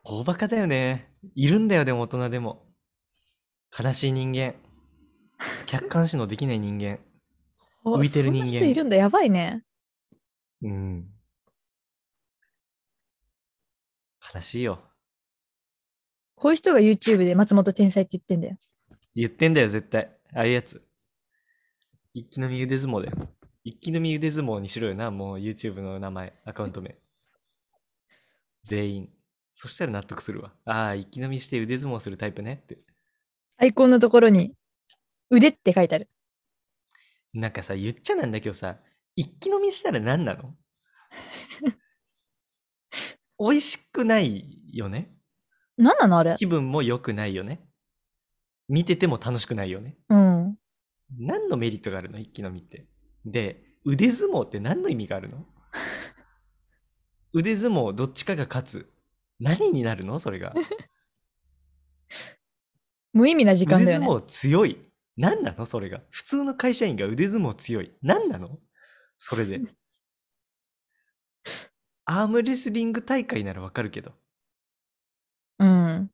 A: 大バカだよね。いるんだよ、でも大人でも。悲しい人間。客観視のできない人間。浮いてる人間
B: そんな人いるんだ、やばいね。
A: うん。悲しいよ。
B: こういう人が YouTube で松本天才って言ってんだよ。
A: 言ってんだよ、絶対。ああいうやつ。一気飲み腕相撲だよ。一気飲み腕相撲にしろよな、もう YouTube の名前、アカウント名。全員。そしたら納得するわ。ああ、一気飲みして腕相撲するタイプねって。
B: アイコンのところに腕って書いてある。
A: なんかさ、言っちゃなんだけどさ、一気飲みしたら何なの美味しくないよね。
B: 何なのあれ
A: 気分も良くないよね。見てても楽しくないよね。
B: うん。
A: 何のメリットがあるの一気飲みって。で、腕相撲って何の意味があるの腕相撲どっちかが勝つ。何になるのそれが。
B: 無意味な時間だ
A: 腕
B: よ
A: 相
B: ね。
A: 撲強い。何なのそれが。普通の会社員が腕相撲強い。何なのそれ で。アームレスリング大会ならわかるけど、
B: うん。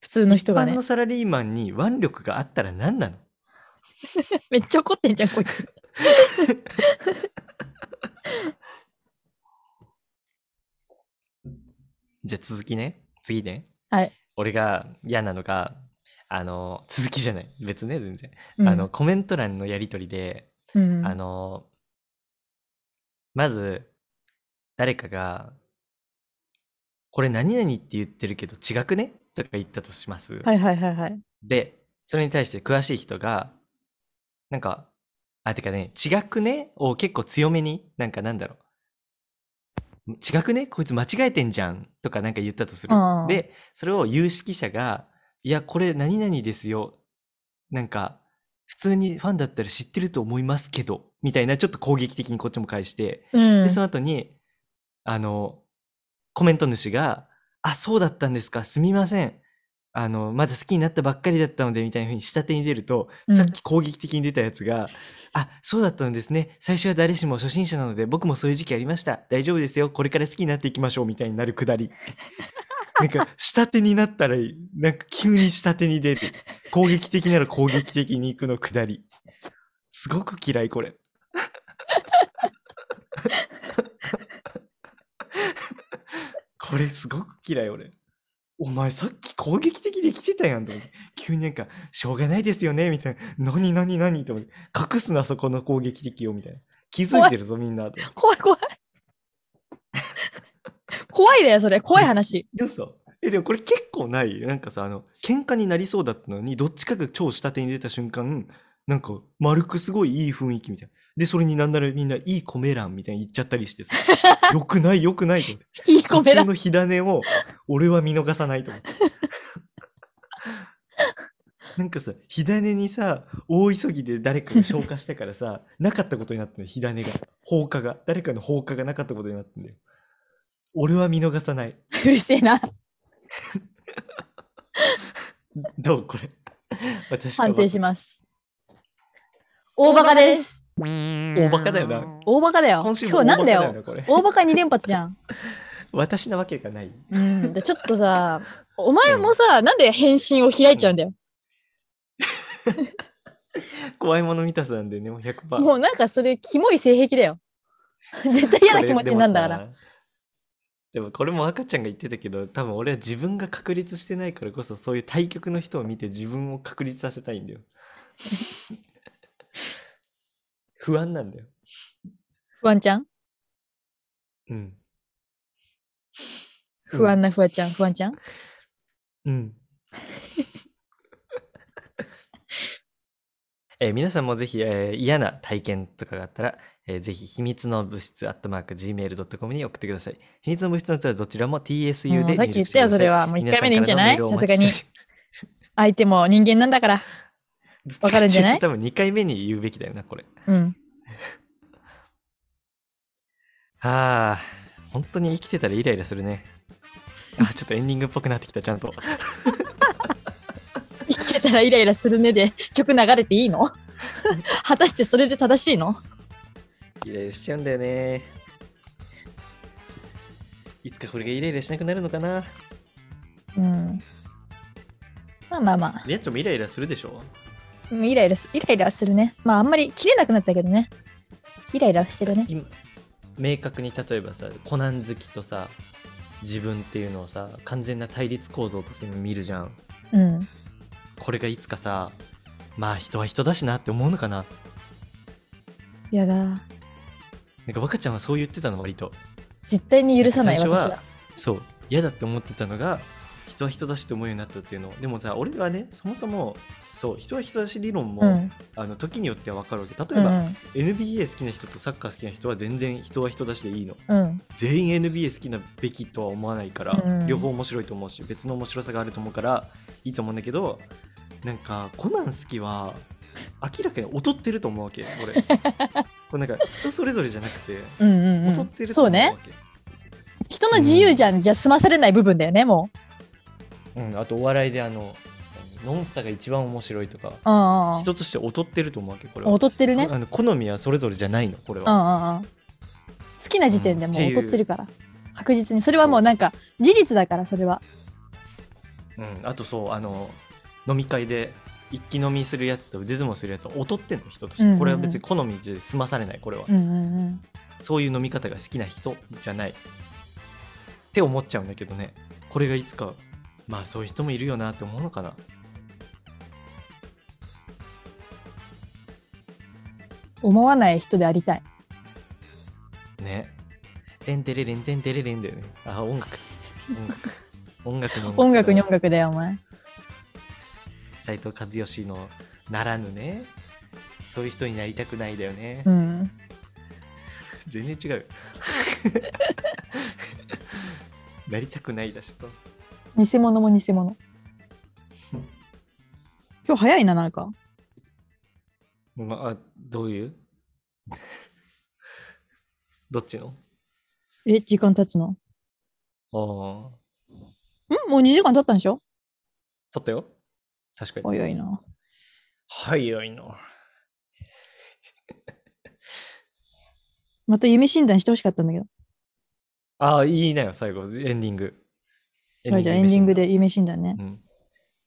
B: 普通の人
A: 一
B: が
A: 般
B: ね
A: の。サラリーマンに腕力があったら何なの
B: めっちゃ怒ってんじゃん、こいつ。
A: じゃあ続きね。次ね。
B: はい。
A: 俺が嫌なのが、あの、続きじゃない。別ね、全然。
B: う ん
A: あの、、コメント欄のやりとりで、
B: うん、
A: あの、まず、誰かが、これ何々って言ってるけど違くねとか言ったとします。
B: はいはいはいはい。
A: で、それに対して詳しい人が、なんか、あ、てかね、違くねを結構強めに、なんかなんだろう。違くねこいつ間違えてんじゃんとかなんか言ったとする
B: あ。ー
A: で、それを有識者が、いや、これ何々ですよ。なんか、普通にファンだったら知ってると思いますけど、みたいなちょっと攻撃的にこっちも返して、
B: うん
A: で、その後に、あの、コメント主が、あ、そうだったんですか、すみません。あの、まだ好きになったばっかりだったので、みたいな風に下手に出ると、
B: うん
A: さっき攻撃的に出たやつが、あ、そうだったんですね。最初は誰しも初心者なので、僕もそういう時期ありました。大丈夫ですよ。これから好きになっていきましょう、みたいになるく だり。なんか、下手になったら、なんか急に下手に出る。攻撃的なら攻撃的に行くのくだり。すごく嫌い、これ。これすごく嫌い俺。お前さっき攻撃的で来てたやんと思って急になんか「しょうがないですよね」みたいな「何何何」と思って「隠すなそこの攻撃的を」みたいな気づいてるぞみんなと思って
B: 怖い 怖い。怖いだよ、それ。怖い話。
A: でもさえでもこれ結構ないなんかさあの喧嘩になりそうだったのにどっちかが超下手に出た瞬間なんか丸くすごいいい雰囲気みたいなでそれになんならみんないい米欄みたいに言っちゃったりしてさよくないよくないと思って
B: いい
A: 途
B: 米
A: 中
B: だ。
A: の火種を俺は見逃さないと 思ってなんかさ火種にさ大急ぎで誰かが消化したから さなかったことになってんの火種が放火が誰かの放火がなかったことになってんだよ俺は見逃さないう
B: るせえな。
A: どうこれ私は
B: 判定します。大バカです。
A: 大バカだよな
B: 大バカだよ。
A: 今週も
B: 今
A: 大
B: 日な
A: バカ
B: んだ
A: だよ
B: よ。
A: なこれ
B: 大バカ2連発じゃん。
A: 私なわけがない
B: うん。でちょっとさ、お前もさ、なんで返信を開いちゃうんだよ。
A: 怖いもの見たさなんでねもう100%
B: もうなんかそれ、キモい性癖 だよ。絶対嫌な気持ちになるんだから。
A: これでもさでもこれも赤ちゃんが言ってたけど多分俺は自分が確立してないからこそそういう対局の人を見て自分を確立させたいんだよ不安なんだよ
B: 不安ちゃん
A: うん
B: 不安な不安ちゃん、不安ちゃん
A: うん えー皆さんもぜひ、えー嫌な体験とかがあったら、えーぜひ秘密の物質 gmail.com に送ってください。秘密の物質のツアーどちらも TSU で入力
B: もうさっき言ったよ、それは。もう
A: して
B: 1
A: くださ
B: 回目でいいんじゃない
A: 皆
B: さ
A: さ
B: す
A: んか
B: が
A: らのメールをお待
B: に
A: ち。して
B: 相手も人間なんだから。
A: ます
B: わかるんじゃない
A: 多分2回目に言うべきだよな、これ。
B: うん。
A: はあ、本当に生きてたらイライラするね。あ、ちょっとエンディングっぽくなってきた、ちゃんと。
B: 生きてたらイライラするねで曲流れていい の果たしてそれで正しいの
A: イライラしちゃうんだよね。いつかこれがイライラしなくなるのかな。
B: うん。まあまあまあ。
A: りあちゃんもイライラするでしょ
B: うんイライラす、イライラはするね。まああんまり切れなくなったけどね。イライラはしてるね。
A: 今明確に例えばさコナン好きとさ自分っていうのをさ完全な対立構造として見るじゃん
B: うん。
A: これがいつかさまあ人は人だしなって思うのかな
B: やだ。
A: なんか若ちゃんはそう言ってたの割と
B: 絶対に許さない
A: 最
B: 私
A: 初は
B: は。
A: そう嫌だって思ってたのが人は人だしって思うようになったっていうのでもさ俺はねそもそもそう人は人だし理論も、
B: うん。
A: あの時によっては分かるわけ
B: う
A: 例えば、
B: ん。
A: NBA 好きな人とサッカー好きな人は全然人は人だしでいいの
B: うん。
A: 全員 NBA 好きなべきとは思わないから、
B: うん
A: 両方面白いと思うし別の面白さがあると思うからいいと思うんだけどなんかコナン好きは明らかに劣ってると思うわけ 俺これなんか人それぞれじゃなくて
B: うんうんう
A: 劣っ
B: ん。
A: てると
B: そう
A: 思うわ
B: ね。
A: け、
B: 人の自由じゃん。じゃ済まされない部分だよね、も
A: うん、あとお笑いであの「ノンスター」が一番面白いとか
B: う。うんうんうん。
A: 人として劣ってると思うわけこれは
B: 劣ってるね
A: そ。あの好みはそれぞれじゃないのこれ
B: う
A: は、
B: んうんうん。好きな時点でも
A: う
B: う
A: んっていう
B: 劣ってるから。確実に。それはもうなんか、事実だから、それは。
A: うん、あとそうあの飲み会で一気飲みするやつと腕相撲するやつは劣ってんの人として、
B: うんうんうん
A: これは別に好みで済まされないこれは、
B: うんうんうん。
A: そういう飲み方が好きな人じゃないって思っちゃうんだけどねこれがいつかまあそういう人もいるよなって思うのかな
B: 思わない人でありたい。
A: ねてんてれれんてんてれれんだよねあ音楽音楽
B: 音
A: 音
B: 楽
A: 楽
B: に
A: の
B: 音楽だよ、お前。
A: 斎藤和義のならぬねそういう人になりたくないだよね、
B: うん。
A: 全然違うよ なりたくないだしと
B: 偽物も偽物。今日早いな、なんか。
A: まあどういう どっちの
B: え、時間経つのん
A: ああ
B: もう2時間経ったんでしょ
A: 撮ったよ確かに
B: 早いな。
A: 早いな
B: また夢診断してほしかったんだけど。
A: ああいいなよ最後エンディング
B: はいじゃあエンディングで夢診断ね
A: う。ん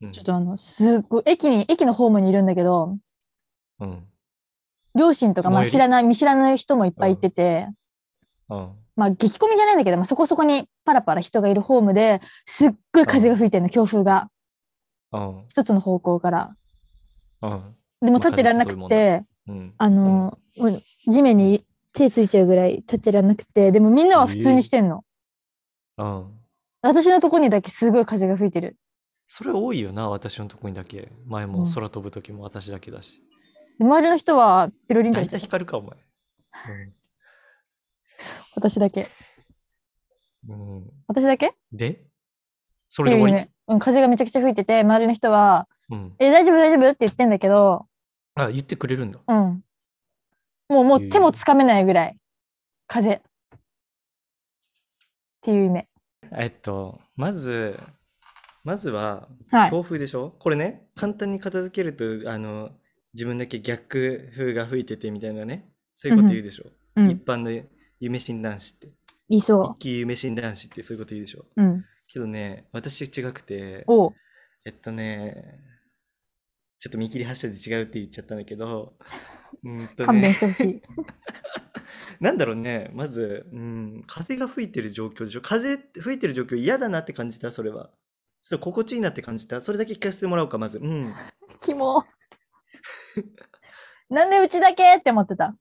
A: うん
B: ちょっとあの、すっごい、駅に、駅のホームにいるんだけど、
A: うん
B: 両親とか、まあ
A: 最寄り
B: 知らない、見知らない人もいっぱいいてて、
A: うん
B: まあ激混みじゃないんだけど、まあそこそこにパラパラ人がいるホームで、すっごい風が吹いてるの、強風が。
A: うん
B: 一つの方向から。
A: うん
B: でも立ってらんなく
A: わかる
B: て、
A: うん
B: あの、もう地面に手ついちゃうぐらい立ってらんなくて、でもみんなは普通にしてんの。
A: うん
B: 私のとこにだけすごい風が吹いてる。
A: それ多いよな私のとこにだけ前
B: う
A: も
B: ん
A: 空飛ぶ時も私だけだし
B: で周りの人はピロリンと
A: 大
B: 来て
A: 体
B: た
A: 光るかお前うん
B: 私だけ。
A: うん、
B: 私だけ
A: でそれで終わ
B: っていう夢うん、風がめちゃくちゃ吹いてて、周りの人は、
A: り、うん、
B: え、大丈夫大丈夫って言ってんだけど、
A: あ言ってくれるんだ
B: うん。もう、もう手もつかめないぐらい、風。っていう夢。
A: えっとまずまずは
B: はい
A: 強風でしょ、これね簡単に片付けるとあの自分だけ逆風が吹いててみたいなねそういうこと言うでしょ、
B: う
A: 一
B: ん。
A: 般の夢診断士って
B: いそ
A: 一級夢診断士ってそういうこと言うでしょ
B: う。うん。
A: けどね私違くて
B: おう。
A: えっとねちょっと見切り発車で違うって言っちゃったんだけ どうーんと
B: 勘
A: ね
B: 弁してほし い。
A: なんだろうね、まず、うん、風が吹いてる状況でしょ。風吹いてる状況嫌だなって感じた、それは。ちょっと心地いいなって感じた。それだけ聞かせてもらおうか、まず。うん。
B: キモ。なんでうちだけって思ってた。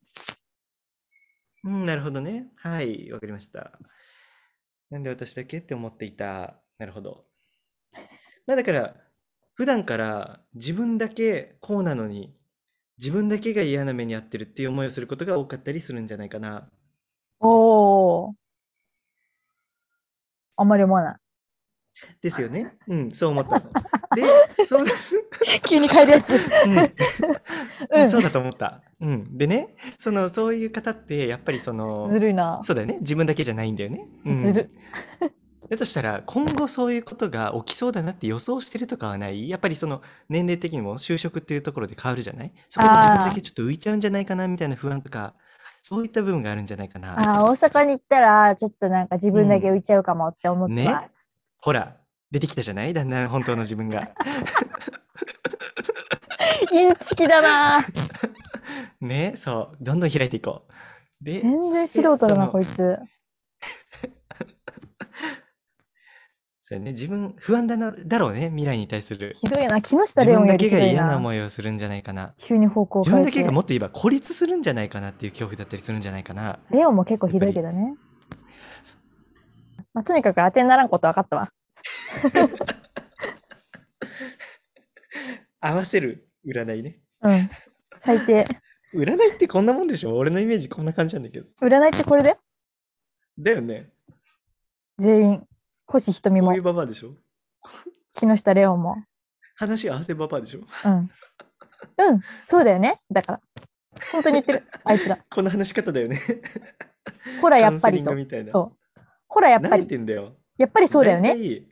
A: うん、なるほどね。はい、わかりました。なんで私だけって思っていた。なるほど。まあだから、普段から自分だけこうなのに、自分だけが嫌な目に遭ってるっていう思いをすることが多かったりするんじゃないかな。
B: おお。あんまり思わない。
A: ですよね。うん、そう思ったの。で、そう
C: 急に帰るやつ。
A: うん
C: う
A: うんん、そうだと思った。うん、でね、そのそういう方ってやっぱりその
C: ずるいな。
A: そうだよね、自分だけじゃないんだよね。うん、
C: ずる。
A: だとしたら今後そういうことが起きそうだなって予想してるとかはないやっぱりその年齢的にも就職っていうところで変わるじゃないそこで自分だけちょっと浮いちゃうんじゃないかなみたいな不安とかそういった部分があるんじゃないか
B: ああ、
A: な
B: 大阪に行ったら、ちょっとなんか自分だけ浮いちゃうかもって思った。
A: ねほら出てきたじゃないだんだん本当の自分 が
C: インチキだ な。
A: ねそうどんどん開いていこうで
B: 全然素人だな、こ
A: れ
B: いつ。
A: そうね自分不安だなだろうね未来に対する
B: ひどいな、木下
A: 自
B: レオ
A: 分
B: ンよ
A: だけ
B: りひど
A: が
B: い
A: 嫌な
B: な。
A: 思いをするんじゃないかな
B: 急に方向を
A: 自
B: 変
A: 分
B: え
A: だけ
B: て
A: が。もっと言えば孤立するんじゃないかなっていう恐怖だったりするんじゃないかな
B: レオンも結構ひどいけどね。まあ、とにかく当てにならんこと分かったわ。
A: 合わせる占いね
B: うん。最低。
A: 占いってこんなもんでしょ俺のイメージこんな感じなんだけど。
B: 占いってこれで
A: だよね。
B: 全員。星瞳
A: こ
B: も
A: ういう、ババアでしょ
B: 木下レオンも。
A: 話合わせババアでしょ
B: うん。うん、そうだよね。だから。本当に言っ てる。あいつら。
A: この話し方だよね。
B: ほら、やっぱり
A: カ
B: と
A: ウンセリング。みたいな。
B: そう。ほら、やっぱ
A: 慣れ
B: り。
A: てんだよ。
B: やっぱりそうだよね。
A: ね。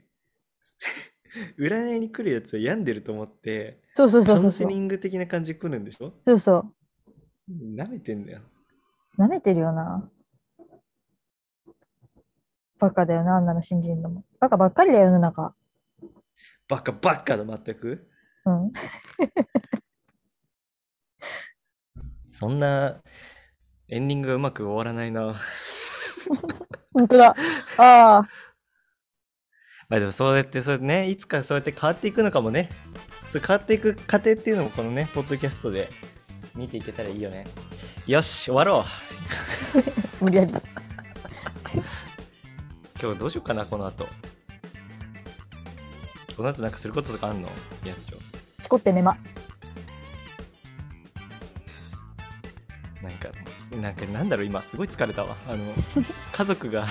A: 占いに来るやつは病んでると思って、
B: そうそう
A: カ
B: そう
A: ウ
B: そう
A: ンセ
B: そう
A: リ。ング的な感じで来るんでしょ
B: そうそ
A: 舐めてんだよ。
B: う。舐めてるよな。バカだよな、あんなの信じるのも。バカばっかりだよ、世の中。
A: バカバカだ、全く。
B: うん。
A: そんなエンディングがうまく終わらないな。
B: 本当だ。ああ、
A: まあでもそうやってそうやってねいつかそうやって変わっていくのかもねそう変わっていく過程っていうのもこのねポッドキャストで見ていけたらいいよねよし終わろう
B: 無理やり。
A: 今日どうしようかなこの後この後なんかすることとかあんのやっちょ
B: しこって寝ま。
A: なんかなんかなんだろう今すごい疲れたわ あの家族が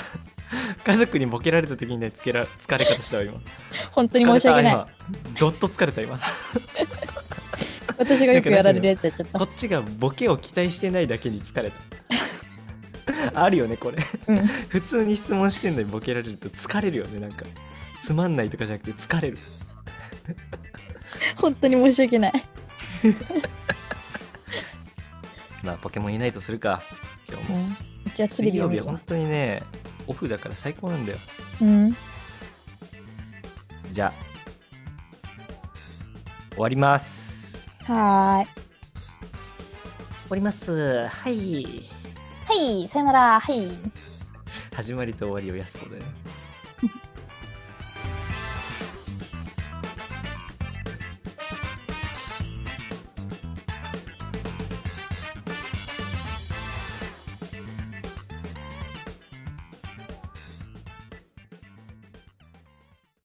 A: 家族にボケられた時にねつけら疲れ方したわ今
C: 本当に申し訳ない。
A: 疲れた今どっと疲れた今
C: 私がよくやられるやつやっちゃった
A: こ。っちがボケを期待してないだけに疲れ たあるよねこれ
B: うん。
A: 普通に質問してんのにボケられると疲れるよねなんかつまんないとかじゃなくて疲れる
C: 本当に申し訳ない。
A: まあポケモンいないとするか今日
C: う
A: も
C: ん。うちはテレ
A: 水
C: ビを
A: 曜
C: 見
A: 日
C: る
A: は
C: わ
A: 本。当にねオフだから最高なんだよ
C: うん。
A: じゃあ終わります
C: は
A: 終わりますはい
C: ーい。はい、さよなら。はい。
A: 始まりと終わりをやす子でね